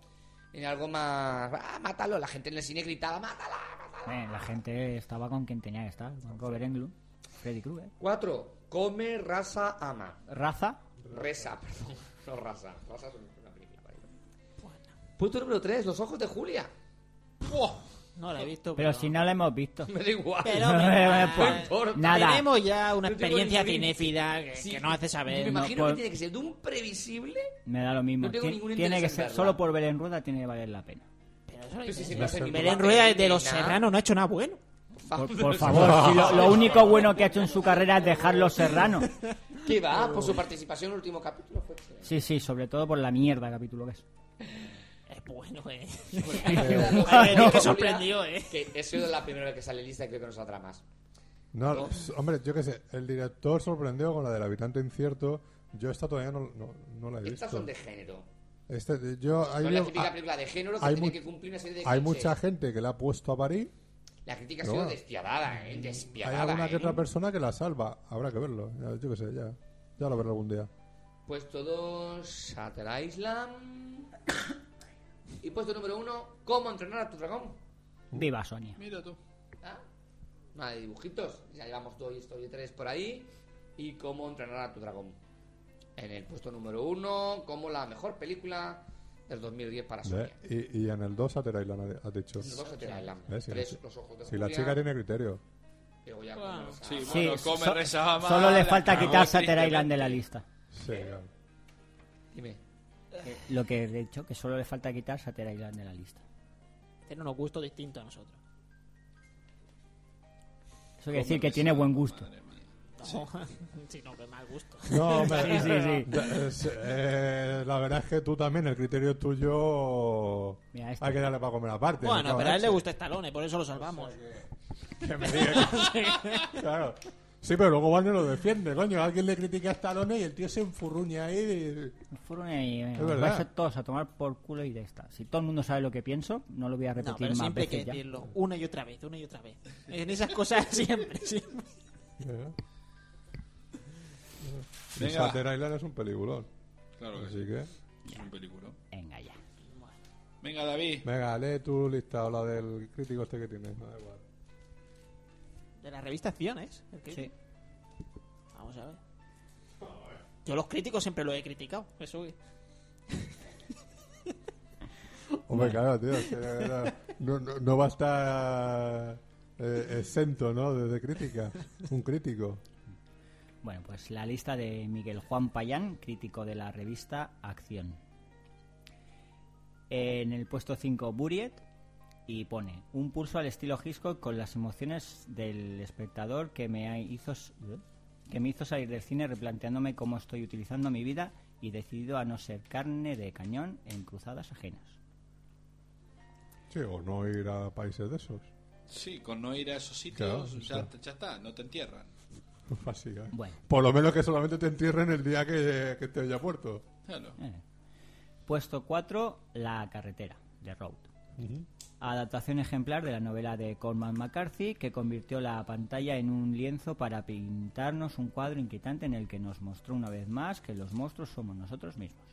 [SPEAKER 4] en algo más. ¡Ah, mátalo! La gente en el cine gritaba: ¡Mátala! mátala".
[SPEAKER 3] Eh, la gente estaba con quien tenía que estar, con Robert Englund, Freddy Krueger.
[SPEAKER 4] Cuatro. Come, raza, ama.
[SPEAKER 3] Raza,
[SPEAKER 4] Reza, *laughs* perdón. No raza. Raza es una película. vale. Punto número tres. Los ojos de Julia.
[SPEAKER 5] No la he visto.
[SPEAKER 3] pero si no la hemos
[SPEAKER 4] *laughs*
[SPEAKER 3] visto.
[SPEAKER 4] Me da igual.
[SPEAKER 5] Pero
[SPEAKER 3] No
[SPEAKER 5] me
[SPEAKER 3] me
[SPEAKER 5] va.
[SPEAKER 4] importa.
[SPEAKER 3] Nada.
[SPEAKER 5] Tenemos ya una
[SPEAKER 4] No tengo
[SPEAKER 5] experiencia
[SPEAKER 4] ningún-
[SPEAKER 5] cinéfila que,
[SPEAKER 4] Sí,
[SPEAKER 5] que no hace
[SPEAKER 4] Me
[SPEAKER 5] saber.
[SPEAKER 3] no
[SPEAKER 4] imagino
[SPEAKER 3] puedo-
[SPEAKER 4] que tiene que ser de un previsible.
[SPEAKER 3] Me da lo mismo.
[SPEAKER 4] No tengo
[SPEAKER 3] Ti-
[SPEAKER 4] ningún
[SPEAKER 3] tiene que
[SPEAKER 4] interés en
[SPEAKER 3] ser
[SPEAKER 4] verla.
[SPEAKER 3] solo por ver en rueda tiene que valer la pena.
[SPEAKER 5] Pero eso no
[SPEAKER 4] Pero si se
[SPEAKER 5] dice-
[SPEAKER 4] me hace ningún
[SPEAKER 5] Belén
[SPEAKER 4] papel,
[SPEAKER 5] Rueda de
[SPEAKER 4] ni
[SPEAKER 5] Los
[SPEAKER 4] nada.
[SPEAKER 5] Serranos no ha hecho nada bueno.
[SPEAKER 3] Por, por favor, si lo, lo único bueno que ha hecho en su carrera es dejarlo serrano.
[SPEAKER 4] ¿Qué va? Por su participación en el último capítulo
[SPEAKER 1] *laughs*
[SPEAKER 4] fue excelente.
[SPEAKER 3] Sí, sí, sobre todo por la mierda capítulo que es.
[SPEAKER 5] Es *laughs* bueno, eh.
[SPEAKER 4] Julia,
[SPEAKER 5] que sorprendió, eh.
[SPEAKER 4] Que he sido la primera vez que sale lista y creo que nos saldrá más.
[SPEAKER 1] No,
[SPEAKER 3] Oh.
[SPEAKER 1] pues, hombre, yo qué sé, el director sorprendió con la del habitante incierto. Yo esta todavía no, no, no la he visto.
[SPEAKER 4] Estas son de género.
[SPEAKER 1] Este, yo, hay,
[SPEAKER 4] No es la
[SPEAKER 1] yo-
[SPEAKER 4] típica
[SPEAKER 1] ah,
[SPEAKER 4] película de género que
[SPEAKER 1] hay
[SPEAKER 4] tiene
[SPEAKER 1] mu-
[SPEAKER 4] que cumplir una serie de
[SPEAKER 1] hay
[SPEAKER 4] clichés.
[SPEAKER 1] mucha gente que la ha puesto a parir.
[SPEAKER 4] La crítica ha
[SPEAKER 1] No.
[SPEAKER 4] sido despiadada, ¿eh?
[SPEAKER 1] Hay
[SPEAKER 4] Despiadada,
[SPEAKER 1] alguna que
[SPEAKER 4] ¿eh?
[SPEAKER 1] otra persona que la salva. Habrá que verlo. Ya, Yo qué sé, ya. Ya lo veré algún día.
[SPEAKER 4] Puesto 2, Shutter Island. y puesto número 1, ¿Cómo entrenar a tu dragón?
[SPEAKER 3] Viva Sonia.
[SPEAKER 2] Mira tú.
[SPEAKER 4] ¿Ah? Nada de dibujitos. Ya llevamos Toy Story 3 por ahí. Y ¿Cómo entrenar a tu dragón? En el puesto número 1, como la mejor película del 2010 para Sonia.
[SPEAKER 1] Ve, ¿Eh? Y, y en el 2 Saturday Island ha- has dicho.
[SPEAKER 4] Dos Shutter Island.
[SPEAKER 1] Ve, si la
[SPEAKER 4] Tres,
[SPEAKER 1] chi-
[SPEAKER 4] Los ojos de
[SPEAKER 1] Si la
[SPEAKER 4] Julia.
[SPEAKER 1] chica tiene criterio.
[SPEAKER 4] Luego ya
[SPEAKER 5] Bueno,
[SPEAKER 4] Cómo-
[SPEAKER 2] Sí,
[SPEAKER 3] Sí,
[SPEAKER 2] bueno, come,
[SPEAKER 3] so-
[SPEAKER 2] reza, ama,
[SPEAKER 3] solo le
[SPEAKER 2] la
[SPEAKER 3] falta
[SPEAKER 2] cagó
[SPEAKER 3] quitar Sater Island de la
[SPEAKER 2] tristemente.
[SPEAKER 3] lista. Eh,
[SPEAKER 1] Sí, claro.
[SPEAKER 5] *laughs*
[SPEAKER 4] Dime.
[SPEAKER 3] Lo que he dicho, que solo le falta quitar Sater Island de la lista.
[SPEAKER 5] Tiene unos gustos distintos a *laughs* nosotros.
[SPEAKER 3] Eso quiere decir que tiene buen gusto.
[SPEAKER 2] Madre mía.
[SPEAKER 5] No, sino que mal gusto.
[SPEAKER 1] No, hombre,
[SPEAKER 3] Sí, sí, sí.
[SPEAKER 1] da- es- eh, la verdad es que tú también, el criterio tuyo.
[SPEAKER 3] Mira, este.
[SPEAKER 1] Hay que darle para comer aparte. me
[SPEAKER 5] Bueno,
[SPEAKER 1] cago en
[SPEAKER 5] pero a él le
[SPEAKER 1] leche.
[SPEAKER 5] gusta Estalone, por eso lo salvamos.
[SPEAKER 1] *laughs* Que me diga
[SPEAKER 5] *laughs*
[SPEAKER 1] que- claro. Sí, pero luego Warner lo defiende, coño. Alguien le critica a Stallone y el tío se enfurruña ahí. de-
[SPEAKER 3] Fueron ahí, venga,
[SPEAKER 1] Es verdad.
[SPEAKER 3] vais a todos a tomar por culo y de esta. Si todo el mundo sabe lo que pienso, no lo voy a
[SPEAKER 5] No,
[SPEAKER 3] repetir
[SPEAKER 5] pero
[SPEAKER 3] más
[SPEAKER 5] siempre hay que
[SPEAKER 3] veces ya.
[SPEAKER 5] *laughs* decirlo. Una y otra vez, una y otra vez. En esas cosas siempre, siempre.
[SPEAKER 1] Eh, Y
[SPEAKER 2] Venga.
[SPEAKER 1] Shutter Island es un peliculón.
[SPEAKER 2] Claro que sí.
[SPEAKER 1] Así que.
[SPEAKER 2] Es un película.
[SPEAKER 3] Venga ya.
[SPEAKER 2] Venga, David.
[SPEAKER 1] Venga, lee tu lista o la del crítico este que tienes. Me da igual.
[SPEAKER 5] De la revista Acciones. el que-
[SPEAKER 3] Sí.
[SPEAKER 5] Vamos a ver. Yo los críticos siempre los he criticado. Eso que-
[SPEAKER 1] Hombre, claro, tío. es que, eh, no, no, no va a estar eh, exento, ¿no? Desde crítica. Un crítico.
[SPEAKER 3] Bueno, pues la lista de Miguel Juan Payán, crítico de la revista Acción. En el puesto 5, Buriet, y pone un pulso al estilo Hitchcock con las emociones del espectador que me ha- hizo s- ¿eh? que me hizo salir del cine replanteándome cómo estoy utilizando mi vida y decidido a no ser carne de cañón en cruzadas ajenas.
[SPEAKER 1] Sí, o no ir a países de esos. *laughs*
[SPEAKER 2] Sí, con no ir a esos sitios
[SPEAKER 1] Claro,
[SPEAKER 2] ya,
[SPEAKER 1] sí.
[SPEAKER 2] ya está, no te entierran.
[SPEAKER 1] Básicamente.
[SPEAKER 3] Bueno.
[SPEAKER 1] ¿eh? Por lo menos que solamente te entierren el día que, que te haya muerto.
[SPEAKER 2] Claro.
[SPEAKER 3] Eh. Puesto 4, La carretera, de Road.
[SPEAKER 1] Ujú.
[SPEAKER 3] adaptación ejemplar de la novela de Cormac McCarthy que convirtió la pantalla en un lienzo para pintarnos un cuadro inquietante en el que nos mostró una vez más que los monstruos somos nosotros mismos.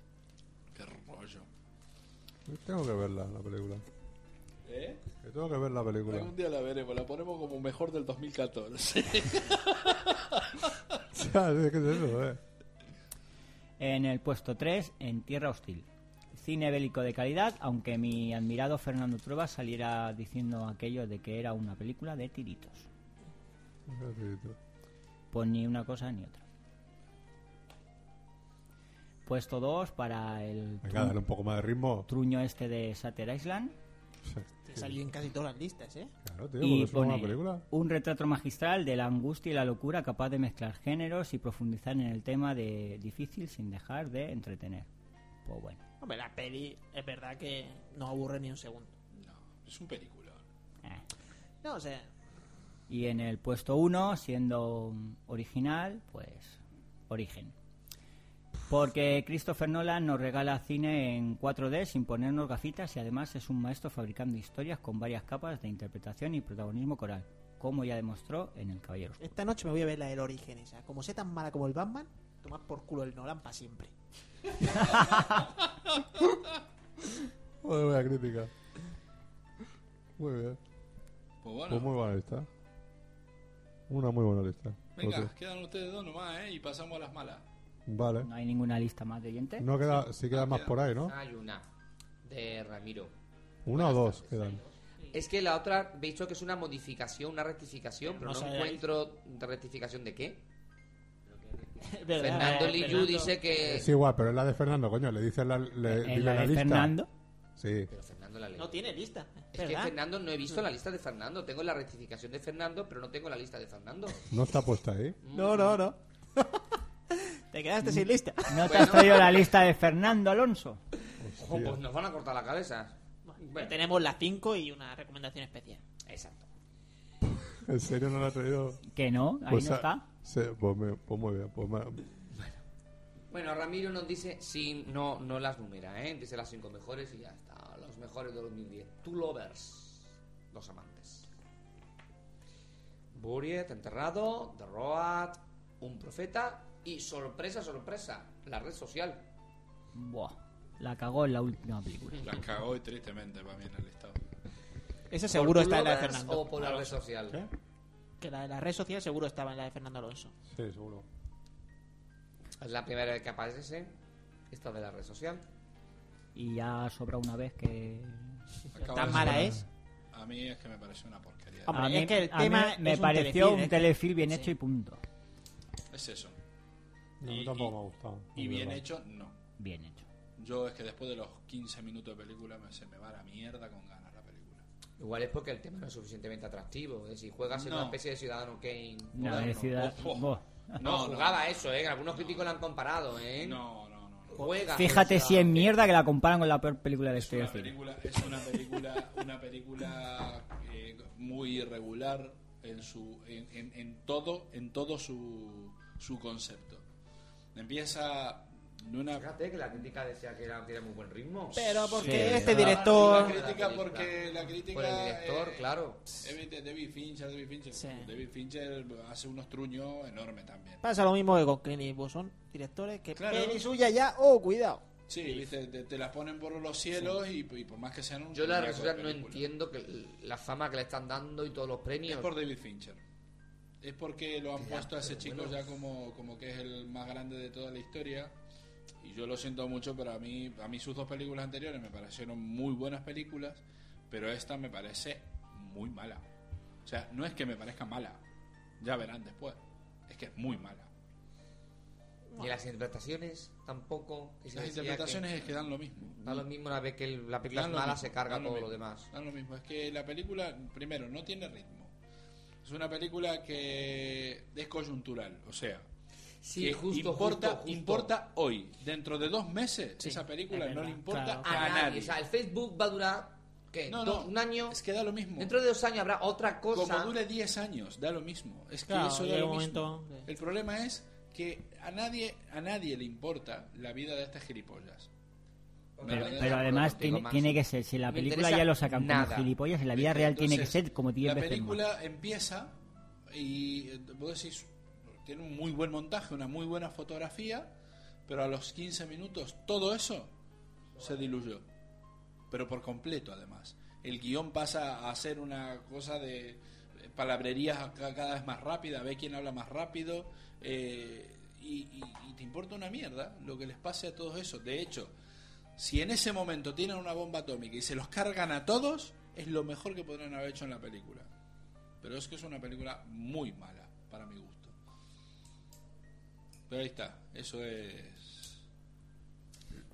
[SPEAKER 2] Qué rollo.
[SPEAKER 1] Tengo que verla, la película.
[SPEAKER 2] ¿Eh?
[SPEAKER 1] Que tengo que ver la película. *laughs*
[SPEAKER 2] Algún día la veremos, la ponemos como mejor del 2014.
[SPEAKER 1] O sea, es que es eso, eh.
[SPEAKER 3] En el puesto 3, En Tierra Hostil. Cine bélico de calidad, aunque mi admirado Fernando Trueba saliera diciendo aquello de que era una película de tiritos.
[SPEAKER 1] Gratuito.
[SPEAKER 3] Pues ni una cosa ni otra. Puesto 2 para el
[SPEAKER 1] Venga, dale un poco más de ritmo. *laughs*
[SPEAKER 3] truño este de Shutter Island.
[SPEAKER 1] O sea,
[SPEAKER 5] Te salió en casi todas las listas, ¿eh?
[SPEAKER 1] Claro, tío, porque
[SPEAKER 3] y
[SPEAKER 1] es una
[SPEAKER 3] pone
[SPEAKER 1] buena película.
[SPEAKER 3] un retrato magistral de la angustia y la locura capaz de mezclar géneros y profundizar en el tema de difícil sin dejar de entretener. Pues bueno,
[SPEAKER 5] Hombre, la peli es verdad que no aburre ni un segundo.
[SPEAKER 2] No, es un película.
[SPEAKER 3] eh.
[SPEAKER 5] No, o sea,
[SPEAKER 3] Y en el puesto 1, siendo original, pues origen. Porque Christopher Nolan nos regala cine en 4D sin ponernos gafitas y además es un maestro fabricando historias con varias capas de interpretación y protagonismo coral, como ya demostró en El Caballero. Oscuro.
[SPEAKER 5] esta noche me voy a ver la del origen esa. Como sea tan mala como el Batman, tomad por culo el Nolan para siempre.
[SPEAKER 1] Joder, buena crítica. Muy bien.
[SPEAKER 2] Pues bueno,
[SPEAKER 1] Pues muy buena lista. Una muy buena lista.
[SPEAKER 2] venga,
[SPEAKER 1] Ok.
[SPEAKER 2] quedan ustedes dos nomás, ¿eh? Y pasamos a las malas.
[SPEAKER 1] Vale.
[SPEAKER 3] No hay ninguna lista más de oyentes.
[SPEAKER 1] No queda, si queda
[SPEAKER 2] Ah,
[SPEAKER 1] más
[SPEAKER 2] queda.
[SPEAKER 1] por ahí, ¿no?
[SPEAKER 4] Hay una de Ramiro.
[SPEAKER 1] Una o dos quedan.
[SPEAKER 2] Eh,
[SPEAKER 4] Es que la otra, he dicho que es una modificación, una rectificación, pero
[SPEAKER 5] no
[SPEAKER 4] no,
[SPEAKER 5] sé,
[SPEAKER 4] encuentro de rectificación de qué.
[SPEAKER 5] *laughs* Es verdad,
[SPEAKER 4] Fernando
[SPEAKER 5] eh,
[SPEAKER 4] Liyu
[SPEAKER 5] Fernando.
[SPEAKER 4] dice que.
[SPEAKER 1] Es igual, pero es la de Fernando, coño. Le dices la, le,
[SPEAKER 3] En
[SPEAKER 1] dile
[SPEAKER 3] la
[SPEAKER 1] la
[SPEAKER 3] de
[SPEAKER 1] lista.
[SPEAKER 3] Fernando.
[SPEAKER 1] Sí.
[SPEAKER 4] Pero Fernando la leyó.
[SPEAKER 5] No tiene lista.
[SPEAKER 4] Es
[SPEAKER 5] ¿verdad? Mm.
[SPEAKER 4] que Fernando no he visto la lista de Fernando. Tengo la rectificación de Fernando, pero no tengo la lista de Fernando.
[SPEAKER 1] No está puesta ahí.
[SPEAKER 5] No, no, no. *laughs* Te quedaste sin *laughs* lista.
[SPEAKER 3] ¿No te
[SPEAKER 4] Bueno.
[SPEAKER 3] has traído la lista de Fernando Alonso?
[SPEAKER 4] Ojo, pues
[SPEAKER 1] Hostia.
[SPEAKER 4] nos van a cortar la cabeza.
[SPEAKER 5] Bueno, pues tenemos las 5 y una recomendación especial.
[SPEAKER 4] Exacto.
[SPEAKER 1] ¿En serio no la ha traído?
[SPEAKER 3] Que no, ahí
[SPEAKER 1] Pues,
[SPEAKER 3] no
[SPEAKER 1] ah,
[SPEAKER 3] está.
[SPEAKER 1] se- pues, me- pues muy bien. Pues, ma-
[SPEAKER 4] Bueno, Ramiro nos dice, sí, no, no las numera, ¿eh? Dice las cinco mejores y ya está. Los mejores de 2010. Two lovers. Los amantes. Buriet, enterrado. The Road. Un profeta. Y sorpresa, sorpresa. La red social.
[SPEAKER 3] Buah, la cagó en la última película.
[SPEAKER 2] La cagó y tristemente para mí en el listado.
[SPEAKER 5] Eso seguro
[SPEAKER 4] Por Two
[SPEAKER 5] está en la de
[SPEAKER 4] Lovers
[SPEAKER 5] Fernando.
[SPEAKER 4] O por la red social.
[SPEAKER 1] ¿Qué?
[SPEAKER 5] Que la de la red social seguro estaba en la de Fernando Alonso.
[SPEAKER 1] Sí, seguro.
[SPEAKER 4] Es la primera vez que aparece. Esta de la red social.
[SPEAKER 3] Y ya sobra una vez que...
[SPEAKER 2] Acabo
[SPEAKER 5] Tan
[SPEAKER 2] de
[SPEAKER 5] mala
[SPEAKER 2] decir-
[SPEAKER 5] es.
[SPEAKER 2] A mí es que me pareció una porquería.
[SPEAKER 4] Ah.
[SPEAKER 5] Hombre,
[SPEAKER 3] a mí,
[SPEAKER 5] es que el
[SPEAKER 3] a
[SPEAKER 5] tema
[SPEAKER 3] mí me
[SPEAKER 5] es un
[SPEAKER 3] pareció
[SPEAKER 5] telefilm,
[SPEAKER 3] un
[SPEAKER 5] ¿eh?
[SPEAKER 3] telefilm bien
[SPEAKER 5] Sí.
[SPEAKER 3] hecho y punto.
[SPEAKER 2] Es eso.
[SPEAKER 1] No,
[SPEAKER 2] Y-
[SPEAKER 1] tampoco
[SPEAKER 2] y-
[SPEAKER 1] me ha gustado.
[SPEAKER 2] Y
[SPEAKER 1] muy
[SPEAKER 2] bien
[SPEAKER 1] verdad.
[SPEAKER 2] hecho, no.
[SPEAKER 3] Bien hecho.
[SPEAKER 2] Yo es que después de los 15 minutos de película me, se me va la mierda con ganas la
[SPEAKER 4] *laughs*
[SPEAKER 2] película.
[SPEAKER 4] Igual es porque el tema no es suficientemente atractivo. Es decir, juegas en
[SPEAKER 2] No.
[SPEAKER 4] una especie de Ciudadano Kane.
[SPEAKER 3] No,
[SPEAKER 4] moderno.
[SPEAKER 3] de ciudad...
[SPEAKER 2] Ojo.
[SPEAKER 3] buah.
[SPEAKER 4] No,
[SPEAKER 2] no.
[SPEAKER 4] jugaba a eso, ¿eh? Algunos críticos la han comparado, ¿eh?
[SPEAKER 2] No, no, no. no.
[SPEAKER 4] Juega.
[SPEAKER 3] Fíjate si
[SPEAKER 4] con
[SPEAKER 3] es
[SPEAKER 4] Ciudadano
[SPEAKER 3] mierda que la comparan con la peor película de
[SPEAKER 2] Es
[SPEAKER 3] este
[SPEAKER 2] una
[SPEAKER 3] film.
[SPEAKER 2] película, es una película, una película eh, muy irregular en su, en, en- en todo, en todo su, su concepto. Empieza de una
[SPEAKER 4] Fíjate que la crítica decía que era, tiene muy buen ritmo.
[SPEAKER 5] Pero porque
[SPEAKER 3] Sí.
[SPEAKER 5] este
[SPEAKER 2] Ah,
[SPEAKER 5] director.
[SPEAKER 2] La crítica
[SPEAKER 4] La
[SPEAKER 2] porque
[SPEAKER 4] película.
[SPEAKER 2] la crítica
[SPEAKER 4] Por el director,
[SPEAKER 2] eh,
[SPEAKER 4] claro.
[SPEAKER 2] Evidente, David Fincher, David Fincher.
[SPEAKER 5] Sí.
[SPEAKER 2] David Fincher hace unos truños enormes también.
[SPEAKER 5] Pasa lo mismo que con Clint Eastwood. Son directores que.
[SPEAKER 2] Claro.
[SPEAKER 5] Peli suya ya. Oh, cuidado.
[SPEAKER 2] Sí, viste, te, te las ponen por los cielos y, y por más que sean un
[SPEAKER 4] Yo la
[SPEAKER 2] truñaco de
[SPEAKER 4] verdad no
[SPEAKER 2] película.
[SPEAKER 4] entiendo que la fama que le están dando y todos los
[SPEAKER 2] Es
[SPEAKER 4] premios.
[SPEAKER 2] por David Fincher. Es porque lo han puesto a ese
[SPEAKER 4] pero
[SPEAKER 2] chico
[SPEAKER 4] bueno.
[SPEAKER 2] ya como, como que es el más grande de toda la historia. Y yo lo siento mucho, pero a mí, a mí sus dos películas anteriores me parecieron muy buenas películas, pero esta me parece muy mala. O sea, no es que me parezca mala, ya verán después. Es que es muy mala.
[SPEAKER 4] Ni las interpretaciones tampoco. que se
[SPEAKER 2] Las
[SPEAKER 4] decía
[SPEAKER 2] interpretaciones es que dan lo mismo.
[SPEAKER 4] que Da lo mismo una vez que el- la película es
[SPEAKER 2] Dan lo
[SPEAKER 4] mala,
[SPEAKER 2] mismo,
[SPEAKER 4] se carga
[SPEAKER 2] dan
[SPEAKER 4] todo lo
[SPEAKER 2] mismo,
[SPEAKER 4] demás.
[SPEAKER 2] dan lo mismo. Es que la película, primero, no tiene ritmo. Es una película que es coyuntural, o sea,
[SPEAKER 4] Sí,
[SPEAKER 2] que
[SPEAKER 4] justo,
[SPEAKER 2] importa,
[SPEAKER 4] justo, justo.
[SPEAKER 2] importa hoy. Dentro de dos meses,
[SPEAKER 5] Sí,
[SPEAKER 2] esa película
[SPEAKER 5] es
[SPEAKER 2] no
[SPEAKER 5] verdad,
[SPEAKER 2] le importa
[SPEAKER 5] claro.
[SPEAKER 4] a,
[SPEAKER 2] a
[SPEAKER 4] nadie.
[SPEAKER 2] nadie.
[SPEAKER 4] O sea, el Facebook va a durar, ¿qué?
[SPEAKER 2] No,
[SPEAKER 4] Dos-
[SPEAKER 2] no,
[SPEAKER 4] un año.
[SPEAKER 2] Es que da lo mismo.
[SPEAKER 4] Dentro de dos años habrá otra cosa.
[SPEAKER 2] Como dure 10 años, da lo mismo. Es que
[SPEAKER 5] Claro,
[SPEAKER 2] eso da
[SPEAKER 5] llega
[SPEAKER 2] lo
[SPEAKER 5] un
[SPEAKER 2] mismo.
[SPEAKER 5] momento, sí.
[SPEAKER 2] El problema es que a nadie, a nadie le importa la vida de estas gilipollas.
[SPEAKER 4] Pero-
[SPEAKER 3] Pero,
[SPEAKER 2] Me-
[SPEAKER 3] pero además
[SPEAKER 4] Contigo,
[SPEAKER 3] tiene,
[SPEAKER 4] Maxi.
[SPEAKER 3] tiene que ser, si la
[SPEAKER 4] No me
[SPEAKER 3] película
[SPEAKER 4] interesa
[SPEAKER 3] ya lo sacan
[SPEAKER 4] nada.
[SPEAKER 3] como gilipollas, en la vida real tiene que
[SPEAKER 2] Este, Entonces,
[SPEAKER 3] ser como 10
[SPEAKER 2] La
[SPEAKER 3] veces más.
[SPEAKER 2] película empieza y eh, vos decís, tiene un muy buen montaje, una muy buena fotografía, pero a los 15 minutos todo eso se diluyó. Pero por completo, además. El guión pasa a ser una cosa de eh, palabrerías ca- cada vez más rápida, ve quién habla más rápido, eh, y, y- y te importa una mierda lo que les pase a todos esos. De hecho, si en ese momento tienen una bomba atómica y se los cargan a todos, es lo mejor que podrían haber hecho en la película. Pero es que es una película muy mala, para mi gusto. Pero ahí está, eso es.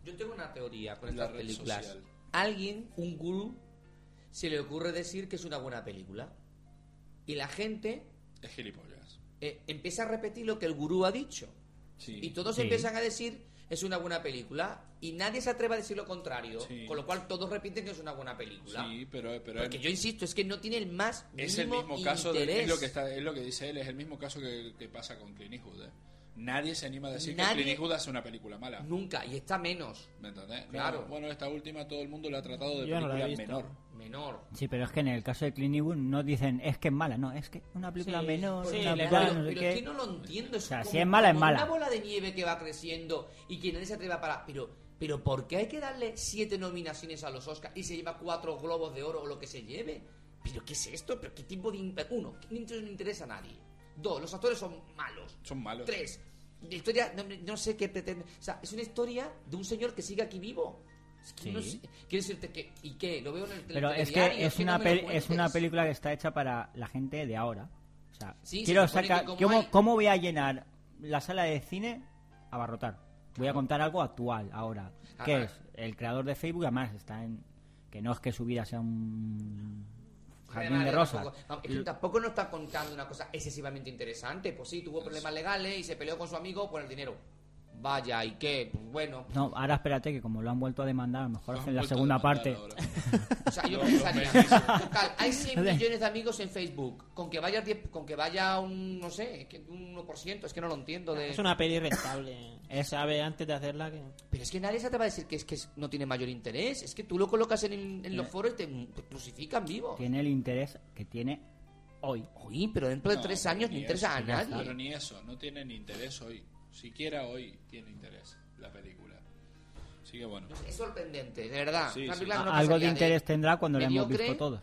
[SPEAKER 4] Yo tengo una teoría con
[SPEAKER 2] La
[SPEAKER 4] estas
[SPEAKER 2] red
[SPEAKER 4] películas.
[SPEAKER 2] social.
[SPEAKER 4] Alguien, un gurú, se le ocurre decir que es una buena película. Y la gente
[SPEAKER 2] Es gilipollas.
[SPEAKER 4] eh, empieza a repetir lo que el gurú ha dicho.
[SPEAKER 2] Sí.
[SPEAKER 4] Y todos
[SPEAKER 3] Sí.
[SPEAKER 4] empiezan a decir es una buena película. Y nadie se atreve a decir lo contrario.
[SPEAKER 2] Sí.
[SPEAKER 4] Con lo cual todos repiten que es una buena película.
[SPEAKER 2] Sí, pero, pero
[SPEAKER 4] Porque yo insisto, es que no tiene el más mínimo
[SPEAKER 2] es el mismo caso de,
[SPEAKER 4] interés.
[SPEAKER 2] es lo que está, es lo que dice él, es el mismo caso que, que pasa con Clint Eastwood. ¿eh? Nadie se anima a decir que
[SPEAKER 4] Nadie-
[SPEAKER 2] Clint Eastwood hace una película mala.
[SPEAKER 4] Nunca, y está menos.
[SPEAKER 2] ¿Me entendés? No,
[SPEAKER 4] Claro.
[SPEAKER 2] bueno, esta última todo el mundo la ha tratado de
[SPEAKER 5] Yo no la he
[SPEAKER 2] película
[SPEAKER 5] visto.
[SPEAKER 2] menor.
[SPEAKER 4] Menor.
[SPEAKER 3] Sí, pero es que en el caso de Clint Eastwood no dicen es que es mala, no, es que una película
[SPEAKER 5] Sí,
[SPEAKER 3] menor,
[SPEAKER 5] sí,
[SPEAKER 3] una
[SPEAKER 5] le
[SPEAKER 3] cual,
[SPEAKER 5] vale,
[SPEAKER 3] no
[SPEAKER 4] pero
[SPEAKER 3] sé
[SPEAKER 4] es
[SPEAKER 3] qué.
[SPEAKER 4] que no lo entiendo. Es
[SPEAKER 3] O sea,
[SPEAKER 4] como-
[SPEAKER 3] si es mala, es
[SPEAKER 4] como
[SPEAKER 3] mala.
[SPEAKER 4] Una bola de nieve que va creciendo y que nadie se atreve a parar. Pero, pero ¿por qué hay que darle siete nominaciones a los Oscars y se lleva cuatro globos de oro o lo que se lleve? ¿Pero qué es esto? ¿Pero qué tipo de... imp- Uno, que no no interesa a nadie. Dos, los actores son malos.
[SPEAKER 2] Son malos.
[SPEAKER 4] Tres, la historia... No, no sé qué pretende... O sea, es una historia de un señor que sigue aquí vivo. Es que
[SPEAKER 3] Sí.
[SPEAKER 4] no sé- quiero decirte que... ¿Y qué? Lo veo en el
[SPEAKER 3] Pero es que
[SPEAKER 4] telediario,
[SPEAKER 3] es
[SPEAKER 4] no
[SPEAKER 3] una,
[SPEAKER 4] me lo
[SPEAKER 3] pel- es una
[SPEAKER 4] cuentes.
[SPEAKER 3] película que está hecha para la gente de ahora. O sea,
[SPEAKER 4] Sí, se
[SPEAKER 3] quiero
[SPEAKER 4] supone que
[SPEAKER 3] sacar.
[SPEAKER 4] como
[SPEAKER 3] ¿cómo,
[SPEAKER 4] hay-
[SPEAKER 3] cómo voy a llenar la sala de cine? Abarrotar. Voy a contar algo actual ahora. Que
[SPEAKER 4] Ajá.
[SPEAKER 3] es el creador de Facebook, además está en. Que no es que su vida sea un. Jardín
[SPEAKER 4] Además,
[SPEAKER 3] de rosas.
[SPEAKER 4] Tampoco, vamos, es que tampoco no está contando una cosa excesivamente interesante. Pues sí, tuvo problemas legales y se peleó con su amigo por el dinero. Vaya, ¿y qué? Pues Bueno,
[SPEAKER 3] No, ahora espérate que como lo han vuelto a demandar, a lo mejor
[SPEAKER 2] Lo han
[SPEAKER 3] hacen la
[SPEAKER 2] vuelto a
[SPEAKER 3] segunda
[SPEAKER 2] demandar
[SPEAKER 3] parte.
[SPEAKER 2] ahora.
[SPEAKER 4] o sea, yo
[SPEAKER 2] Los-
[SPEAKER 4] pensaría.
[SPEAKER 2] los beneficios.
[SPEAKER 4] Total,
[SPEAKER 3] *laughs*
[SPEAKER 4] hay 100
[SPEAKER 3] Joder.
[SPEAKER 4] millones de amigos en Facebook. Con que vaya 10 con que vaya un, no sé, es que un 1%, es que no lo entiendo. De...
[SPEAKER 5] Es una peli rentable.
[SPEAKER 3] Es-
[SPEAKER 5] Sabe antes de hacerla que.
[SPEAKER 4] Pero es que nadie se te va a decir que es que es- no tiene mayor interés. Es que tú lo colocas en, el- en los
[SPEAKER 3] Eh.
[SPEAKER 4] foros y te, te crucifican vivo.
[SPEAKER 3] Tiene el interés que tiene hoy.
[SPEAKER 4] Uy, pero dentro de
[SPEAKER 2] No,
[SPEAKER 4] tres
[SPEAKER 2] pero
[SPEAKER 4] años no
[SPEAKER 2] ni
[SPEAKER 4] interesa
[SPEAKER 2] eso,
[SPEAKER 4] a
[SPEAKER 2] ya está.
[SPEAKER 4] nadie.
[SPEAKER 2] Pero ni eso, no tienen interés hoy. Siquiera hoy tiene interés la película. Así que bueno.
[SPEAKER 4] No sé, Es sorprendente, de verdad.
[SPEAKER 2] Sí,
[SPEAKER 4] Una
[SPEAKER 2] sí.
[SPEAKER 4] película que no
[SPEAKER 3] Algo de
[SPEAKER 4] pasaría
[SPEAKER 3] interés tendrá cuando lo hemos
[SPEAKER 4] mediocre
[SPEAKER 3] visto todos.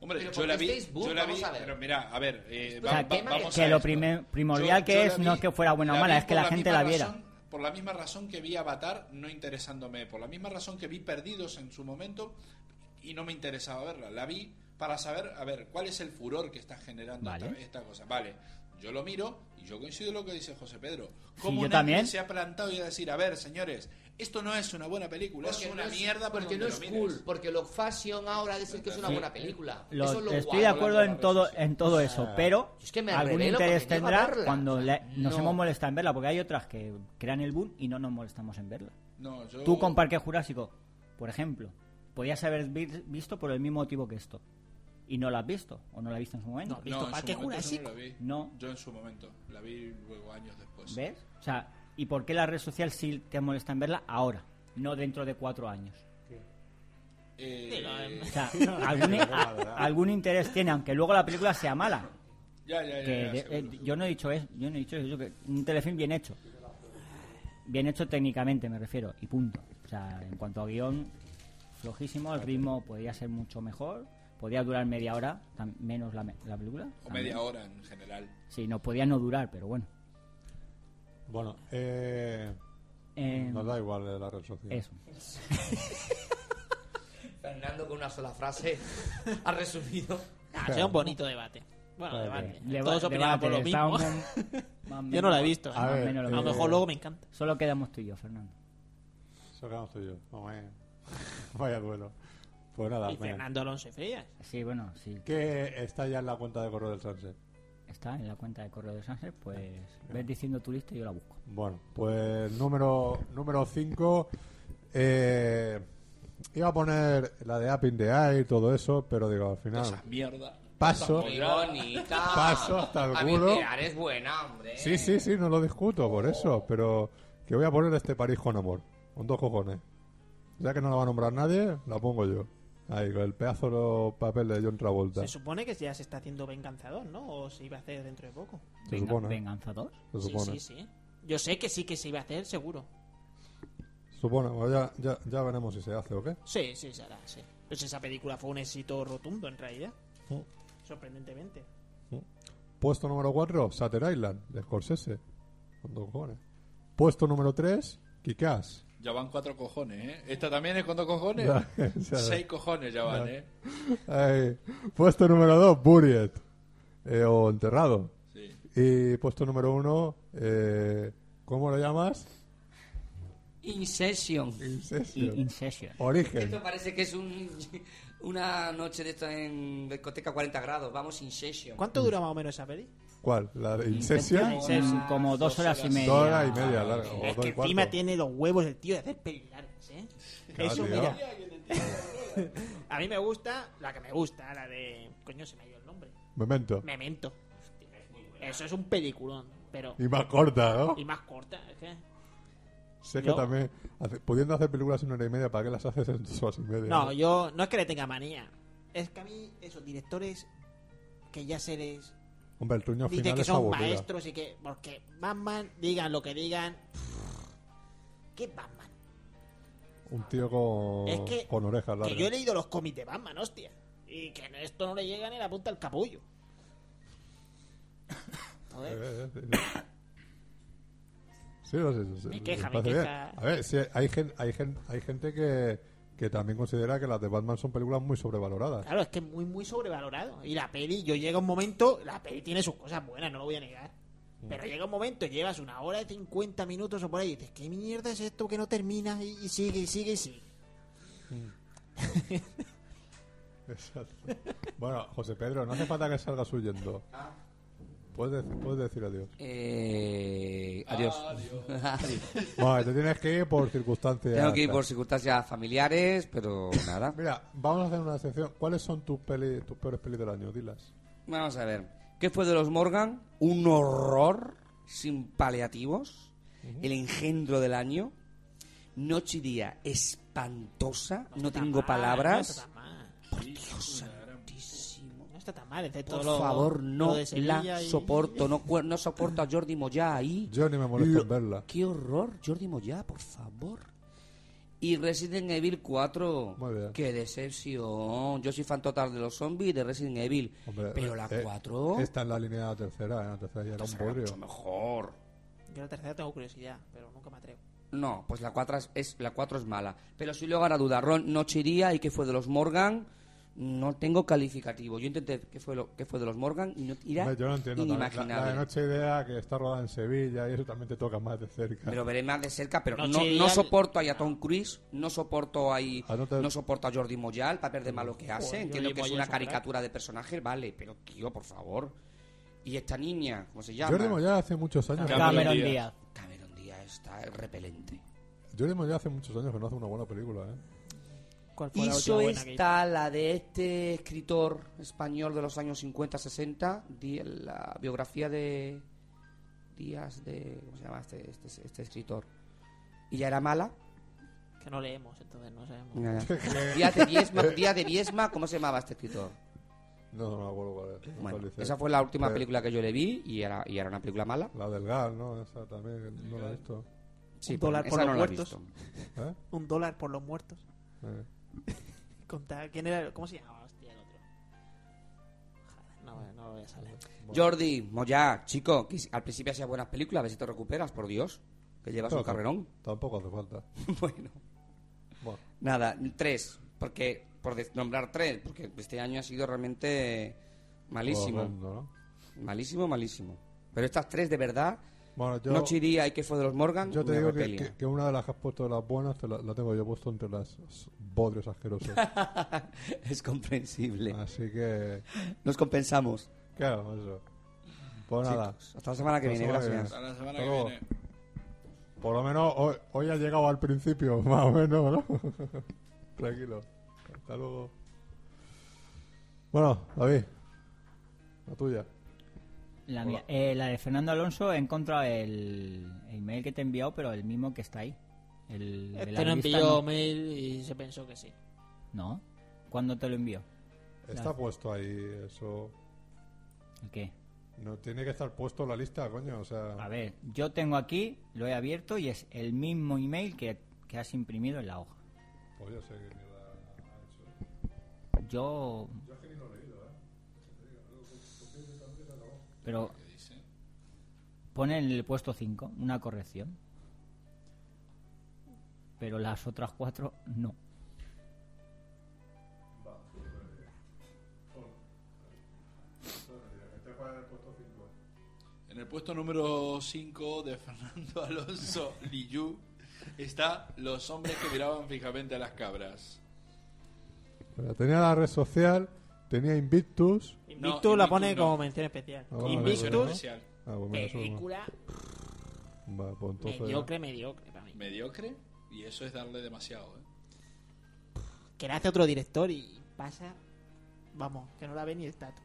[SPEAKER 2] Hombre,
[SPEAKER 4] Pero
[SPEAKER 2] yo la
[SPEAKER 4] porque
[SPEAKER 2] vi.
[SPEAKER 4] es Facebook,
[SPEAKER 2] yo la vi.
[SPEAKER 4] vamos a ver.
[SPEAKER 2] Pero mira, a ver. eh,
[SPEAKER 4] O
[SPEAKER 2] va-
[SPEAKER 3] sea,
[SPEAKER 2] va-
[SPEAKER 3] que-
[SPEAKER 2] vamos
[SPEAKER 3] que
[SPEAKER 2] a
[SPEAKER 3] lo
[SPEAKER 2] esto.
[SPEAKER 3] prime- primordial que
[SPEAKER 2] la
[SPEAKER 3] es no es que fuera buena o
[SPEAKER 2] la
[SPEAKER 3] mala,
[SPEAKER 2] vi
[SPEAKER 3] es que
[SPEAKER 2] por
[SPEAKER 3] la gente
[SPEAKER 2] misma
[SPEAKER 3] la viera.
[SPEAKER 2] razón- por la misma razón que vi Avatar no interesándome, por la misma razón que vi Perdidos en su momento y no me interesaba verla. La vi para saber, a ver, cuál es el furor que está generando
[SPEAKER 3] Vale.
[SPEAKER 2] esta, esta cosa. Vale, yo lo miro y yo coincido en lo que dice José Pedro.
[SPEAKER 3] Sí,
[SPEAKER 2] Como
[SPEAKER 3] yo
[SPEAKER 2] nadie
[SPEAKER 3] también.
[SPEAKER 2] se ha plantado y a decir, a ver, señores, esto no es una buena película, es una
[SPEAKER 4] no
[SPEAKER 2] mierda por
[SPEAKER 4] porque no
[SPEAKER 2] donde
[SPEAKER 4] es
[SPEAKER 2] lo mires.
[SPEAKER 4] cool porque lo fashion ahora es decir que es una
[SPEAKER 2] Sí.
[SPEAKER 4] buena película
[SPEAKER 3] Lo-
[SPEAKER 4] eso es lo
[SPEAKER 3] estoy
[SPEAKER 4] guay.
[SPEAKER 3] de acuerdo en
[SPEAKER 2] red
[SPEAKER 3] todo
[SPEAKER 2] social.
[SPEAKER 3] en todo eso, pero
[SPEAKER 4] es que me
[SPEAKER 3] algún
[SPEAKER 4] revelo
[SPEAKER 3] interés
[SPEAKER 4] porque llego a
[SPEAKER 3] tendrá
[SPEAKER 4] verla.
[SPEAKER 3] cuando
[SPEAKER 4] O sea,
[SPEAKER 3] le- nos
[SPEAKER 4] no.
[SPEAKER 3] hemos molestado en verla, porque hay otras que crean el boom y no nos molestamos en verla.
[SPEAKER 2] No, yo-
[SPEAKER 3] Tú con Parque Jurásico, por ejemplo, podías haber vi- visto por el mismo motivo que esto y no la has visto o no la has visto en su momento.
[SPEAKER 5] No,
[SPEAKER 2] No, en
[SPEAKER 5] ¿Visto
[SPEAKER 2] su
[SPEAKER 5] Parque
[SPEAKER 2] momento no
[SPEAKER 5] Jurásico?
[SPEAKER 2] la vi.
[SPEAKER 3] No.
[SPEAKER 2] Yo en su momento, la vi luego años después.
[SPEAKER 3] ¿Ves? O sea, ¿Y por qué la red social sí te molesta en verla ahora, no dentro de cuatro años?
[SPEAKER 2] Eh,
[SPEAKER 3] O
[SPEAKER 4] *laughs*
[SPEAKER 3] sea, algún, a- algún interés tiene, aunque luego la película sea mala.
[SPEAKER 2] ya, ya, ya,
[SPEAKER 3] Que
[SPEAKER 2] ya,
[SPEAKER 3] de-
[SPEAKER 2] seguro,
[SPEAKER 3] eh,
[SPEAKER 2] seguro.
[SPEAKER 3] yo no he dicho eso, yo no he dicho eso, que un telefilm bien hecho. Bien hecho técnicamente, me refiero, y punto. O sea, en cuanto a guión, flojísimo, el ritmo podría ser mucho mejor, podría durar media hora, tam- menos la, me- la película.
[SPEAKER 2] O
[SPEAKER 3] también.
[SPEAKER 2] media hora en general.
[SPEAKER 3] Sí, no, podía no durar, pero bueno.
[SPEAKER 1] Bueno, eh,
[SPEAKER 3] Eh,
[SPEAKER 1] nos da igual eh, la red social.
[SPEAKER 3] eso.
[SPEAKER 4] Fernando con una sola frase *laughs* ha resumido.
[SPEAKER 5] Ah,
[SPEAKER 1] Claro.
[SPEAKER 5] será un bonito debate. Bueno,
[SPEAKER 1] Claro.
[SPEAKER 5] debate.
[SPEAKER 3] Le-
[SPEAKER 5] Todos opinamos por lo
[SPEAKER 3] debate,
[SPEAKER 5] mismo. *laughs*
[SPEAKER 3] estábamos más o
[SPEAKER 5] Yo no la
[SPEAKER 3] menos-
[SPEAKER 5] he visto.
[SPEAKER 1] A
[SPEAKER 5] ¿eh?
[SPEAKER 3] más o
[SPEAKER 1] ver,
[SPEAKER 3] menos
[SPEAKER 5] A
[SPEAKER 3] lo
[SPEAKER 1] eh,
[SPEAKER 5] lo
[SPEAKER 3] mismo.
[SPEAKER 5] mejor luego me encanta.
[SPEAKER 3] Solo quedamos tú y yo, Fernando.
[SPEAKER 1] Eso quedamos tú y yo. Vamos, eh. *laughs* Vaya duelo. Pues nada,
[SPEAKER 5] Y
[SPEAKER 1] venga.
[SPEAKER 5] Fernando Alonso y Frías.
[SPEAKER 3] Sí, bueno, sí.
[SPEAKER 1] que está ya en la cuenta de correo del Sunset.
[SPEAKER 3] Está en la cuenta de correo de Sánchez, pues ves diciendo tu lista y yo la busco.
[SPEAKER 1] Bueno, pues número 5. iba a poner la de Up in the Air y todo eso, pero digo, al
[SPEAKER 2] Toda
[SPEAKER 1] final
[SPEAKER 2] esa mierda.
[SPEAKER 1] paso.
[SPEAKER 2] Muy
[SPEAKER 4] Muy
[SPEAKER 2] bonita.
[SPEAKER 4] bonita.
[SPEAKER 1] Paso hasta el
[SPEAKER 4] A mí,
[SPEAKER 1] culo.
[SPEAKER 4] Pilar es buena, hombre.
[SPEAKER 1] Sí, sí, sí, no lo discuto por eso, pero que voy a poner este París con amor, con dos cojones. Ya que no la va a nombrar nadie, la pongo yo. Ahí, con el pedazo de papel de John Travolta.
[SPEAKER 5] Se supone que ya se está haciendo Venganzador, ¿no? O se iba a hacer dentro de poco.
[SPEAKER 1] Se supone. ¿eh?
[SPEAKER 3] Venganza 2.
[SPEAKER 1] Se
[SPEAKER 5] Sí,
[SPEAKER 1] supone.
[SPEAKER 5] sí, sí. Yo sé que sí que se iba a hacer, seguro.
[SPEAKER 1] Supone, bueno, ya, ya, ya veremos si se hace o qué.
[SPEAKER 5] Sí, sí, se hará, sí. Pues esa película fue un éxito rotundo, en realidad.
[SPEAKER 1] Mm.
[SPEAKER 5] Sorprendentemente.
[SPEAKER 1] Puesto número 4, Shutter Island, de Scorsese. Con dos cojones. Puesto número 3, Kikaz.
[SPEAKER 2] Ya van cuatro cojones, ¿eh? ¿Esta también es con
[SPEAKER 1] *laughs*
[SPEAKER 2] dos cojones?
[SPEAKER 1] Ya, ya.
[SPEAKER 2] Seis cojones ya van,
[SPEAKER 1] Ya.
[SPEAKER 2] ¿eh?
[SPEAKER 1] Ahí. Puesto número 2, Buried. eh, o Enterrado.
[SPEAKER 2] Sí.
[SPEAKER 1] Y puesto número 1, eh, ¿cómo lo llamas?
[SPEAKER 4] Inception.
[SPEAKER 1] Incession.
[SPEAKER 3] Incession.
[SPEAKER 1] Origen.
[SPEAKER 4] Esto parece que es un, *laughs* una noche de esta en discoteca 40 grados. Vamos, Inception.
[SPEAKER 1] Mm.
[SPEAKER 5] ¿Cuánto dura más o menos esa peli?
[SPEAKER 1] ¿Cuál? ¿La de Incession?
[SPEAKER 3] Incession, Como, dos horas y media.
[SPEAKER 1] Dos horas y
[SPEAKER 3] Ah,
[SPEAKER 1] media larga. O
[SPEAKER 5] es
[SPEAKER 1] dos
[SPEAKER 5] que
[SPEAKER 1] y cuarto.
[SPEAKER 5] encima tiene los huevos el tío de hacer pelis largas, ¿eh?
[SPEAKER 1] Claro,
[SPEAKER 5] Eso,
[SPEAKER 1] tío.
[SPEAKER 5] mira. *laughs* A mí me gusta, la que me gusta, la de... Coño, se me ha ido el nombre.
[SPEAKER 1] Memento.
[SPEAKER 5] Memento. Eso es un peliculón, pero...
[SPEAKER 1] Y más corta, ¿no?
[SPEAKER 5] Y más corta, es que...
[SPEAKER 1] Sé que
[SPEAKER 5] yo-
[SPEAKER 1] también, hace- pudiendo hacer películas en una hora y media, ¿para qué las haces en dos horas y media?
[SPEAKER 5] No, yo no es que le tenga manía. Es que a mí esos directores que ya se les
[SPEAKER 1] Hombre, el truño
[SPEAKER 5] dice
[SPEAKER 1] final
[SPEAKER 5] que
[SPEAKER 1] es
[SPEAKER 5] son
[SPEAKER 1] aburrida.
[SPEAKER 5] maestros y que porque Batman digan lo que digan. ¿Qué Batman?
[SPEAKER 1] Un tío con,
[SPEAKER 5] Es que-
[SPEAKER 1] con orejas largas.
[SPEAKER 5] Que yo he leído los cómics de Batman, hostia. Y que esto no le llega ni la punta al capullo. Joder.
[SPEAKER 1] Eh, eh, eh. Sí, no sé, no sé,
[SPEAKER 5] Me queja,
[SPEAKER 1] parece
[SPEAKER 5] me
[SPEAKER 1] bien.
[SPEAKER 5] queja.
[SPEAKER 1] A ver, sí, hay, gen- hay, gen- hay gente que, que también considera que las de Batman son películas muy sobrevaloradas.
[SPEAKER 5] Claro, es que es muy, muy sobrevalorado. Y la peli, yo llega un momento, la peli tiene sus cosas buenas, no lo voy a negar.
[SPEAKER 4] Mm.
[SPEAKER 5] Pero llega un momento, llevas una hora y 50 minutos o por ahí, y dices, ¿qué mierda es esto que no termina? Y, y sigue, y sigue, y sigue.
[SPEAKER 1] Exacto. bueno, José Pedro, no hace falta que salgas huyendo.
[SPEAKER 5] Ah.
[SPEAKER 1] Puedes, dec- puedes decir adiós.
[SPEAKER 4] Eh, adiós.
[SPEAKER 1] Bueno, te tienes que ir por circunstancias.
[SPEAKER 4] *laughs* Tengo que ir por circunstancias familiares, pero
[SPEAKER 1] *laughs*
[SPEAKER 4] nada.
[SPEAKER 1] Mira, vamos a hacer una sección. ¿Cuáles son tus peli, tus peores pelis del año? Dilas.
[SPEAKER 4] Vamos a ver. ¿Qué fue de los Morgan? Un horror sin paliativos. El engendro del año. Noche y día espantosa. No tengo
[SPEAKER 5] está mal, No está
[SPEAKER 4] palabras.
[SPEAKER 5] tan mal.
[SPEAKER 4] Dios santísimo.
[SPEAKER 5] No está tan mal, excepto
[SPEAKER 4] Por
[SPEAKER 5] lo-
[SPEAKER 4] favor,
[SPEAKER 5] lo
[SPEAKER 4] no
[SPEAKER 5] de Sevilla
[SPEAKER 4] la
[SPEAKER 5] y-
[SPEAKER 4] soporto. No, cue- no soporto a Jordi Moya ahí.
[SPEAKER 1] Yo ni me molesto en verla.
[SPEAKER 4] Qué horror, Jordi Moya, por favor. Y Resident Evil 4.
[SPEAKER 1] Muy bien.
[SPEAKER 4] Qué decepción. Yo soy fan total de los zombies y de Resident Evil.
[SPEAKER 1] Hombre,
[SPEAKER 4] pero la Pues
[SPEAKER 1] eh,
[SPEAKER 4] 4
[SPEAKER 1] Esta es la línea de la tercera. ¿eh? La tercera ya era un
[SPEAKER 4] será mucho
[SPEAKER 1] bodrio.
[SPEAKER 4] mejor.
[SPEAKER 5] Yo la tercera tengo curiosidad, pero nunca me atrevo.
[SPEAKER 4] No, pues la 4 es, es- la 4 es mala. Pero si luego ahora duda, Ron Noche y Día y que fue de los Morgan, no tengo calificativo. Yo intenté que fue, lo, que fue de los Morgan y no era
[SPEAKER 1] Hombre, yo no entiendo también. la,
[SPEAKER 4] inimaginable.
[SPEAKER 1] la de Noche Idea que está rodada en Sevilla y eso también te toca más de cerca.
[SPEAKER 4] Pero veré más de cerca, pero no,
[SPEAKER 5] Noche y
[SPEAKER 4] no
[SPEAKER 5] Día-
[SPEAKER 4] soporto ahí a Tom Cruise, no soporto ahí,
[SPEAKER 1] Ah, no te-
[SPEAKER 4] no soporto a Jordi Moyal, para papel de malo que hace,
[SPEAKER 5] Joder,
[SPEAKER 4] entiendo
[SPEAKER 5] Jordi
[SPEAKER 4] que es
[SPEAKER 5] Moyal
[SPEAKER 4] una
[SPEAKER 5] es un crack.
[SPEAKER 4] caricatura de personaje, vale, pero tío, por favor. Y esta niña, ¿cómo se llama?
[SPEAKER 1] Jordi Moya hace muchos años.
[SPEAKER 2] Cameron
[SPEAKER 3] Cameron
[SPEAKER 2] Díaz.
[SPEAKER 3] Díaz.
[SPEAKER 4] Cameron Díaz está repelente.
[SPEAKER 1] Jordi Moya hace muchos años que no hace una buena película, ¿eh?
[SPEAKER 5] ¿Cuál fue la última
[SPEAKER 4] Hizo
[SPEAKER 5] buena que hizo?
[SPEAKER 4] esta, la de este escritor español de los años 50-60, di- la biografía de... tías de. ¿Cómo se llama este, este, este escritor? Y ya era mala.
[SPEAKER 5] Que no leemos, entonces no
[SPEAKER 4] *laughs*
[SPEAKER 5] sabemos.
[SPEAKER 4] Díaz de Viesma, Díaz de Viesma, ¿cómo se llamaba este escritor?
[SPEAKER 1] No, no me acuerdo cuál es.
[SPEAKER 4] Bueno,
[SPEAKER 1] Actualicé.
[SPEAKER 4] esa fue la última
[SPEAKER 1] Eh,
[SPEAKER 4] película que yo le vi y era, y era una película mala.
[SPEAKER 1] La del GAL, ¿no? Esa también, no la he visto.
[SPEAKER 4] Sí,
[SPEAKER 5] Un
[SPEAKER 4] pero
[SPEAKER 5] dólar
[SPEAKER 4] esa
[SPEAKER 5] por
[SPEAKER 4] no
[SPEAKER 5] los
[SPEAKER 4] la he
[SPEAKER 5] muertos.
[SPEAKER 4] visto.
[SPEAKER 1] ¿Eh?
[SPEAKER 5] Un dólar por los muertos.
[SPEAKER 1] Eh,
[SPEAKER 5] Contar, ¿quién era? el- ¿Cómo se llamaba? Hostia, el otro. Joder, no, no voy a salir.
[SPEAKER 4] Jordi, Moya, chico, que al principio hacía buenas películas, a ver si te recuperas, por Dios, que llevas un
[SPEAKER 1] Tampoco.
[SPEAKER 4] carrerón.
[SPEAKER 1] Tampoco hace falta.
[SPEAKER 4] *laughs* bueno,
[SPEAKER 1] Bueno,
[SPEAKER 4] nada, tres, porque por de- nombrar tres, porque este año ha sido realmente malísimo,
[SPEAKER 1] horrendo, ¿no?
[SPEAKER 4] malísimo, malísimo. Pero estas tres de verdad,
[SPEAKER 1] Bueno, yo,
[SPEAKER 4] Noche y Día y que fue de los Morgan,
[SPEAKER 1] yo te
[SPEAKER 4] me
[SPEAKER 1] digo que,
[SPEAKER 4] repelia.
[SPEAKER 1] que- que una de las que has puesto de las buenas te la, la tengo yo puesto entre las bodrios
[SPEAKER 4] *laughs*
[SPEAKER 1] asquerosos.
[SPEAKER 4] *laughs* es comprensible.
[SPEAKER 1] Así que,
[SPEAKER 4] Nos compensamos.
[SPEAKER 1] claro, eso. Pues nada,
[SPEAKER 4] Chicos, hasta la semana que
[SPEAKER 1] Hasta la
[SPEAKER 4] viene,
[SPEAKER 1] semana que
[SPEAKER 4] gracias.
[SPEAKER 1] viene.
[SPEAKER 2] Hasta la semana
[SPEAKER 1] Hasta
[SPEAKER 2] que
[SPEAKER 1] luego.
[SPEAKER 2] viene.
[SPEAKER 1] por lo menos hoy, hoy ha llegado al principio, *laughs* más o menos, ¿no? Tranquilo. Hasta luego. Bueno, David, la tuya.
[SPEAKER 3] La,
[SPEAKER 1] Hola.
[SPEAKER 3] mía. Eh, la de Fernando Alonso he encontrado el, el email que te he enviado, pero el mismo que está ahí. El de la
[SPEAKER 5] Este no
[SPEAKER 3] lista
[SPEAKER 5] envió
[SPEAKER 3] no-
[SPEAKER 5] mail y se pensó que sí.
[SPEAKER 3] No. ¿Cuándo te lo envió?
[SPEAKER 1] Está
[SPEAKER 3] Claro.
[SPEAKER 1] puesto ahí, eso.
[SPEAKER 3] ¿El qué?
[SPEAKER 1] No tiene que estar puesto la lista, coño, o sea.
[SPEAKER 3] A ver, yo tengo aquí, lo he abierto y es el mismo email que, que has imprimido en la hoja.
[SPEAKER 1] Pues yo sé que mierda ha hecho.
[SPEAKER 3] Yo. Pero. Pone en el puesto 5 una corrección. Pero las otras cuatro no.
[SPEAKER 2] En el puesto número 5 de Fernando *laughs* Alonso Liyu está Los hombres que miraban fijamente a las cabras.
[SPEAKER 1] Pero tenía la red social, tenía Invictus.
[SPEAKER 5] Invictus
[SPEAKER 2] No,
[SPEAKER 5] la
[SPEAKER 2] Invictus
[SPEAKER 5] pone
[SPEAKER 2] no. Oh,
[SPEAKER 5] como mención especial.
[SPEAKER 1] Ah, vale,
[SPEAKER 5] Invictus,
[SPEAKER 1] vale.
[SPEAKER 2] especial.
[SPEAKER 1] Ah, bueno, mira, eso no.
[SPEAKER 5] película
[SPEAKER 1] Va, pues entonces.
[SPEAKER 5] mediocre, mediocre para mí.
[SPEAKER 2] Mediocre, y eso es darle demasiado. ¿eh?
[SPEAKER 5] Que la hace otro director y pasa. Vamos, que no la ve ni el tato.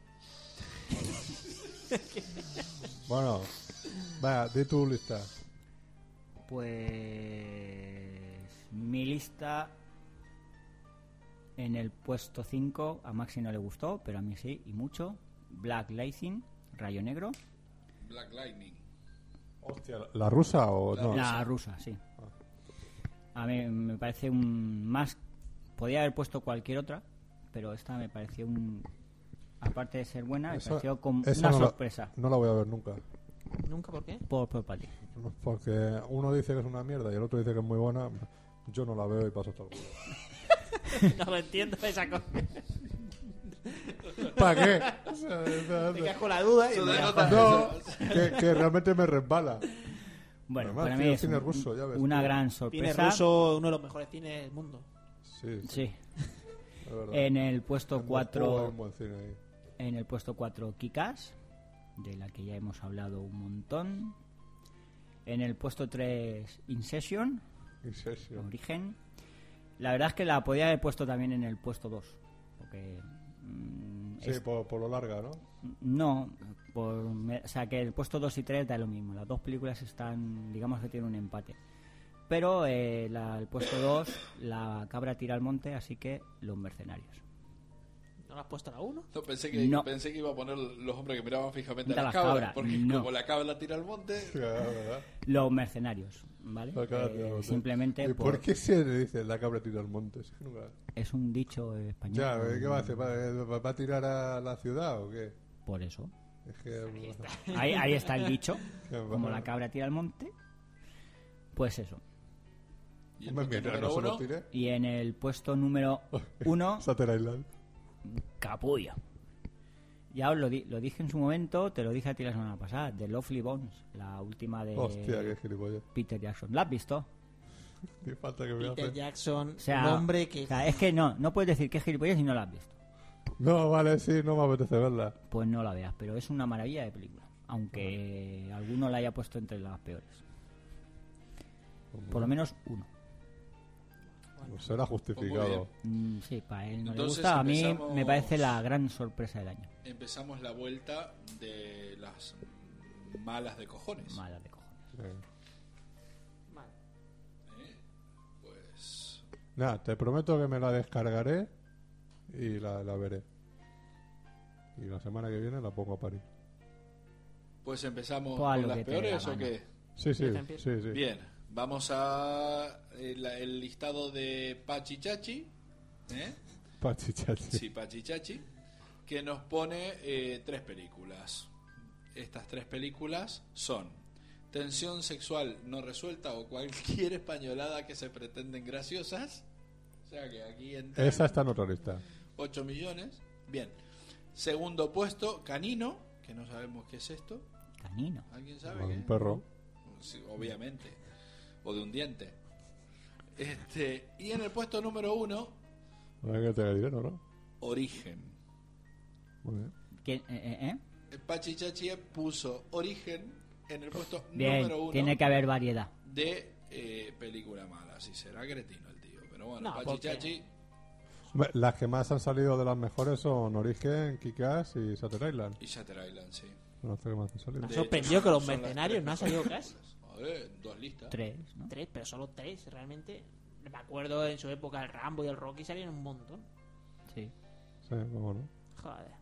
[SPEAKER 1] Bueno, vaya, di tu lista.
[SPEAKER 3] Pues. Mi lista. En el puesto 5, a Maxi no le gustó, pero a mí sí, y mucho. Black Lightning, Rayo Negro.
[SPEAKER 2] Black Lightning.
[SPEAKER 1] Hostia, ¿la- ¿la rusa o no?
[SPEAKER 3] La rusa, sí. A mí me parece un más. Podía haber puesto cualquier otra, pero esta me pareció un. Aparte de ser buena, me
[SPEAKER 1] Esa-
[SPEAKER 3] pareció como
[SPEAKER 1] esa
[SPEAKER 3] una
[SPEAKER 1] no la-
[SPEAKER 3] sorpresa.
[SPEAKER 1] no la voy a ver nunca.
[SPEAKER 5] ¿Nunca por qué?
[SPEAKER 3] Por, por Patty.
[SPEAKER 1] No, Porque uno dice que es una mierda y el otro dice que es muy buena. Yo no la veo y paso todo el culo.
[SPEAKER 5] *laughs* no lo entiendo esa cosa.
[SPEAKER 1] ¿Para qué? O sea, no,
[SPEAKER 5] Te quedas con la duda y
[SPEAKER 2] Eso
[SPEAKER 5] dices,
[SPEAKER 2] denota-
[SPEAKER 1] no, *laughs*
[SPEAKER 2] eso-
[SPEAKER 1] que, que realmente me resbala.
[SPEAKER 3] Bueno,
[SPEAKER 1] Además,
[SPEAKER 3] para mí
[SPEAKER 1] tiene
[SPEAKER 3] es
[SPEAKER 1] cine
[SPEAKER 3] un-
[SPEAKER 1] ruso, ya ves
[SPEAKER 3] una
[SPEAKER 1] tú.
[SPEAKER 3] gran
[SPEAKER 5] Cine
[SPEAKER 3] sorpresa.
[SPEAKER 5] ruso, uno de los mejores cines del mundo.
[SPEAKER 1] Sí, sí,
[SPEAKER 3] Sí.
[SPEAKER 1] es verdad.
[SPEAKER 3] En el puesto
[SPEAKER 1] En Moscú hay
[SPEAKER 3] 4,
[SPEAKER 1] un buen cine eh. ahí.
[SPEAKER 3] en el puesto 4 Kikas, de la que ya hemos hablado un montón. En el puesto 3 Incession,
[SPEAKER 1] Inception.
[SPEAKER 3] Origen. La verdad es que la podía haber puesto también en el puesto 2. Porque. mm,
[SPEAKER 1] Sí,
[SPEAKER 3] es-
[SPEAKER 1] por, por lo larga, ¿no? *laughs*
[SPEAKER 3] no, por- me- o sea que el puesto 2 y 3 da lo mismo. Las dos películas están, digamos que tienen un empate. Pero eh, la- el puesto 2, la cabra tira al monte, así que los mercenarios.
[SPEAKER 5] ¿No la has puesto la uno?
[SPEAKER 2] No, pensé, que,
[SPEAKER 3] No.
[SPEAKER 2] pensé que iba a poner los hombres que miraban fijamente a
[SPEAKER 3] Da
[SPEAKER 2] las
[SPEAKER 3] las
[SPEAKER 2] cabras.
[SPEAKER 3] cabras,
[SPEAKER 2] Porque
[SPEAKER 3] no.
[SPEAKER 2] como la cabra tira al monte,
[SPEAKER 1] Sí, es verdad.
[SPEAKER 3] Los mercenarios, ¿vale?
[SPEAKER 1] La cabra
[SPEAKER 3] Eh,
[SPEAKER 1] tira al monte.
[SPEAKER 3] simplemente
[SPEAKER 1] ¿Y
[SPEAKER 3] por-
[SPEAKER 1] por qué se le dice la cabra tira al monte? Es que nunca-
[SPEAKER 3] es un dicho eh, español.
[SPEAKER 1] Ya, ¿eh? ¿qué va a hacer? ¿Va, eh, va- va a tirar a la ciudad o qué?
[SPEAKER 3] Por eso.
[SPEAKER 1] Es que...
[SPEAKER 3] Ahí, ahí está
[SPEAKER 1] *laughs*
[SPEAKER 3] el dicho.
[SPEAKER 1] Qué
[SPEAKER 3] Como
[SPEAKER 1] barbaridad.
[SPEAKER 3] la cabra tira al monte. Pues eso.
[SPEAKER 2] y el
[SPEAKER 1] *laughs* Hombre,
[SPEAKER 2] puesto
[SPEAKER 1] mientras no
[SPEAKER 2] número
[SPEAKER 1] se lo
[SPEAKER 2] uno,
[SPEAKER 1] tire...
[SPEAKER 3] Y en el
[SPEAKER 1] *laughs*
[SPEAKER 3] puesto número 1,
[SPEAKER 1] Sater Island.
[SPEAKER 3] Capullo. Ya os lo, di- lo dije en su momento, te lo dije a ti la semana pasada, The Lovely Bones, la última de
[SPEAKER 5] Eh,
[SPEAKER 1] Hostia, qué gilipollas.
[SPEAKER 3] Peter Jackson. ¿La has visto?
[SPEAKER 1] Ni falta que me
[SPEAKER 5] Peter
[SPEAKER 1] hace.
[SPEAKER 5] Jackson,
[SPEAKER 3] O sea,
[SPEAKER 5] un hombre que
[SPEAKER 3] o sea, es que no, no puedes decir que es gilipollas si no la has visto.
[SPEAKER 1] No, vale, sí, no me apetece verla.
[SPEAKER 3] Pues no la veas, pero es una maravilla de película. Aunque alguno la haya puesto entre las peores. Por lo menos uno.
[SPEAKER 1] Pues será justificado.
[SPEAKER 3] Mm, sí, para él no
[SPEAKER 2] Entonces
[SPEAKER 3] le gusta. A mí
[SPEAKER 2] empezamos-
[SPEAKER 3] me parece la gran sorpresa del año.
[SPEAKER 2] empezamos la vuelta de las malas de cojones.
[SPEAKER 3] Mala de cojones.
[SPEAKER 1] Eh,
[SPEAKER 5] Vale.
[SPEAKER 2] Pues
[SPEAKER 1] Nada, te prometo que me la descargaré y la, la veré. Y la semana que viene la pongo a parir.
[SPEAKER 2] Pues empezamos
[SPEAKER 3] Pues a
[SPEAKER 2] con
[SPEAKER 3] lo
[SPEAKER 2] las
[SPEAKER 3] que te dé
[SPEAKER 2] peores
[SPEAKER 3] la
[SPEAKER 2] o
[SPEAKER 3] gana.
[SPEAKER 2] qué?
[SPEAKER 1] Sí, sí,
[SPEAKER 5] Yo también.
[SPEAKER 1] sí, sí.
[SPEAKER 2] Bien, vamos a el, el listado de Pachichachi, ¿eh?
[SPEAKER 1] Pachichachi.
[SPEAKER 2] sí, Pachichachi, que nos pone eh, tres películas. Estas tres películas son Tensión sexual no resuelta o cualquier españolada que se pretenden graciosas. O sea que aquí entra
[SPEAKER 1] Esa está en otra lista.
[SPEAKER 2] 8 millones. Bien. Segundo puesto, Canino, que no sabemos qué es esto.
[SPEAKER 3] Canino.
[SPEAKER 2] ¿Alguien sabe qué?
[SPEAKER 1] Un
[SPEAKER 2] es?
[SPEAKER 1] perro.
[SPEAKER 2] Sí, obviamente. O de un diente. Este, y en el puesto número uno,
[SPEAKER 1] No hay que tener dinero, ¿no?
[SPEAKER 2] Origen.
[SPEAKER 1] Muy bien.
[SPEAKER 3] ¿Qué- eh, eh, eh?
[SPEAKER 2] Pachi Chachie puso Origen en el puesto
[SPEAKER 3] Bien,
[SPEAKER 2] número uno
[SPEAKER 3] tiene que haber variedad.
[SPEAKER 2] de eh, película mala. Si será cretino el tío. Pero bueno,
[SPEAKER 5] No,
[SPEAKER 2] Pachi
[SPEAKER 5] porque-
[SPEAKER 2] Chachi,
[SPEAKER 1] Hombre, Las que más han salido de las mejores son Origen, Kikas y Shutter Island.
[SPEAKER 2] y Shutter Island, sí.
[SPEAKER 1] Son las tres que más han
[SPEAKER 5] Ah.
[SPEAKER 1] salido.
[SPEAKER 2] De
[SPEAKER 5] sorprendió que los
[SPEAKER 2] son las
[SPEAKER 5] mercenarios
[SPEAKER 2] tres
[SPEAKER 5] no han salido
[SPEAKER 2] mejores *laughs* películas. Joder, dos listas.
[SPEAKER 3] Tres, ¿no?
[SPEAKER 5] Tres, pero solo tres, realmente. Me acuerdo en su época el Rambo y el Rocky salieron un montón.
[SPEAKER 3] Sí.
[SPEAKER 1] Sí, cómo no.
[SPEAKER 5] Joder.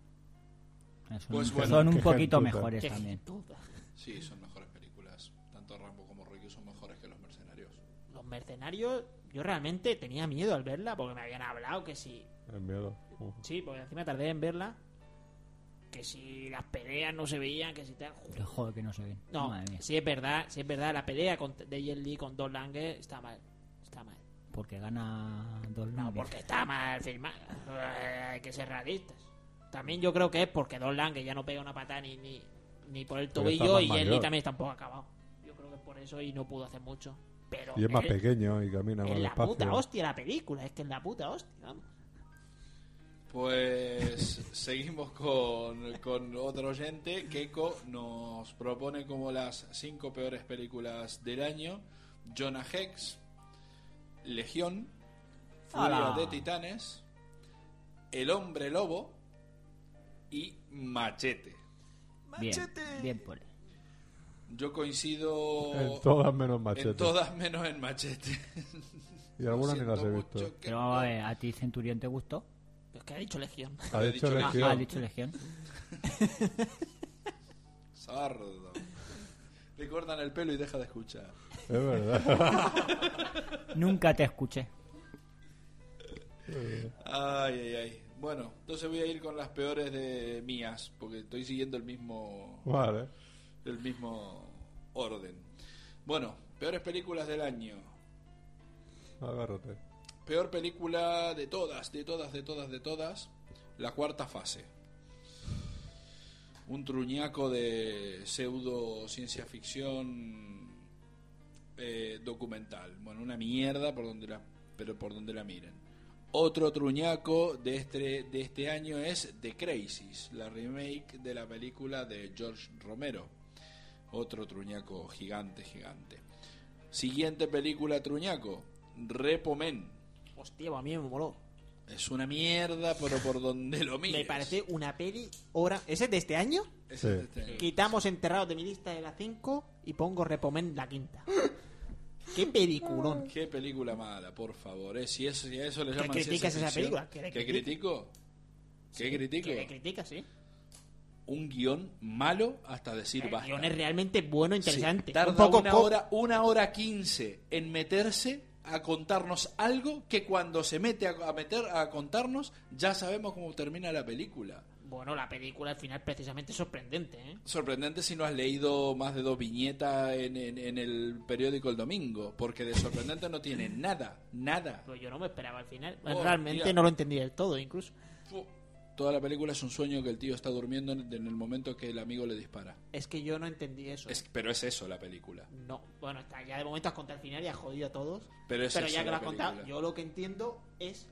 [SPEAKER 3] Son,
[SPEAKER 2] Pues bueno,
[SPEAKER 3] son
[SPEAKER 1] qué
[SPEAKER 3] un poquito
[SPEAKER 1] gentuza.
[SPEAKER 3] mejores
[SPEAKER 5] Qué
[SPEAKER 3] también.
[SPEAKER 5] gentuza.
[SPEAKER 2] Sí, son mejores películas. Tanto Rambo como Ricky son mejores que los mercenarios.
[SPEAKER 5] Los mercenarios, yo realmente tenía miedo al verla porque me habían hablado que si.
[SPEAKER 1] El miedo. Uh.
[SPEAKER 5] Sí, porque encima tardé en verla. Que si las peleas no se veían, que si tal.
[SPEAKER 3] Pero joder, que no se ven.
[SPEAKER 5] No,
[SPEAKER 3] Madre mía.
[SPEAKER 5] si es verdad, si es verdad, la pelea con, de Jet Li con Don Lange está mal. Está mal.
[SPEAKER 3] Porque gana dos
[SPEAKER 5] No,
[SPEAKER 3] naves.
[SPEAKER 5] porque está mal filmada. Hay que ser realistas. También yo creo que es porque Don Lange ya no pega una patada ni, ni, ni por el
[SPEAKER 1] Pero está
[SPEAKER 5] tobillo
[SPEAKER 1] más
[SPEAKER 5] y Jet Li
[SPEAKER 1] mayor.
[SPEAKER 5] también tampoco ha acabado. Yo creo que es por eso y no pudo hacer mucho. Pero
[SPEAKER 1] Y es más
[SPEAKER 5] él-
[SPEAKER 1] pequeño y camina más
[SPEAKER 5] En la
[SPEAKER 1] despacio.
[SPEAKER 5] puta hostia la película, es que en la puta hostia, vamos.
[SPEAKER 2] Pues seguimos con, con otro oyente. Keiko nos propone como las cinco peores películas del año. Jonah Hex, Legión, Furia
[SPEAKER 3] ¡Hala!
[SPEAKER 2] de Titanes, El Hombre Lobo y Machete.
[SPEAKER 3] Bien, bien por él.
[SPEAKER 2] Yo coincido
[SPEAKER 1] En todas menos
[SPEAKER 2] en
[SPEAKER 1] machete.
[SPEAKER 2] todas menos en Machete.
[SPEAKER 1] Y algunas
[SPEAKER 2] Lo
[SPEAKER 1] ni las he
[SPEAKER 2] siento
[SPEAKER 1] visto. eh.
[SPEAKER 2] mucho que
[SPEAKER 3] Pero
[SPEAKER 2] no.
[SPEAKER 3] vamos a ver, ¿a ti Centurión te gustó?
[SPEAKER 5] Pero es que ha dicho Legión. *laughs*
[SPEAKER 1] Ha
[SPEAKER 2] He
[SPEAKER 1] dicho
[SPEAKER 2] dicho
[SPEAKER 3] Ah,
[SPEAKER 1] Legión.
[SPEAKER 3] ha dicho Legión.
[SPEAKER 2] Sardo. Le cortan el pelo y deja de escuchar.
[SPEAKER 1] Es verdad. *laughs*
[SPEAKER 3] Nunca te escuché.
[SPEAKER 2] Ay, ay, ay. Bueno, entonces voy a ir con las peores de mías, porque estoy siguiendo el mismo,
[SPEAKER 1] vale.
[SPEAKER 2] el mismo orden. Bueno, peores películas del año.
[SPEAKER 1] Agárrate.
[SPEAKER 2] Peor película de todas, de todas, de todas, de todas. La cuarta fase. Un truñaco de pseudo ciencia ficción eh, documental. Bueno, una mierda por donde la, pero por donde la miren. Otro truñaco de este, de este año es The Crisis, la remake de la película de George Romero. Otro truñaco gigante, gigante. Siguiente película truñaco, Repomen.
[SPEAKER 5] Hostia, pues a mí me moló.
[SPEAKER 2] Es una mierda, pero por donde lo mires.
[SPEAKER 5] Me parece una peli hora. ¿Ese es de este año?
[SPEAKER 2] Ese es este.
[SPEAKER 5] Quitamos enterrados de mi lista de las 5 y pongo Repomen la quinta. ¡Qué peliculón!
[SPEAKER 2] Qué película mala, por favor. eh. Si, eso, si a eso le llaman
[SPEAKER 5] criticas
[SPEAKER 2] ciencia
[SPEAKER 5] esa
[SPEAKER 2] ficción,
[SPEAKER 5] película? ¿Qué le
[SPEAKER 2] ¿Qué critico?
[SPEAKER 5] critico?
[SPEAKER 2] ¿Qué critico?
[SPEAKER 5] Que le criticas, sí.
[SPEAKER 2] Un guión malo hasta decir
[SPEAKER 5] El
[SPEAKER 2] basta.
[SPEAKER 5] guión es realmente bueno,
[SPEAKER 2] Sí,
[SPEAKER 5] interesante.
[SPEAKER 2] tarda
[SPEAKER 5] Un poco
[SPEAKER 2] una
[SPEAKER 5] co-
[SPEAKER 2] hora, una hora quince en meterse a contarnos algo que cuando se mete a, a meter a contarnos ya sabemos cómo termina la película.
[SPEAKER 5] Bueno, la película al final precisamente es sorprendente, ¿eh?
[SPEAKER 2] Sorprendente si no has leído más de dos viñetas en, en- en el periódico el domingo, porque de sorprendente no tiene nada, nada.
[SPEAKER 5] Pues yo no me esperaba al final.
[SPEAKER 2] Hostia.
[SPEAKER 5] realmente no lo entendí del todo, incluso.
[SPEAKER 2] Fu- Toda la película es un sueño que el tío está durmiendo en en el momento que el amigo le dispara.
[SPEAKER 5] Es que yo no entendí eso.
[SPEAKER 2] Es- pero es eso la película.
[SPEAKER 5] No, bueno, está, ya de momento has contado el final y has jodido a todos.
[SPEAKER 2] Pero es
[SPEAKER 5] Pero
[SPEAKER 2] eso
[SPEAKER 5] ya que lo
[SPEAKER 2] la
[SPEAKER 5] has contado,
[SPEAKER 2] película.
[SPEAKER 5] yo lo que entiendo es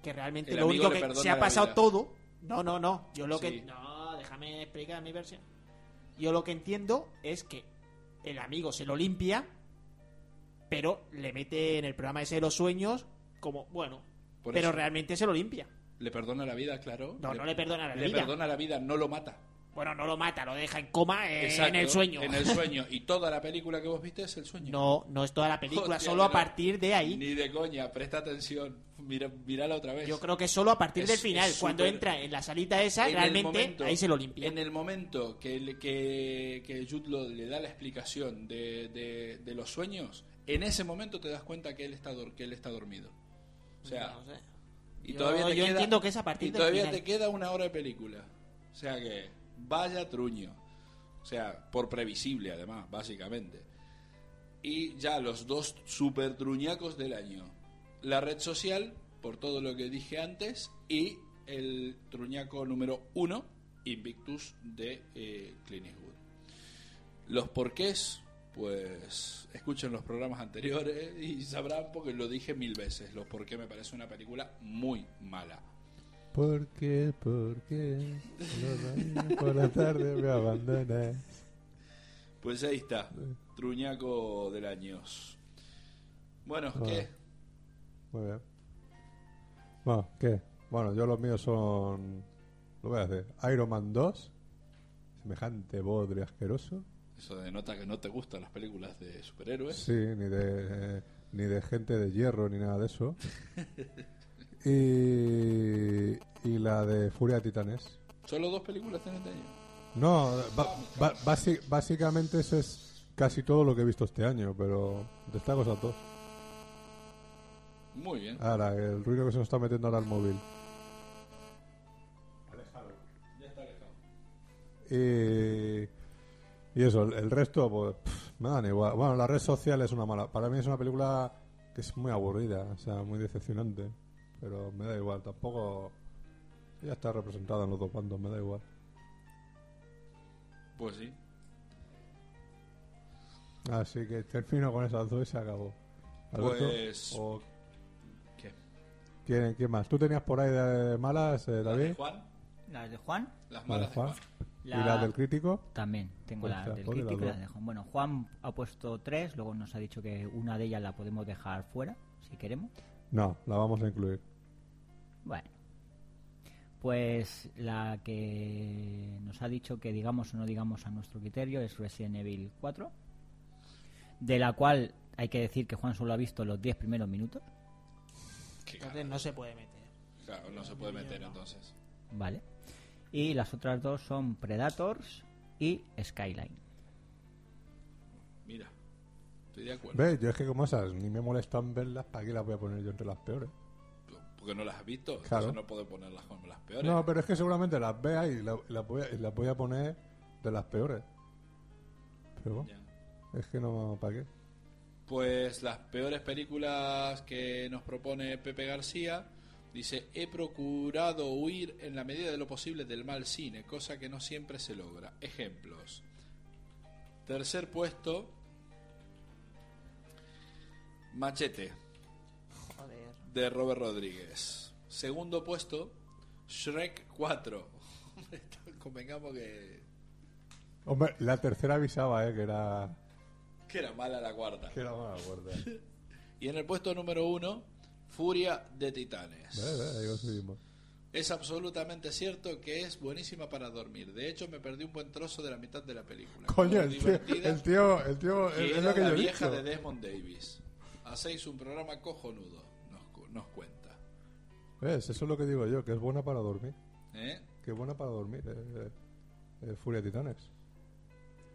[SPEAKER 5] que realmente
[SPEAKER 2] El
[SPEAKER 5] lo
[SPEAKER 2] amigo
[SPEAKER 5] único
[SPEAKER 2] le
[SPEAKER 5] que
[SPEAKER 2] perdona
[SPEAKER 5] se ha
[SPEAKER 2] la
[SPEAKER 5] pasado
[SPEAKER 2] vida.
[SPEAKER 5] todo. No, no, no. Yo lo
[SPEAKER 2] Sí.
[SPEAKER 5] que. No, déjame explicar mi versión. Yo lo que entiendo es que el amigo se lo limpia, pero le mete en el programa ese de los sueños como, bueno.
[SPEAKER 2] Por
[SPEAKER 5] pero
[SPEAKER 2] eso.
[SPEAKER 5] realmente se lo limpia.
[SPEAKER 2] Le perdona la vida, claro.
[SPEAKER 5] No, no le perdona la
[SPEAKER 2] Le
[SPEAKER 5] vida.
[SPEAKER 2] perdona la vida, no lo mata.
[SPEAKER 5] Bueno, no lo mata, lo deja en coma eh, en
[SPEAKER 2] Exacto,
[SPEAKER 5] el sueño.
[SPEAKER 2] En el sueño. Y toda la película que vos viste es el sueño.
[SPEAKER 5] No, no es toda la película,
[SPEAKER 2] Hostia,
[SPEAKER 5] solo a
[SPEAKER 2] pero-
[SPEAKER 5] partir de ahí.
[SPEAKER 2] Ni de coña, presta atención. Mira, mírala otra vez.
[SPEAKER 5] Yo creo que solo a partir
[SPEAKER 2] Es-
[SPEAKER 5] del final,
[SPEAKER 2] es
[SPEAKER 5] cuando
[SPEAKER 2] súper-
[SPEAKER 5] entra en la salita esa,
[SPEAKER 2] el
[SPEAKER 5] realmente
[SPEAKER 2] momento-
[SPEAKER 5] ahí se lo limpia.
[SPEAKER 2] En el momento que, le- que, que Jude Law le da la explicación de, de- de los sueños, en ese momento te das cuenta que él está, dor- que él está dormido. O sea,
[SPEAKER 5] No sé.
[SPEAKER 2] y
[SPEAKER 5] Yo-
[SPEAKER 2] todavía te
[SPEAKER 5] yo
[SPEAKER 2] queda,
[SPEAKER 5] entiendo que es a partir
[SPEAKER 2] y
[SPEAKER 5] del
[SPEAKER 2] todavía
[SPEAKER 5] final.
[SPEAKER 2] te queda una hora de película. O sea que vaya truño. O sea, por previsible además, básicamente. Y ya los dos super truñacos del año. La red social, por todo lo que dije antes, y el truñaco número uno, Invictus de eh, Clint Eastwood. Los porqués, pues escuchen los programas anteriores y sabrán porque lo dije mil veces. Los porqués me parece una película muy mala.
[SPEAKER 1] ¿Por qué, por qué? No, Por la tarde me abandonas.
[SPEAKER 2] Pues ahí está, Truñaco del Años. Bueno, ¿qué?
[SPEAKER 1] Muy bien. Bueno, ¿qué? Bueno, yo los míos son. Lo voy a hacer. Iron Man 2. Semejante bodre asqueroso.
[SPEAKER 2] Eso denota que no te gustan las películas de superhéroes.
[SPEAKER 1] Sí, ni de, ni de gente de hierro ni nada de eso. Y, y la de Furia de Titanes.
[SPEAKER 2] Solo dos películas tienen este año.
[SPEAKER 1] No, ba- ba- basi- básicamente eso es casi todo lo que he visto este año, pero destaco esas dos.
[SPEAKER 2] Muy bien.
[SPEAKER 1] Ahora, el ruido que se nos está metiendo ahora al móvil. Y, y eso, el, el resto, pues, pff, me dan igual. Bueno, la red social es una mala. Para mí es una película que es muy aburrida, o sea, muy decepcionante. Pero me da igual, tampoco. Ya está representada en los dos bandos, me da igual.
[SPEAKER 2] Pues sí.
[SPEAKER 1] Así que termino con esas dos y se acabó.
[SPEAKER 2] Pues-
[SPEAKER 1] ¿o
[SPEAKER 2] ¿Qué?
[SPEAKER 1] quién, quién más? ¿Tú tenías por ahí de malas, eh,
[SPEAKER 2] ¿Las de
[SPEAKER 1] David?
[SPEAKER 2] Juan?
[SPEAKER 3] Las de Juan.
[SPEAKER 2] Las malas de
[SPEAKER 1] Juan.
[SPEAKER 2] Juan.
[SPEAKER 1] ¿Y la del crítico?
[SPEAKER 3] También tengo
[SPEAKER 1] Pues
[SPEAKER 3] la
[SPEAKER 1] está,
[SPEAKER 3] del
[SPEAKER 1] ponle las
[SPEAKER 3] crítico y la
[SPEAKER 1] dos.
[SPEAKER 3] de Juan. Bueno, Juan ha puesto tres, luego nos ha dicho que una de ellas la podemos dejar fuera, si queremos.
[SPEAKER 1] No, la vamos a incluir.
[SPEAKER 3] Bueno. Pues la que nos ha dicho que digamos o no digamos a nuestro criterio es Resident Evil 4, de la cual hay que decir que Juan solo ha visto los 10 primeros minutos,
[SPEAKER 2] Qué
[SPEAKER 5] Entonces no se puede meter.
[SPEAKER 2] Claro, no se puede meter entonces.
[SPEAKER 3] ¿vale? Y las otras dos son Predators y Skyline.
[SPEAKER 2] Mira, estoy de acuerdo.
[SPEAKER 1] Ve, yo es que como esas ni me molestan verlas, ¿para qué las voy a poner yo entre las peores?
[SPEAKER 2] Porque no las has visto,
[SPEAKER 1] Claro.
[SPEAKER 2] entonces no puedo ponerlas como las peores.
[SPEAKER 1] No, pero es que seguramente las vea y la- y las voy, a, y las voy a poner de las peores. Pero bueno,
[SPEAKER 2] Ya.
[SPEAKER 1] es que no, ¿para qué?
[SPEAKER 2] Pues las peores películas que nos propone Pepe García. Dice, he procurado huir en la medida de lo posible del mal cine, cosa que no siempre se logra. Ejemplos. Tercer puesto, Machete,
[SPEAKER 5] Joder.
[SPEAKER 2] de Robert Rodríguez. Segundo puesto, Shrek 4. Hombre, esto *laughs* Convengamos que,
[SPEAKER 1] Hombre, la tercera avisaba, ¿eh? Que era...
[SPEAKER 2] que era mala la cuarta.
[SPEAKER 1] Que era mala cuerda.
[SPEAKER 2] *laughs*
[SPEAKER 1] Ve,
[SPEAKER 2] Y en el puesto número uno, Furia de Titanes.
[SPEAKER 1] ve, ahí conseguimos.
[SPEAKER 2] Es absolutamente cierto que es buenísima para dormir. De hecho, me perdí un buen trozo de la mitad de la
[SPEAKER 1] *laughs*
[SPEAKER 2] película.
[SPEAKER 1] Coño,
[SPEAKER 2] Muy
[SPEAKER 1] el tío,
[SPEAKER 2] divertida,
[SPEAKER 1] el tío, el tío,
[SPEAKER 2] que
[SPEAKER 1] es- es
[SPEAKER 2] era
[SPEAKER 1] lo que
[SPEAKER 2] la
[SPEAKER 1] yo he
[SPEAKER 2] vieja
[SPEAKER 1] dicho.
[SPEAKER 2] de Desmond Davis. Hacéis un programa cojonudo, nos, cu- nos cuenta.
[SPEAKER 1] ¿Ves? Eso es lo que digo yo, que es buena para dormir.
[SPEAKER 2] ¿Eh?
[SPEAKER 1] Que es buena para dormir, eh, eh, eh, Furia de Titanes.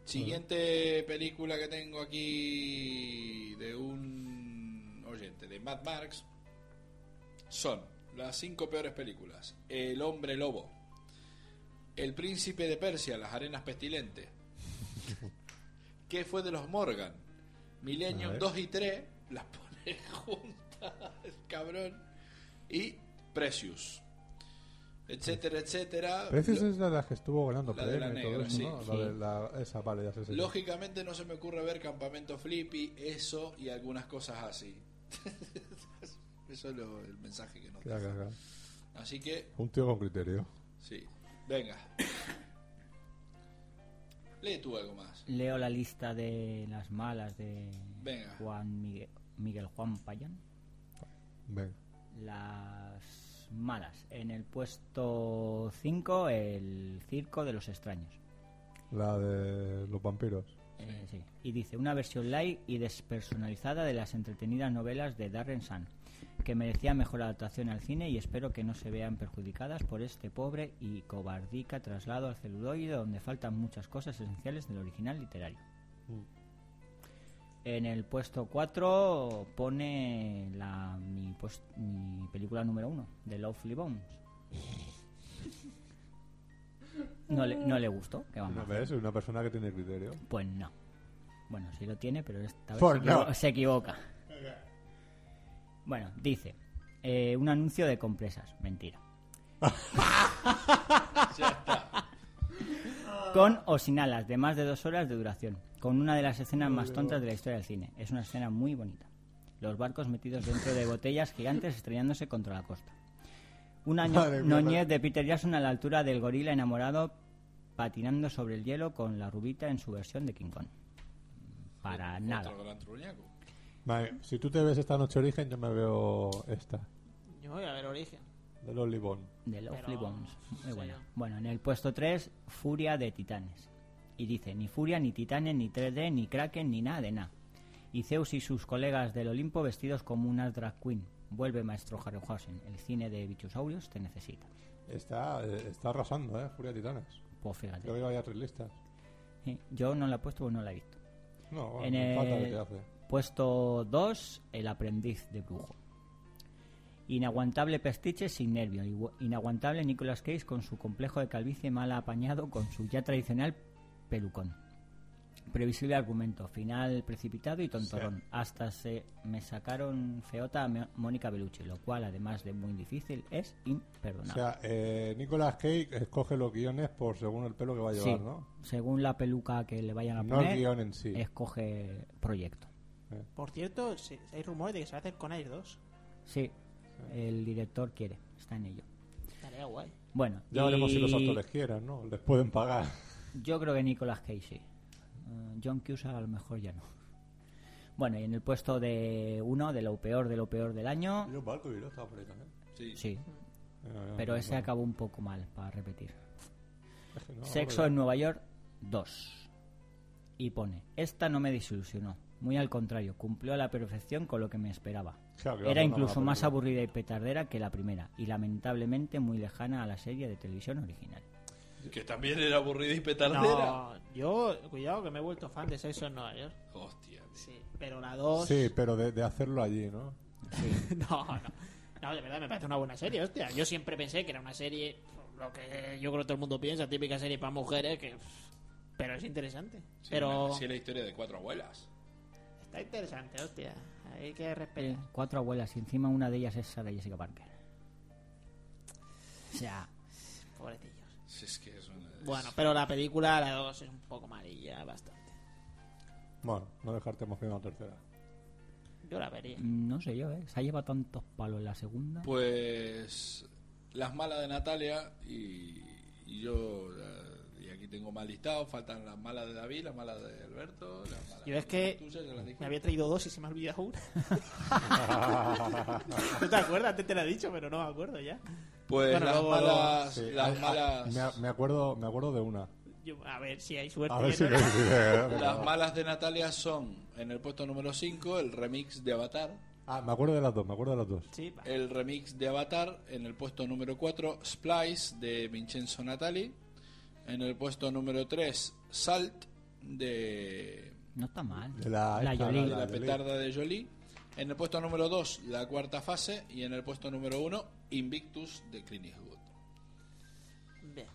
[SPEAKER 2] Siguiente película que tengo aquí de un oyente, de Mad Marx, son las cinco peores películas. El hombre lobo, El príncipe de Persia, Las arenas
[SPEAKER 1] *laughs*
[SPEAKER 2] pestilentes, ¿Qué fue de los Morgan?
[SPEAKER 1] A
[SPEAKER 2] Millennium
[SPEAKER 1] ver.
[SPEAKER 2] 2 y 3, las pone *laughs* juntas, el cabrón, y Precious, etcétera, etcétera.
[SPEAKER 1] Pero
[SPEAKER 2] Lo-
[SPEAKER 1] esa es la de la que estuvo ganando
[SPEAKER 2] la de la
[SPEAKER 1] premio y todo
[SPEAKER 2] negra,
[SPEAKER 1] eso,
[SPEAKER 2] sí.
[SPEAKER 1] ¿no?
[SPEAKER 3] Sí.
[SPEAKER 1] La de la- esa, vale, ya sé. sí.
[SPEAKER 2] Lógicamente no se me ocurre ver Campamento Flippy, eso y algunas cosas así. *laughs* eso es lo- el mensaje que nos
[SPEAKER 1] Qué la
[SPEAKER 2] deja.
[SPEAKER 1] caga.
[SPEAKER 2] Así que,
[SPEAKER 1] Un tío con criterio.
[SPEAKER 2] sí, venga. Lee tú algo más.
[SPEAKER 3] Leo la lista de las malas de
[SPEAKER 2] Venga.
[SPEAKER 3] Juan Miguel, Miguel Juan Payán.
[SPEAKER 1] Venga.
[SPEAKER 3] Las películas malas. En el puesto 5, El Circo de los Extraños.
[SPEAKER 1] La de los vampiros.
[SPEAKER 3] Eh, sí. Y dice, una versión live y despersonalizada de las entretenidas novelas de Darren Sun, que merecía mejor adaptación al cine y espero que no se vean perjudicadas por este pobre y cobardica traslado al celuloide donde faltan muchas cosas esenciales del original literario. Mm. En el puesto 4 pone la, mi, puest- mi película número 1, The Lovely *laughs* Bones. No le, no le gustó, que vamos. a
[SPEAKER 1] ¿No
[SPEAKER 3] hacer?
[SPEAKER 1] ves? Una persona que tiene criterio.
[SPEAKER 3] Pues no. Bueno, sí lo tiene, pero esta vez
[SPEAKER 1] Pues
[SPEAKER 3] se, equivo-
[SPEAKER 1] no.
[SPEAKER 3] se equivoca. Bueno, dice, eh, un anuncio de compresas, mentira. Con o sin alas, de más de dos horas de duración, con una de las escenas más tontas de la historia del cine. Es una escena muy bonita. Los barcos metidos dentro de botellas gigantes estrellándose contra la costa. Un año
[SPEAKER 1] Madre mía,
[SPEAKER 3] Noñez
[SPEAKER 1] madre.
[SPEAKER 3] de Peter Jackson a la altura del gorila enamorado patinando sobre el hielo con la rubita en su versión de King Kong. Para
[SPEAKER 2] Otro
[SPEAKER 3] nada.
[SPEAKER 2] gran truñaco.
[SPEAKER 1] Vale, si tú te ves esta noche origen, yo me veo esta,
[SPEAKER 5] Yo voy a ver Origen.
[SPEAKER 1] de los Libón.
[SPEAKER 3] De Lovely
[SPEAKER 5] Pero,
[SPEAKER 3] Bones. Muy
[SPEAKER 5] sí,
[SPEAKER 3] buena.
[SPEAKER 5] no.
[SPEAKER 3] Bueno, en el puesto 3, Furia de Titanes. Y dice, ni Furia, ni Titanes, ni 3D, ni Kraken, ni nada de nada. Y Zeus y sus colegas del Olimpo vestidos como unas drag queen. Vuelve maestro Harryhausen. El cine de bichosaurios te necesita.
[SPEAKER 1] Está, eh, está arrasando, ¿eh? Furia de Titanes.
[SPEAKER 3] Pues
[SPEAKER 1] Yo
[SPEAKER 3] fíjate.
[SPEAKER 1] veo ya tres listas.
[SPEAKER 3] Eh, Yo no la he puesto porque no la he visto.
[SPEAKER 1] No,
[SPEAKER 3] En
[SPEAKER 1] bueno, falta que
[SPEAKER 3] el-
[SPEAKER 1] te hace.
[SPEAKER 3] Puesto 2, El aprendiz de brujo. Inaguantable Pestiche sin nervio. Igu- Inaguantable Nicolas Cage con su complejo de calvicie mal apañado con su ya tradicional pelucón. Previsible argumento, final precipitado y tontorrón. Hasta se me sacaron feota a Mo- Mónica Bellucci, lo cual, además de muy difícil, es
[SPEAKER 1] O
[SPEAKER 3] imperdonable.
[SPEAKER 1] sea, eh, Nicolas Cage escoge los guiones por según el pelo que va a llevar,
[SPEAKER 3] Sí,
[SPEAKER 1] ¿no?
[SPEAKER 3] según la peluca que le vayan a
[SPEAKER 1] No el
[SPEAKER 3] poner,
[SPEAKER 1] guión en sí.
[SPEAKER 3] escoge proyecto.
[SPEAKER 5] Por cierto, se- hay rumores de que se va a hacer con Air 2.
[SPEAKER 3] Sí, el director quiere, está en ello.
[SPEAKER 5] Estaría guay.
[SPEAKER 3] Bueno,
[SPEAKER 1] Ya veremos si los
[SPEAKER 3] y
[SPEAKER 1] actores quieren, ¿no? Les pueden pagar.
[SPEAKER 3] Yo creo que Nicolas Cage sí. Eh, John Cusack a lo mejor ya no. Bueno, y en el puesto de uno, de lo peor, de lo peor del año.
[SPEAKER 1] Yo Balco y estaba por ahí también. Eh,
[SPEAKER 2] Sí.
[SPEAKER 3] Sí, pero ese acabó un poco mal, para repetir. Sexo en Nueva York 2. Y pone, esta no me desilusionó. Muy al contrario, cumplió a la perfección con lo que me esperaba.
[SPEAKER 1] Claro, que va a
[SPEAKER 3] Era
[SPEAKER 1] ser una
[SPEAKER 3] incluso
[SPEAKER 1] mala
[SPEAKER 3] más
[SPEAKER 1] película.
[SPEAKER 3] aburrida y petardera que la primera, y lamentablemente muy lejana a la serie de televisión original.
[SPEAKER 2] Que también era aburrida y petardera.
[SPEAKER 5] No, yo, cuidado que me he vuelto fan de Sexo en Nueva York.
[SPEAKER 2] Hostia.
[SPEAKER 5] Sí. Pero la 2.
[SPEAKER 1] Sí, pero de, de hacerlo allí, ¿no?
[SPEAKER 5] *laughs* No, no. No, de verdad me parece una buena serie, hostia. Yo siempre pensé que era una serie, lo que yo creo que todo el mundo piensa, típica serie para mujeres, que. pff, Pero es interesante.
[SPEAKER 2] Sí,
[SPEAKER 5] pero.
[SPEAKER 2] una- Sí, la historia de cuatro abuelas.
[SPEAKER 5] Está interesante, hostia. Hay que
[SPEAKER 3] Eh,
[SPEAKER 5] respetar.
[SPEAKER 3] cuatro abuelas y encima una de ellas es Sarah Jessica Parker. O sea,
[SPEAKER 5] Pobrecillos.
[SPEAKER 2] Si es que es una- es-
[SPEAKER 5] Bueno, pero la película, la 2 es un poco amarilla, bastante.
[SPEAKER 1] Bueno, no dejarte emocionado la
[SPEAKER 2] *laughs*
[SPEAKER 1] tercera. *laughs*
[SPEAKER 5] Yo la vería.
[SPEAKER 3] no sé yo, ¿eh? Se ha llevado tantos palos la segunda.
[SPEAKER 2] Pues las malas de Natalia y, y yo, eh, y aquí tengo mal listado, faltan las malas de David, las malas de Alberto, las malas
[SPEAKER 5] Yo es
[SPEAKER 2] de-
[SPEAKER 5] que
[SPEAKER 2] tuyas, ya las dije.
[SPEAKER 5] Me había traído dos y se me ha olvidado una. *laughs* ¿No te acuerdas? Antes te la he dicho, pero no me acuerdo ya.
[SPEAKER 2] Pues
[SPEAKER 5] Bueno,
[SPEAKER 2] las
[SPEAKER 5] luego-
[SPEAKER 2] malas,
[SPEAKER 1] Sí,
[SPEAKER 2] las
[SPEAKER 1] hay- hay-
[SPEAKER 2] malas,
[SPEAKER 1] me, a- me acuerdo, me acuerdo de una.
[SPEAKER 5] Yo- a ver si hay suerte.
[SPEAKER 1] A ver
[SPEAKER 5] ¿eh?
[SPEAKER 1] si lo olvidé.
[SPEAKER 2] las malas de Natalia son en el puesto número 5 el remix de Avatar,
[SPEAKER 1] Ah, me acuerdo de las dos, me acuerdo de las dos.
[SPEAKER 5] *laughs* Sí, va.
[SPEAKER 2] el remix de Avatar, en el puesto número 4 Splice de Vincenzo Natali, en el puesto número 3 Salt de
[SPEAKER 3] No está mal.
[SPEAKER 1] De la- esta,
[SPEAKER 3] Jolie.
[SPEAKER 2] de
[SPEAKER 1] la-
[SPEAKER 2] la
[SPEAKER 1] Jolie.
[SPEAKER 2] petarda de Jolie. En el puesto número 2, la cuarta fase. Y en el puesto número 1, Invictus de Clint Eastwood.
[SPEAKER 5] Bien.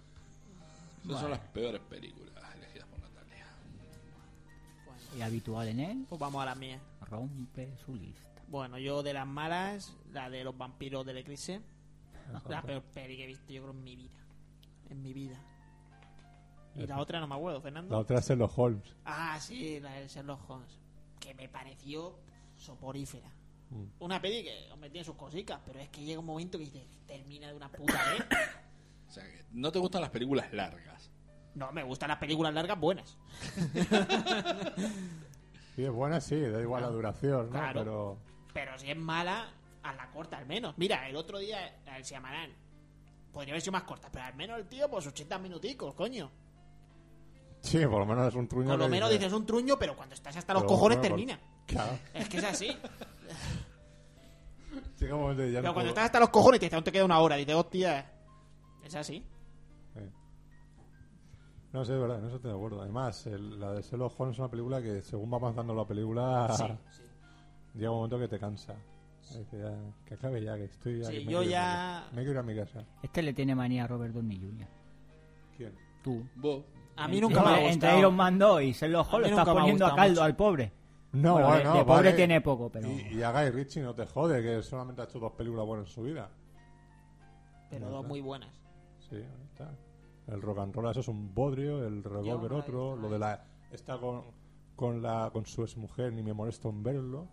[SPEAKER 2] Esas son las peores películas elegidas por Natalia.
[SPEAKER 5] Bueno,
[SPEAKER 3] Y habitual en él,
[SPEAKER 5] pues vamos a la mía.
[SPEAKER 3] rompe su lista.
[SPEAKER 5] Bueno, yo de las malas, la de los vampiros del eclipse. La peor peli que he visto, yo creo, en mi vida. En mi vida. Y la otra no me acuerdo,
[SPEAKER 1] La
[SPEAKER 5] Fernando.
[SPEAKER 1] otra es en los Holmes.
[SPEAKER 5] Ah, sí, la de Sherlock Holmes. Que me pareció soporífera.
[SPEAKER 1] Mm.
[SPEAKER 5] Una peli que, hombre, tiene sus cositas, pero es que llega un momento que dices, termina de una puta vez. *coughs*
[SPEAKER 2] O sea, que no te gustan las películas largas.
[SPEAKER 5] No, me gustan las películas largas buenas.
[SPEAKER 1] Sí, es buena, sí, da igual la duración, ¿no?
[SPEAKER 5] Claro.
[SPEAKER 1] Pero
[SPEAKER 5] Pero si es mala, a la corta al menos. Mira, el otro día el Siamarán podría haber sido más corta, pero al menos el tío, pues 80 minuticos, coño.
[SPEAKER 1] Sí, por lo menos es un truño.
[SPEAKER 5] Por lo
[SPEAKER 1] que
[SPEAKER 5] menos
[SPEAKER 1] dice,
[SPEAKER 5] dices un truño, pero cuando estás hasta los
[SPEAKER 1] pero
[SPEAKER 5] cojones
[SPEAKER 1] bueno,
[SPEAKER 5] termina.
[SPEAKER 1] Claro.
[SPEAKER 5] Es que
[SPEAKER 1] *laughs*
[SPEAKER 5] es así.
[SPEAKER 1] Llega un momento y ya
[SPEAKER 5] Pero
[SPEAKER 1] no
[SPEAKER 5] cuando
[SPEAKER 1] puedo-
[SPEAKER 5] estás hasta los cojones, te dice, aún te queda una hora. Dices, hostia. Es así.
[SPEAKER 1] Sí. No sé, es verdad, no estoy de acuerdo. Además, el- la de Sherlock Holmes es una película que según va avanzando la película,
[SPEAKER 5] sí.
[SPEAKER 1] llega un momento que te cansa. Es que, ya- que acabe ya, que estoy ya. que
[SPEAKER 5] Sí,
[SPEAKER 1] me
[SPEAKER 5] yo
[SPEAKER 1] quiero ir
[SPEAKER 5] ya-
[SPEAKER 1] a mi- Me quiero ir a mi casa.
[SPEAKER 3] Este le tiene manía a Robert Downey Jr.
[SPEAKER 1] ¿Quién?
[SPEAKER 3] Tú.
[SPEAKER 2] Vos.
[SPEAKER 5] A mí
[SPEAKER 3] Entre-
[SPEAKER 5] nunca me ha
[SPEAKER 3] Entre Iron
[SPEAKER 5] gustado.
[SPEAKER 3] Man 2 y Sherlock
[SPEAKER 5] A mí
[SPEAKER 3] Holmes estás
[SPEAKER 5] nunca me ha
[SPEAKER 3] poniendo a
[SPEAKER 5] gustado
[SPEAKER 3] caldo
[SPEAKER 5] mucho.
[SPEAKER 3] al pobre.
[SPEAKER 1] No,
[SPEAKER 3] Bueno, de-
[SPEAKER 1] bueno,
[SPEAKER 3] de pobre tiene poco, pero-
[SPEAKER 1] Y, y a Guy Ritchie no te jode, que solamente ha hecho dos películas buenas en su vida.
[SPEAKER 5] Pero dos muy buenas.
[SPEAKER 1] Sí, ahí está. El rock and roll, eso es un bodrio, el revólver
[SPEAKER 5] Yo, ahí
[SPEAKER 1] otro,
[SPEAKER 5] está.
[SPEAKER 1] lo de la... Está con, con, la, con su exmujer, ni me molesto en verlo.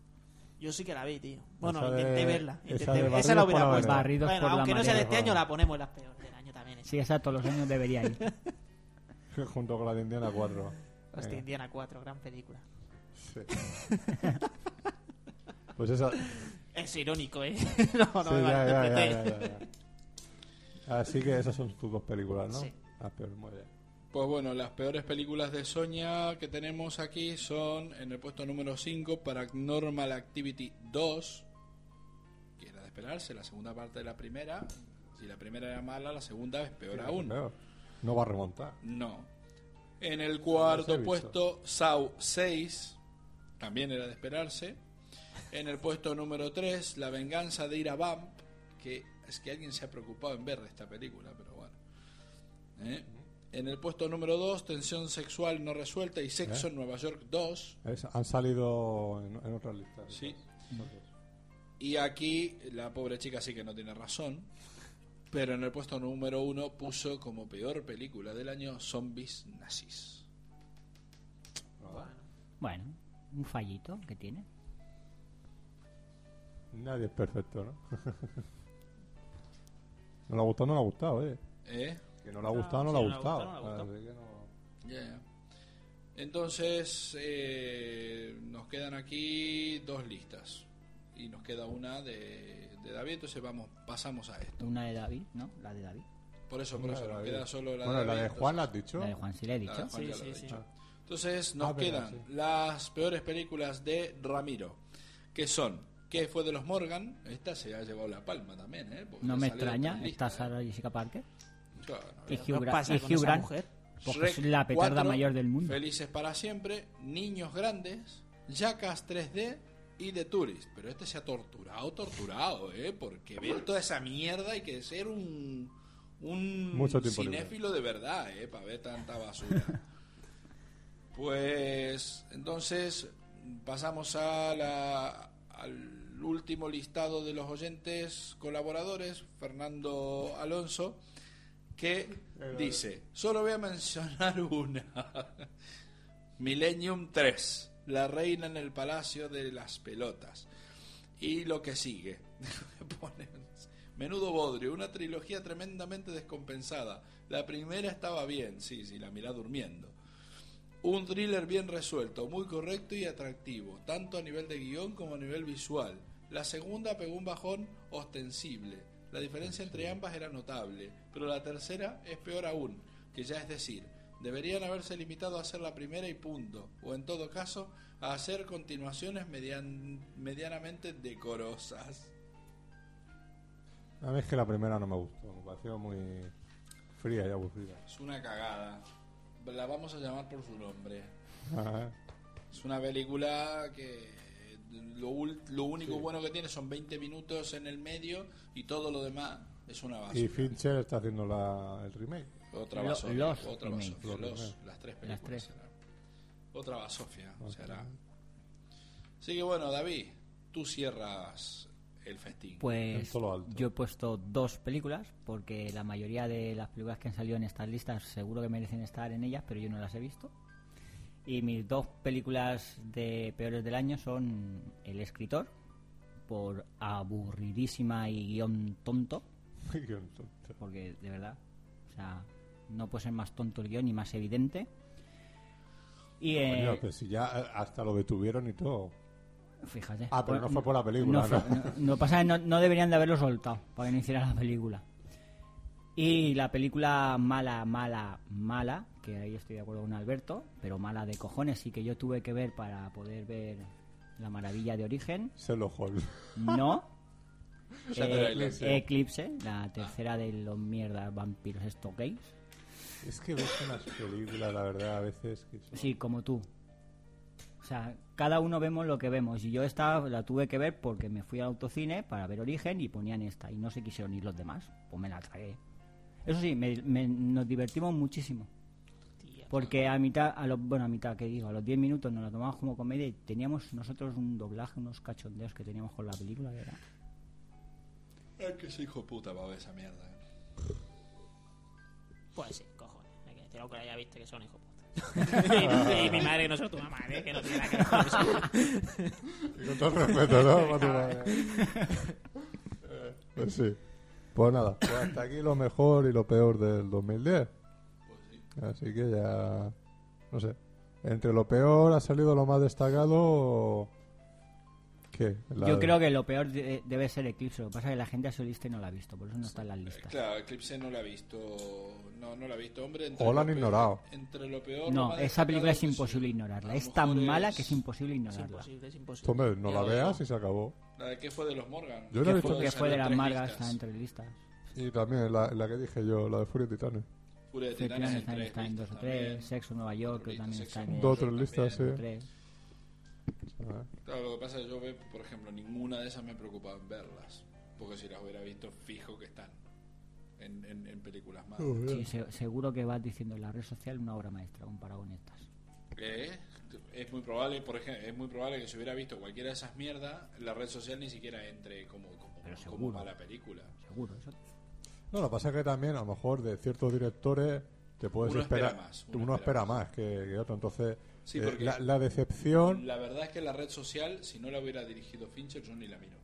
[SPEAKER 1] *laughs*
[SPEAKER 5] Yo sí que la vi, tío. Bueno,
[SPEAKER 1] Esa de-
[SPEAKER 5] intenté verla.
[SPEAKER 1] esa
[SPEAKER 5] intenté-
[SPEAKER 1] de barridos
[SPEAKER 5] Esa, la
[SPEAKER 1] por
[SPEAKER 5] hubiera
[SPEAKER 1] la
[SPEAKER 5] puesto.
[SPEAKER 1] vereda.
[SPEAKER 3] Barridos
[SPEAKER 5] bueno,
[SPEAKER 3] por la
[SPEAKER 5] aunque no sea de
[SPEAKER 3] marea,
[SPEAKER 5] este
[SPEAKER 3] joder.
[SPEAKER 5] año, la ponemos la peor del año también. ¿eh? esa.
[SPEAKER 3] Sí, exacto, los años debería ir. *laughs*
[SPEAKER 1] Junto con la de Indiana 4.
[SPEAKER 5] Hostia, Indiana 4, gran película.
[SPEAKER 1] Sí. pues esa.
[SPEAKER 5] Es irónico, ¿eh? *laughs* no, no
[SPEAKER 1] sí,
[SPEAKER 5] me
[SPEAKER 1] ya, ya, ya,
[SPEAKER 5] malinterpretéis.
[SPEAKER 1] ya, ya, ya. Así que esas son tus dos películas, ¿no?
[SPEAKER 5] Sí.
[SPEAKER 1] Ah, pero muy bien.
[SPEAKER 2] Pues bueno, las peores películas de Sonia que tenemos aquí son en el puesto número 5, Paranormal Activity 2, que era de esperarse, la segunda parte de la primera. Si la primera era mala, la segunda es peor aún.
[SPEAKER 1] Peor. No va a remontar.
[SPEAKER 2] No. En el
[SPEAKER 1] No
[SPEAKER 2] cuarto
[SPEAKER 1] las he
[SPEAKER 2] puesto, Saw 6, también era de esperarse. En el puesto número 3, La venganza de Ira Bump, que es que alguien se ha preocupado en ver esta película, pero bueno. ¿Eh? En el puesto número 2, Tensión sexual no resuelta y Sexo en Nueva York 2.
[SPEAKER 1] Es- han salido en, en otras listas.
[SPEAKER 2] Sí.
[SPEAKER 1] Entonces,
[SPEAKER 2] Y aquí la pobre chica sí que no tiene razón. Pero en el puesto número 1 puso como peor película del año Zombies Nazis.
[SPEAKER 3] Bueno, un fallito que tiene.
[SPEAKER 1] Nadie es perfecto, ¿no? *laughs* no le ha gustado, no le ha gustado, oye.
[SPEAKER 2] ¿Eh?
[SPEAKER 1] Que no le ha gustado, no,
[SPEAKER 5] sí,
[SPEAKER 1] le ha
[SPEAKER 5] no le ha
[SPEAKER 1] gustado.
[SPEAKER 5] gustado, no le ha gustado.
[SPEAKER 1] Así que no-
[SPEAKER 2] Ya, ya. Entonces, eh, nos quedan aquí dos listas. Y nos queda una de, de David, entonces vamos, pasamos a esto.
[SPEAKER 3] Una de David, ¿no? La de David.
[SPEAKER 2] Por eso, por
[SPEAKER 1] Una
[SPEAKER 2] eso,
[SPEAKER 1] de
[SPEAKER 2] nos
[SPEAKER 1] David.
[SPEAKER 2] queda solo la
[SPEAKER 1] bueno,
[SPEAKER 2] de
[SPEAKER 1] la
[SPEAKER 2] David,
[SPEAKER 1] de Juan la has dicho.
[SPEAKER 3] La de Juan, sí le he
[SPEAKER 2] entonces-
[SPEAKER 3] dicho.
[SPEAKER 2] la de Juan
[SPEAKER 5] Sí,
[SPEAKER 2] ya la
[SPEAKER 5] sí,
[SPEAKER 2] he
[SPEAKER 5] sí.
[SPEAKER 2] dicho. Entonces, nos
[SPEAKER 1] Ah, verdad,
[SPEAKER 2] quedan
[SPEAKER 1] sí.
[SPEAKER 2] las peores películas de Ramiro, que son ¿Qué fue de los Morgan? Esta se ha llevado la palma también, ¿eh? Porque
[SPEAKER 3] No
[SPEAKER 2] ha
[SPEAKER 3] me
[SPEAKER 2] salido
[SPEAKER 3] extraña,
[SPEAKER 2] en
[SPEAKER 3] está
[SPEAKER 2] listas, ¿eh?
[SPEAKER 3] Sara Jessica Parker.
[SPEAKER 2] Claro.
[SPEAKER 3] Y
[SPEAKER 5] ¿Qué
[SPEAKER 3] Hugh, Grant-
[SPEAKER 5] pasa
[SPEAKER 3] y
[SPEAKER 5] con
[SPEAKER 3] Hugh
[SPEAKER 5] esa
[SPEAKER 3] Grant,
[SPEAKER 5] mujer?
[SPEAKER 3] porque Pues es
[SPEAKER 2] Shrek
[SPEAKER 3] la petarda
[SPEAKER 2] 4,
[SPEAKER 3] mayor del mundo.
[SPEAKER 2] Felices para siempre, Niños Grandes, Jackass 3D y The Tourist. Pero este se ha torturado, torturado, ¿eh? Porque ver toda esa mierda hay que ser un, un
[SPEAKER 1] Mucho tiempo libre.
[SPEAKER 2] cinéfilo de verdad, ¿eh? Para ver tanta
[SPEAKER 1] *laughs*
[SPEAKER 2] basura. pues entonces pasamos a la- al último listado de los oyentes colaboradores, Fernando Alonso que dice, solo voy a mencionar una. Millennium 3, la reina en el palacio de las pelotas. Y lo que sigue. *laughs* Pone, Menudo bodrio, una trilogía tremendamente descompensada. La primera estaba bien, sí, sí, la mirá durmiendo. Un thriller bien resuelto, muy correcto y atractivo, tanto a nivel de guión como a nivel visual. La segunda pegó un bajón ostensible. La diferencia entre ambas era notable, pero la tercera es peor aún, que ya es decir, deberían haberse limitado a hacer la primera y punto, o en todo caso, a hacer continuaciones median- medianamente decorosas.
[SPEAKER 1] A mí es que la primera no me gustó, me pareció muy fría y
[SPEAKER 2] *laughs*
[SPEAKER 1] aburrida.
[SPEAKER 2] Es una cagada. La vamos a llamar por su nombre.
[SPEAKER 1] Ajá.
[SPEAKER 2] Es una película que lo, ul- lo único bueno que tiene son 20 minutos en el medio y todo lo demás es una
[SPEAKER 1] y
[SPEAKER 2] basura.
[SPEAKER 1] Fincher está haciendo la, el remake. *laughs*
[SPEAKER 2] Otra
[SPEAKER 3] Lo-
[SPEAKER 2] basofia.
[SPEAKER 3] los
[SPEAKER 2] otra
[SPEAKER 3] remake.
[SPEAKER 2] basofia,
[SPEAKER 1] Los
[SPEAKER 2] los-
[SPEAKER 1] remake.
[SPEAKER 2] las tres
[SPEAKER 3] Las
[SPEAKER 2] películas.
[SPEAKER 3] tres.
[SPEAKER 2] será. Otra basofia será. Así que bueno, David, tú cierras el festín.
[SPEAKER 3] Pues
[SPEAKER 1] todo lo alto.
[SPEAKER 3] yo he puesto dos películas porque la mayoría de las películas que han salido en estas listas seguro que merecen estar en ellas, pero yo no las he visto. Y mis dos películas de peores del año son El escritor, por aburridísima y guión tonto,
[SPEAKER 1] Qué tonto.
[SPEAKER 3] porque de verdad, o sea, no puede ser más tonto el guión ni más evidente. Y
[SPEAKER 1] pues
[SPEAKER 3] eh,
[SPEAKER 1] eh, Coño, pero si ya eh, hasta lo detuvieron y todo.
[SPEAKER 3] Fíjate.
[SPEAKER 1] Ah, pero no
[SPEAKER 3] Pues,
[SPEAKER 1] fue por la película,
[SPEAKER 3] No, fue-
[SPEAKER 1] *laughs* ¿no?
[SPEAKER 3] no- no pasa es que no, no deberían de haberlo soltado para que no hiciera la película. Y la película mala, mala, mala, que ahí estoy de acuerdo con Alberto, pero mala de cojones y que yo tuve que ver para poder ver La Maravilla de Origen,
[SPEAKER 1] Sherlock Holmes.
[SPEAKER 3] no.
[SPEAKER 2] Shutter
[SPEAKER 3] Eh,
[SPEAKER 2] Island.
[SPEAKER 3] Eclipse, la tercera de los mierdas vampiros estos gays.
[SPEAKER 1] *laughs* Es que ves unas películas, la verdad, a veces que
[SPEAKER 3] *laughs*
[SPEAKER 1] son-
[SPEAKER 3] Sí, como tú. O sea, cada uno vemos lo que vemos. Y yo esta la tuve que ver porque me fui al autocine para ver Origen y ponían esta. Y no se quisieron ir los demás. Pues me la tragué. Eso sí, me- me- nos divertimos muchísimo. Porque a mitad, a los, bueno, a mitad, que digo? A los 10 minutos nos la tomamos como comedia y teníamos nosotros un doblaje, unos cachondeos que teníamos con la película, que era-
[SPEAKER 2] Es que ese hijo de puta va a ver esa mierda.
[SPEAKER 5] Pues sí, cojones. Hay que decirlo que lo haya visto que son
[SPEAKER 1] *laughs*
[SPEAKER 5] hijos puta. y mi madre que no soy tu mamá, ¿eh? que no tiene nada que ver
[SPEAKER 1] *laughs*
[SPEAKER 5] con eso.
[SPEAKER 1] Y Con todo el respeto, ¿no? Con tu
[SPEAKER 3] *laughs*
[SPEAKER 1] madre. Eh, Pues sí. Pues nada, pues hasta aquí lo mejor y lo peor del 2010.
[SPEAKER 3] Pues
[SPEAKER 1] Así que ya. No sé. Entre lo peor ha salido lo más destacado. ¿Qué? La-
[SPEAKER 3] Yo creo que lo peor de- debe ser Eclipse. Lo que pasa es que la gente a su lista y no la ha visto. Por eso no está en las listas.
[SPEAKER 2] Claro, Eclipse no la ha visto. No, no la ha visto, hombre. entre
[SPEAKER 1] O la
[SPEAKER 2] lo
[SPEAKER 1] han
[SPEAKER 2] peor-
[SPEAKER 1] ignorado.
[SPEAKER 2] Entre lo peor. lo
[SPEAKER 3] No,
[SPEAKER 2] más
[SPEAKER 3] esa película es
[SPEAKER 2] destacado,
[SPEAKER 3] imposible
[SPEAKER 2] sí.
[SPEAKER 3] ignorarla.
[SPEAKER 2] A lo
[SPEAKER 3] Es tan
[SPEAKER 2] mejor
[SPEAKER 3] mala
[SPEAKER 2] es-
[SPEAKER 3] que es imposible
[SPEAKER 5] Es
[SPEAKER 3] ignorarla.
[SPEAKER 5] imposible, es imposible.
[SPEAKER 1] Pues Hombre, no la
[SPEAKER 2] Ya lo
[SPEAKER 1] veas
[SPEAKER 2] digo.
[SPEAKER 1] y se acabó.
[SPEAKER 2] La de que fue de los Morgan.
[SPEAKER 1] Yo no he
[SPEAKER 3] Que
[SPEAKER 1] visto
[SPEAKER 3] fue, que
[SPEAKER 1] nada.
[SPEAKER 3] fue de las
[SPEAKER 2] Tres
[SPEAKER 3] margas
[SPEAKER 2] listas.
[SPEAKER 3] está entre listas.
[SPEAKER 1] Y también la, la que dije yo, la de Furia de Titanes.
[SPEAKER 2] Furia de Titanes
[SPEAKER 3] Titanes
[SPEAKER 2] en
[SPEAKER 3] está,
[SPEAKER 2] tres
[SPEAKER 3] está en
[SPEAKER 2] listas
[SPEAKER 3] dos o
[SPEAKER 2] también.
[SPEAKER 3] tres. Sexo Nueva York creo que
[SPEAKER 2] Listas,
[SPEAKER 3] también
[SPEAKER 2] Sexo
[SPEAKER 3] está
[SPEAKER 2] en
[SPEAKER 3] en
[SPEAKER 1] Dos o
[SPEAKER 3] dos
[SPEAKER 1] tres listas,
[SPEAKER 2] también.
[SPEAKER 1] sí.
[SPEAKER 3] o tres.
[SPEAKER 1] Ah,
[SPEAKER 2] Claro, lo que pasa es que yo, ve- por ejemplo, ninguna de esas me preocupaba en verlas. Porque si las hubiera visto, fijo que están en, en- en películas más.
[SPEAKER 3] Sí, se- seguro que vas diciendo en la red social una obra maestra comparado con estas.
[SPEAKER 2] Eh, Es muy probable, por ejemplo, es muy probable que si hubiera visto cualquiera de esas mierdas, la red social ni siquiera entre como, como,
[SPEAKER 3] Pero
[SPEAKER 2] como
[SPEAKER 3] seguro.
[SPEAKER 2] mala película.
[SPEAKER 3] Seguro, eso.
[SPEAKER 1] No, lo que pasa es que también a lo mejor de ciertos directores te puedes
[SPEAKER 2] Uno espera
[SPEAKER 1] esperar.
[SPEAKER 2] más,
[SPEAKER 1] uno,
[SPEAKER 2] uno
[SPEAKER 1] espera
[SPEAKER 2] espera
[SPEAKER 1] más, que, que otro. Entonces,
[SPEAKER 2] Sí,
[SPEAKER 1] eh,
[SPEAKER 2] porque-
[SPEAKER 1] la, la decepción.
[SPEAKER 2] La verdad es que la red social, si no la hubiera dirigido Fincher, yo ni la miro.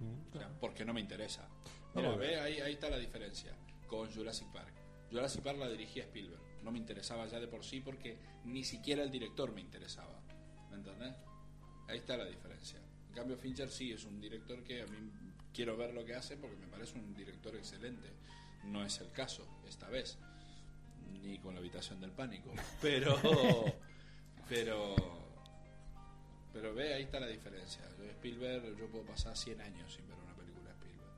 [SPEAKER 1] Mm.
[SPEAKER 2] O sea, porque no me interesa. Mira,
[SPEAKER 1] Vamos a ver.
[SPEAKER 2] ve, ahí, ahí está la diferencia con Jurassic Park. Jurassic Park la dirigía Spielberg. No me interesaba ya de por sí porque ni siquiera el director me interesaba. ¿Me entendés? Ahí está la diferencia. En cambio, Fincher sí es un director que a mí quiero ver lo que hace porque me parece un director excelente. No es el caso esta vez. Ni con la habitación del pánico. Pero. pero. Pero ve, ahí está la diferencia. Yo de Spielberg, yo puedo pasar 100 años sin ver una película de Spielberg.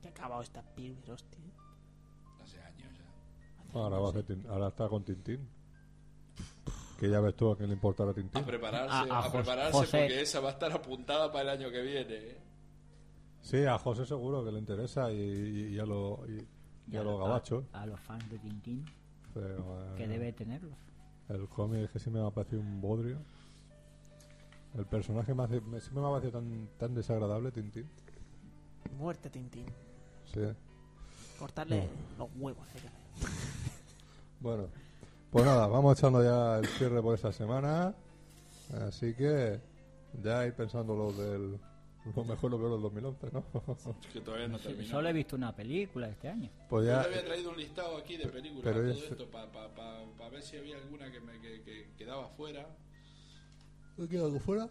[SPEAKER 5] Que acabado esta Spielberg, hostia.
[SPEAKER 2] Hace años ya.
[SPEAKER 1] Ahora, va a hacer tin- ahora está con Tintín. Que ya ves tú a quién le importará Tintín.
[SPEAKER 2] A prepararse,
[SPEAKER 3] A-
[SPEAKER 2] a,
[SPEAKER 3] a Jos-
[SPEAKER 2] prepararse
[SPEAKER 3] José.
[SPEAKER 2] porque esa va a estar apuntada para el año que viene. ¿eh?
[SPEAKER 1] Sí, a José seguro que le interesa y, y- y a los y, y a los gabachos.
[SPEAKER 2] Ah.
[SPEAKER 3] A, a los fans de Tintín,
[SPEAKER 1] Pero, eh,
[SPEAKER 3] que debe tenerlos.
[SPEAKER 1] El cómic es que sí me ha parecido un bodrio. El personaje me hace, me- siempre me ha parecido tan, tan desagradable, Tintín.
[SPEAKER 5] Muerte, Tintín.
[SPEAKER 1] Sí.
[SPEAKER 5] Cortarle los huevos. hay que hacer.
[SPEAKER 1] Bueno, pues nada, vamos echando ya el cierre por esta semana. Así que ya ir pensando lo del. Lo mejor, lo peor del 2011, ¿no? *laughs*
[SPEAKER 2] Es que todavía no terminó.
[SPEAKER 3] Solo he visto una película este año.
[SPEAKER 1] pues
[SPEAKER 2] Yo te
[SPEAKER 1] ya.
[SPEAKER 2] había traído un listado aquí de películas,
[SPEAKER 1] pero
[SPEAKER 2] todo
[SPEAKER 1] es-
[SPEAKER 2] esto, para ver si había alguna que me que- que quedaba fuera.
[SPEAKER 1] ¿Me queda algo fuera?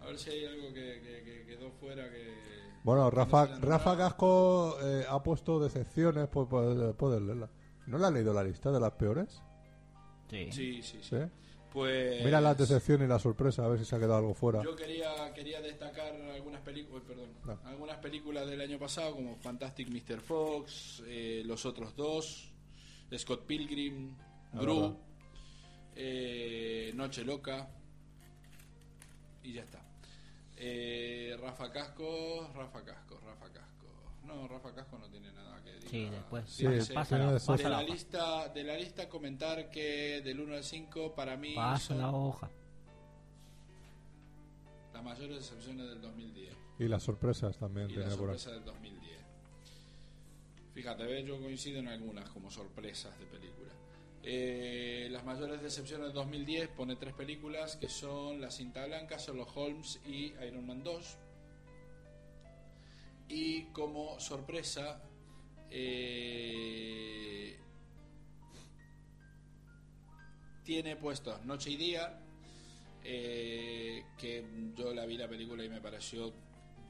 [SPEAKER 2] A ver si hay algo que, que- que quedó fuera que...
[SPEAKER 1] Bueno,
[SPEAKER 2] que
[SPEAKER 1] Rafa,
[SPEAKER 2] no se la
[SPEAKER 1] Rafa
[SPEAKER 2] nombraba.
[SPEAKER 1] Gasco eh, ha puesto decepciones pues, por poder, poder leerla. ¿No le ha leído la lista de las peores?
[SPEAKER 3] Sí.
[SPEAKER 2] Sí, sí, sí.
[SPEAKER 1] Sí.
[SPEAKER 2] Pues...
[SPEAKER 1] Mira las decepciones y la sorpresa, a ver si se ha quedado algo fuera.
[SPEAKER 2] Yo quería, quería destacar algunas películas, perdón,
[SPEAKER 1] No.
[SPEAKER 2] algunas películas del año pasado como Fantastic Mr. Fox, eh, Los otros dos, Scott Pilgrim,
[SPEAKER 1] La
[SPEAKER 2] Gru,
[SPEAKER 1] verdad.
[SPEAKER 2] eh, Noche Loca y ya está. Eh, Rafa Casco, Rafa Casco, Rafa Casco. No, Rafa Casco no tiene nada que decir.
[SPEAKER 3] Sí, después.
[SPEAKER 1] Sí,
[SPEAKER 3] Pasa- pásala,
[SPEAKER 1] tienes-
[SPEAKER 2] De
[SPEAKER 3] pásala,
[SPEAKER 2] la,
[SPEAKER 3] hoja.
[SPEAKER 2] lista, de la lista comentar que del 1 al 5 para mí
[SPEAKER 3] Pasa
[SPEAKER 2] son
[SPEAKER 3] la hoja.
[SPEAKER 2] las mayores excepciones del 2010.
[SPEAKER 1] Y las sorpresas también
[SPEAKER 2] y
[SPEAKER 1] tenía
[SPEAKER 2] la
[SPEAKER 1] por ahí.
[SPEAKER 2] sorpresa del 2010. Fíjate, ¿ves? yo coincido en algunas como sorpresas de películas. Eh, las mayores decepciones del 2010 pone tres películas que son La cinta blanca, Sherlock Holmes y Iron Man 2. Y como sorpresa, eh, tiene puestos Noche y Día, eh, que yo la vi vi la película y me pareció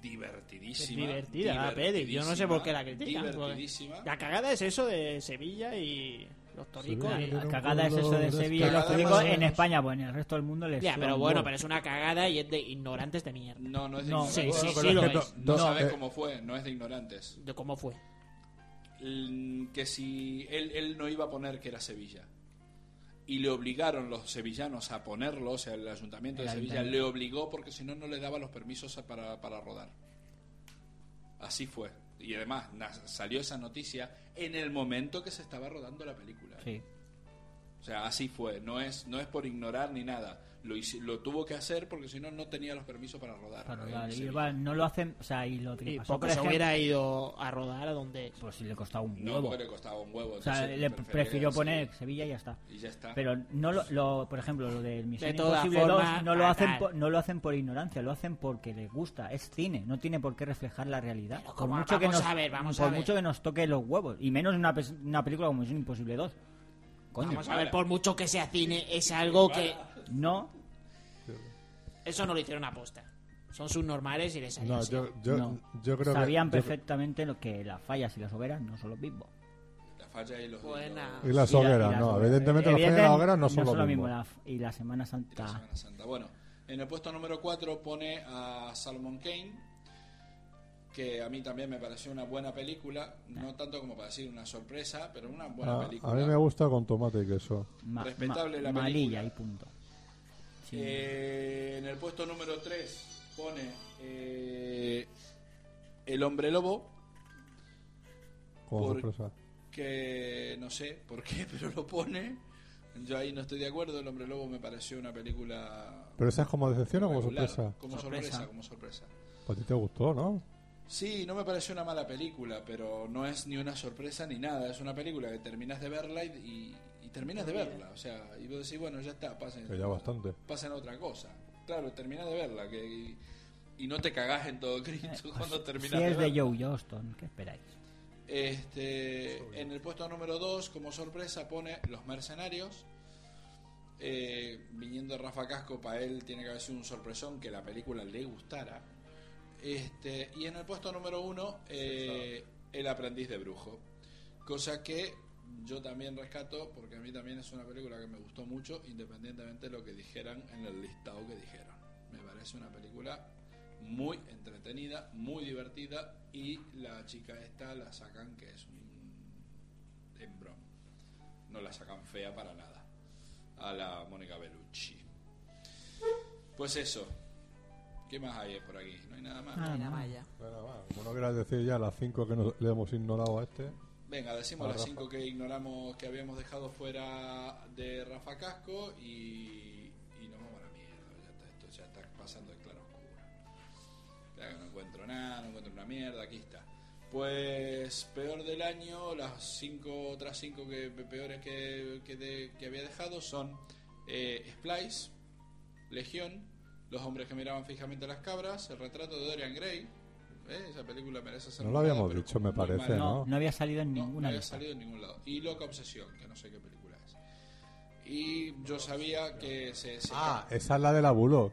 [SPEAKER 2] divertidísima.
[SPEAKER 5] divertida la peli. Yo no sé por qué la critican. porque
[SPEAKER 2] Divertidísima.
[SPEAKER 5] La cagada es eso de Sevilla y los torricos.
[SPEAKER 1] Sevilla,
[SPEAKER 5] y-
[SPEAKER 1] Era
[SPEAKER 3] La
[SPEAKER 1] un
[SPEAKER 3] cagada es
[SPEAKER 1] pueblo
[SPEAKER 3] eso de Sevilla y los
[SPEAKER 2] descarado.
[SPEAKER 3] turcos en
[SPEAKER 1] Además-
[SPEAKER 3] España, pues en el resto del mundo les.
[SPEAKER 5] Ya,
[SPEAKER 3] suda
[SPEAKER 5] pero
[SPEAKER 3] un
[SPEAKER 5] bueno,
[SPEAKER 3] huevo.
[SPEAKER 5] pero es una cagada y es de ignorantes de mierda.
[SPEAKER 2] No, no es de
[SPEAKER 3] No,
[SPEAKER 5] Sí,
[SPEAKER 2] ignorantes.
[SPEAKER 5] sí,
[SPEAKER 1] pero
[SPEAKER 5] sí,
[SPEAKER 1] es
[SPEAKER 5] lo
[SPEAKER 1] que no-
[SPEAKER 5] es.
[SPEAKER 2] No,
[SPEAKER 1] no,
[SPEAKER 2] sabes
[SPEAKER 1] eh,
[SPEAKER 2] cómo fue, no es de ignorantes.
[SPEAKER 5] ¿De cómo fue?
[SPEAKER 2] Mm, Que si él, él no iba a poner que era Sevilla. Y le obligaron los sevillanos a ponerlo, o sea, el ayuntamiento
[SPEAKER 3] El
[SPEAKER 2] de Sevilla
[SPEAKER 3] ayuntamiento.
[SPEAKER 2] le obligó porque si no, no le daba los permisos a- para, para rodar. Así fue. Y además na- salió esa noticia en el momento que se estaba rodando la película. ¿eh?
[SPEAKER 3] Sí.
[SPEAKER 2] O sea, así fue. No es, no es por ignorar ni nada. Lo, hici- lo tuvo que hacer porque si no, no tenía los permisos para rodar.
[SPEAKER 3] Para
[SPEAKER 2] en
[SPEAKER 3] rodar. Y
[SPEAKER 2] Sevilla.
[SPEAKER 3] va, no lo hacen. O sea, y lo que
[SPEAKER 5] Y
[SPEAKER 3] pasó,
[SPEAKER 5] poco
[SPEAKER 3] por
[SPEAKER 5] se
[SPEAKER 3] ejemplo,
[SPEAKER 5] hubiera ido a rodar a donde.
[SPEAKER 3] Pues sí, le costaba un
[SPEAKER 2] No,
[SPEAKER 3] huevo.
[SPEAKER 2] porque le costaba un huevo.
[SPEAKER 3] o sea,
[SPEAKER 2] entonces
[SPEAKER 3] le
[SPEAKER 2] prefirió
[SPEAKER 3] prefirió
[SPEAKER 2] que
[SPEAKER 3] poner Sevilla y ya está.
[SPEAKER 2] sí. Y ya está.
[SPEAKER 3] Pero no lo, lo- por ejemplo, lo del Misión
[SPEAKER 5] De ah, todas
[SPEAKER 3] Imposible 2
[SPEAKER 5] formas,
[SPEAKER 3] no lo hacen
[SPEAKER 5] fatal.
[SPEAKER 3] por, no lo hacen por ignorancia, lo hacen porque les gusta, es cine, no tiene por qué reflejar la realidad.
[SPEAKER 5] Pero
[SPEAKER 3] Por
[SPEAKER 5] como-
[SPEAKER 3] mucho que
[SPEAKER 5] vamos
[SPEAKER 3] nos
[SPEAKER 5] a ver, vamos
[SPEAKER 3] por
[SPEAKER 5] a ver.
[SPEAKER 3] mucho que nos toque los huevos y menos en una, pes- una película como Misión Imposible 2. Coño,
[SPEAKER 5] Vamos a
[SPEAKER 2] mala.
[SPEAKER 5] ver, por mucho que sea cine, es algo que.
[SPEAKER 3] no,
[SPEAKER 5] Eso no lo hicieron aposta. Son subnormales y les salió
[SPEAKER 1] No,
[SPEAKER 5] así.
[SPEAKER 1] yo, yo,
[SPEAKER 3] no.
[SPEAKER 1] yo creo
[SPEAKER 3] sabían
[SPEAKER 1] que. yo-
[SPEAKER 3] perfectamente lo que las fallas y las hogueras no son lo mismo.
[SPEAKER 2] La falla y los
[SPEAKER 5] Buena.
[SPEAKER 1] Y
[SPEAKER 2] dildos
[SPEAKER 1] las
[SPEAKER 3] Y la-
[SPEAKER 1] hogueras,
[SPEAKER 3] y las
[SPEAKER 1] no.
[SPEAKER 3] hogueras.
[SPEAKER 1] Evidentemente, las fallas de las
[SPEAKER 3] Evidenten-
[SPEAKER 1] hogueras no son lo mismo.
[SPEAKER 3] la- y la Semana
[SPEAKER 2] y la
[SPEAKER 3] Santa.
[SPEAKER 2] Semana Santa. Bueno, en el puesto número 4 pone a Salomon Kane, que a mí también me pareció una buena película. No tanto como para decir una sorpresa, pero una buena
[SPEAKER 1] Ah, A-
[SPEAKER 2] película.
[SPEAKER 1] a mí me gusta con tomate y queso.
[SPEAKER 3] Ma-
[SPEAKER 2] Respetable la
[SPEAKER 3] malilla
[SPEAKER 2] película.
[SPEAKER 3] y punto. Sí.
[SPEAKER 2] Eh, en el puesto número 3 pone eh, El Hombre Lobo,
[SPEAKER 1] Como
[SPEAKER 2] Por-
[SPEAKER 1] sorpresa.
[SPEAKER 2] que no sé por qué, *laughs* pero lo pone. Yo ahí no estoy de acuerdo. El Hombre Lobo me pareció una película.
[SPEAKER 1] Pero esa es como decepción o como
[SPEAKER 2] regular,
[SPEAKER 1] sorpresa.
[SPEAKER 2] Como
[SPEAKER 3] Sorpresa.
[SPEAKER 2] sorpresa, como sorpresa.
[SPEAKER 1] Pues a ti te gustó, ¿no?
[SPEAKER 2] Sí, no me pareció una mala película, pero no es ni una sorpresa ni nada. Es una película que terminas de verla y, y- y terminas de verla. O sea, y vos decís, bueno, ya está, pasen.
[SPEAKER 1] Que ya bastante.
[SPEAKER 2] Pasen a otra cosa. Claro, terminas de verla. que y, y no te cagás en
[SPEAKER 3] *laughs*
[SPEAKER 2] todo Cristo cuando terminas
[SPEAKER 3] si es de
[SPEAKER 2] verla.
[SPEAKER 3] Joe Johnston, ¿qué esperáis?
[SPEAKER 2] Este, en el puesto número 2, como sorpresa, pone Los Mercenarios. Eh, viniendo Rafa Casco, para él tiene que haber sido un sorpresón que la película le gustara. Este, y en el puesto número 1, El aprendiz de brujo. Cosa que yo también rescato, porque a mí también es una película que me gustó mucho, independientemente de lo que dijeran en el listado que dijeron. Me parece una película muy entretenida, muy divertida, y la chica esta la sacan que es un hembrón. No la sacan fea para nada. A la Mónica Bellucci. Pues eso. ¿Qué más hay por aquí? No hay nada más. ¿no?
[SPEAKER 6] La valla.
[SPEAKER 1] Bueno, va, como no quieras decir ya las cinco que nos- le hemos ignorado a este.
[SPEAKER 2] Venga, decimos
[SPEAKER 1] Ah,
[SPEAKER 2] las
[SPEAKER 1] Rafa.
[SPEAKER 2] cinco que ignoramos, que habíamos dejado fuera de Rafa Casco y, y nos vamos a la mierda. Ya está, esto ya está pasando en claro oscuro. no encuentro nada, no encuentro una mierda, aquí está. Pues peor del año, las cinco otras cinco que peores que, que, de- que había dejado son eh, Splice, Legión, Los hombres que miraban fijamente a las cabras, El retrato de Dorian Gray. ¿eh? Esa película merece ser
[SPEAKER 1] No lo
[SPEAKER 2] nombrada,
[SPEAKER 1] habíamos
[SPEAKER 2] pero
[SPEAKER 1] dicho, me
[SPEAKER 2] muy
[SPEAKER 1] parece,
[SPEAKER 2] mal.
[SPEAKER 1] ¿no?
[SPEAKER 3] No, no había salido en
[SPEAKER 2] No,
[SPEAKER 3] ninguna
[SPEAKER 2] no había
[SPEAKER 3] lista.
[SPEAKER 2] salido en ningún lado. Y Loca Obsesión, que no sé qué película es. Y yo sabía que se... se-
[SPEAKER 1] Ah, esa es la del abulo.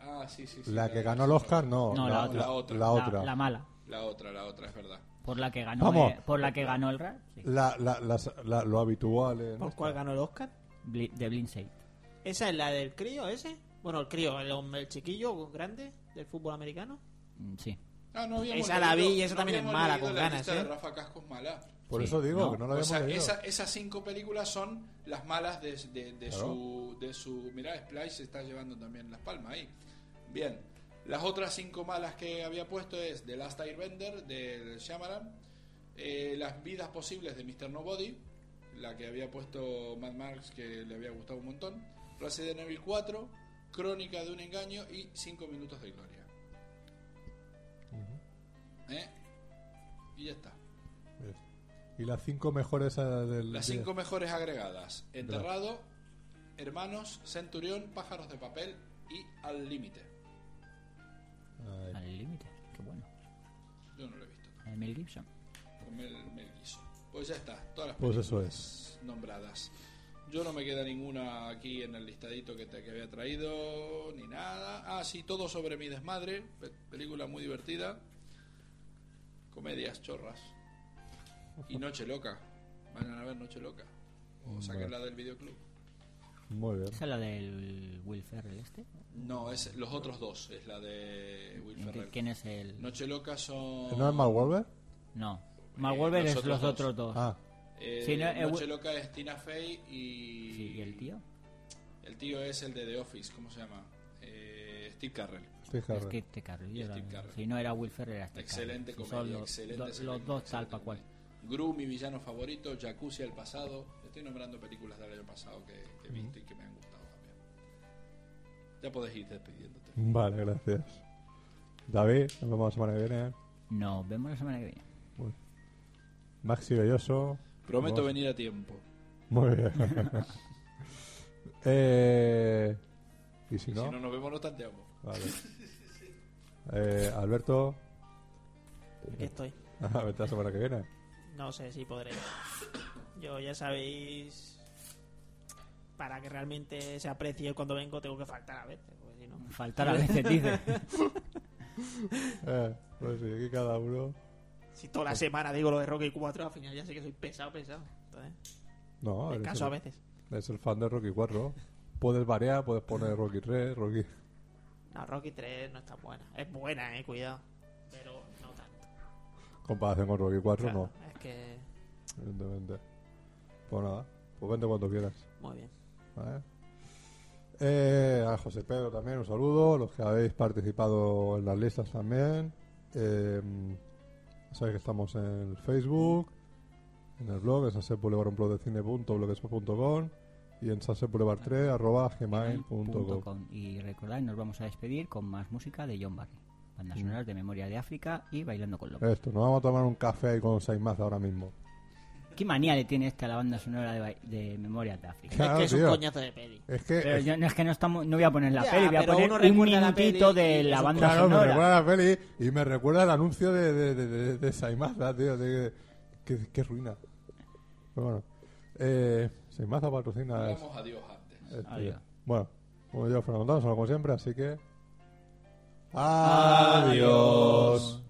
[SPEAKER 2] Ah, sí, sí, sí,
[SPEAKER 1] La que
[SPEAKER 2] de
[SPEAKER 1] ganó el Oscar, no.
[SPEAKER 3] No, la otra.
[SPEAKER 2] La otra,
[SPEAKER 1] La
[SPEAKER 2] la,
[SPEAKER 1] otra.
[SPEAKER 3] La, la mala,
[SPEAKER 2] otra, la otra, es verdad.
[SPEAKER 3] por la que ganó,
[SPEAKER 1] Vamos.
[SPEAKER 3] eh, por la que ganó el RAR, sí.
[SPEAKER 1] La- la- las- la- lo habitual. eh, ¿no?
[SPEAKER 5] ¿Por cuál ganó el Oscar?
[SPEAKER 3] Bli- de Blindside.
[SPEAKER 5] ¿Esa es la del crío ese? Bueno, el crío, el, hombre- el chiquillo grande del fútbol americano.
[SPEAKER 3] Mm, Sí.
[SPEAKER 2] Ah, no habíamos
[SPEAKER 5] Esa la vi
[SPEAKER 2] leído-
[SPEAKER 5] y esa también es
[SPEAKER 2] habíamos
[SPEAKER 5] mala,
[SPEAKER 2] leído
[SPEAKER 5] con
[SPEAKER 2] la
[SPEAKER 5] ganas,
[SPEAKER 2] lista
[SPEAKER 5] ¿eh?
[SPEAKER 2] de Rafa Cascos mala.
[SPEAKER 1] Por
[SPEAKER 3] Sí,
[SPEAKER 1] eso digo,
[SPEAKER 3] no.
[SPEAKER 1] que no la
[SPEAKER 2] O
[SPEAKER 1] habíamos
[SPEAKER 2] sea,
[SPEAKER 1] leído.
[SPEAKER 2] esa- esas cinco películas son las malas de, de- de
[SPEAKER 1] Claro.
[SPEAKER 2] su... De su mirá, Splice se está llevando también las palmas ahí. Bien. Las otras cinco malas que había puesto es The Last Airbender, del Shyamalan, eh, Las vidas posibles de Mr. Nobody, la que había puesto Mad Marx, que le había gustado un montón, Resident Evil 4, Crónica de un engaño y 5 minutos de gloria. ¿Eh? Y ya está.
[SPEAKER 1] Bien. Y las cinco mejores eh, del.
[SPEAKER 2] Las
[SPEAKER 1] de-
[SPEAKER 2] cinco mejores agregadas: Enterrado, Hermanos, Centurión, Pájaros de Papel y Al Límite.
[SPEAKER 1] Ay,
[SPEAKER 3] Al límite, qué bueno.
[SPEAKER 2] Yo no lo he visto.
[SPEAKER 3] El Mel Gibson.
[SPEAKER 2] Con Mel, Mel Gibson. Pues ya está, todas las
[SPEAKER 1] Pues
[SPEAKER 2] películas
[SPEAKER 1] eso es.
[SPEAKER 2] nombradas. Yo no me queda ninguna aquí en el listadito que, te, que había traído, ni nada. va así todo sobre mi desmadre. pe- película muy divertida. Comedias chorras.
[SPEAKER 1] *laughs*
[SPEAKER 2] Y Noche Loca. Vayan a ver Noche Loca. O saquenla del videoclub.
[SPEAKER 1] Muy bien.
[SPEAKER 3] ¿Esa es la del Will Ferrell este?
[SPEAKER 2] No, es los otros dos. Es la de Will
[SPEAKER 3] ¿Qui-
[SPEAKER 2] Ferrell.
[SPEAKER 3] ¿Quién es el...?
[SPEAKER 2] Noche Loca son.
[SPEAKER 1] ¿No es Mark Wahlberg?
[SPEAKER 3] No. Mark Wahlberg
[SPEAKER 2] los otros Eh,
[SPEAKER 3] es los
[SPEAKER 2] dos.
[SPEAKER 3] otros dos.
[SPEAKER 1] Ah,
[SPEAKER 2] Eh,
[SPEAKER 3] Sí, no, eh,
[SPEAKER 2] Noche
[SPEAKER 3] Wi-
[SPEAKER 2] Loca es Tina Fey y.
[SPEAKER 3] Sí, ¿Y el tío?
[SPEAKER 2] El tío es el de The Office, ¿cómo se llama? Eh, Steve Carrell.
[SPEAKER 1] fíjate.
[SPEAKER 3] Es que este Carrell. yo
[SPEAKER 2] Y
[SPEAKER 3] era-
[SPEAKER 2] Steve Carrell.
[SPEAKER 3] Si no era Will Ferrell, era este
[SPEAKER 2] Excelente
[SPEAKER 3] Carrell. Si
[SPEAKER 2] comedia,
[SPEAKER 3] son los,
[SPEAKER 2] excelente
[SPEAKER 3] do-
[SPEAKER 2] serie,
[SPEAKER 3] los dos tal
[SPEAKER 2] excelente
[SPEAKER 3] para cual.
[SPEAKER 2] Gru, mi villano favorito, Jacuzzi el pasado. Estoy nombrando películas del año pasado que, que he visto y que me han gustado también. Ya podés ir despidiéndote.
[SPEAKER 1] Vale, gracias. David, nos vemos la semana que viene.
[SPEAKER 3] Nos vemos la semana que viene.
[SPEAKER 1] Maxi Belloso.
[SPEAKER 2] Prometo
[SPEAKER 1] Bueno.
[SPEAKER 2] venir a tiempo.
[SPEAKER 1] Muy bien.
[SPEAKER 2] *laughs*
[SPEAKER 1] eh, y si
[SPEAKER 2] Y
[SPEAKER 1] no,
[SPEAKER 2] Si no nos vemos, no tanteamos.
[SPEAKER 1] Vale. Eh, Alberto, *laughs*
[SPEAKER 5] Aquí estoy.
[SPEAKER 1] a ver, la semana que viene.
[SPEAKER 5] No sé si podré. Yo ya sabéis. Para que realmente se aprecie cuando vengo, tengo que faltar a veces. Porque si no.
[SPEAKER 3] Faltar a veces, *laughs* dice.
[SPEAKER 1] Eh, pues sí, aquí cada uno.
[SPEAKER 5] Si toda la semana digo lo de Rocky 4, al final ya sé que soy pesado, pesado. Entonces,
[SPEAKER 1] No, eres
[SPEAKER 5] descanso a
[SPEAKER 1] el,
[SPEAKER 5] veces.
[SPEAKER 1] eres el fan de Rocky 4. Puedes variar, puedes poner Rocky 3, Rocky.
[SPEAKER 5] No, Rocky 3 no está buena. Es buena, eh, cuidado. Pero no tanto.
[SPEAKER 1] Comparación con Rocky 4,
[SPEAKER 5] Claro,
[SPEAKER 1] no,
[SPEAKER 5] Es que.
[SPEAKER 1] evidentemente. Pues nada, pues vente cuando quieras.
[SPEAKER 5] Muy bien.
[SPEAKER 1] ¿vale? Eh, a José Pedro también un saludo, los que habéis participado en las listas también. Eh, sabéis que estamos en Facebook, en el blog, en sasepulevarunplodecine.blogspot.com y en sasepulevar3 arroba gmail.com.
[SPEAKER 3] Punto com. Y recordad, nos vamos a despedir con más música de John Barry. Bandas sonoras de Memoria de África y Bailando con Lobos.
[SPEAKER 1] Esto, nos vamos a tomar un café ahí con Saimaz ahora mismo.
[SPEAKER 3] ¿Qué manía le tiene esta a la banda sonora de, Ba- de Memoria de África? *laughs*
[SPEAKER 1] Claro,
[SPEAKER 5] es que es un
[SPEAKER 1] tío.
[SPEAKER 5] coñazo de peli.
[SPEAKER 1] Es que.
[SPEAKER 3] Pero
[SPEAKER 1] es-
[SPEAKER 3] yo no es que no estamos, no voy a poner la
[SPEAKER 5] Ya,
[SPEAKER 3] peli, voy a
[SPEAKER 5] pero
[SPEAKER 3] poner
[SPEAKER 5] uno
[SPEAKER 3] un
[SPEAKER 5] recuerda la
[SPEAKER 3] minutito
[SPEAKER 5] peli
[SPEAKER 3] de
[SPEAKER 5] y
[SPEAKER 3] la
[SPEAKER 5] es un
[SPEAKER 3] banda
[SPEAKER 1] Claro, me
[SPEAKER 3] sonora.
[SPEAKER 1] recuerda la peli y me recuerda el anuncio de, de, de, de- de Saimaza, tío. de- qué, qué ruina. Pero bueno, eh, Saimaza patrocina.
[SPEAKER 2] Digamos adiós antes.
[SPEAKER 1] este-
[SPEAKER 3] Adiós.
[SPEAKER 1] Bueno, como yo, Fernando, Alonso, como siempre, así que.
[SPEAKER 3] Adiós.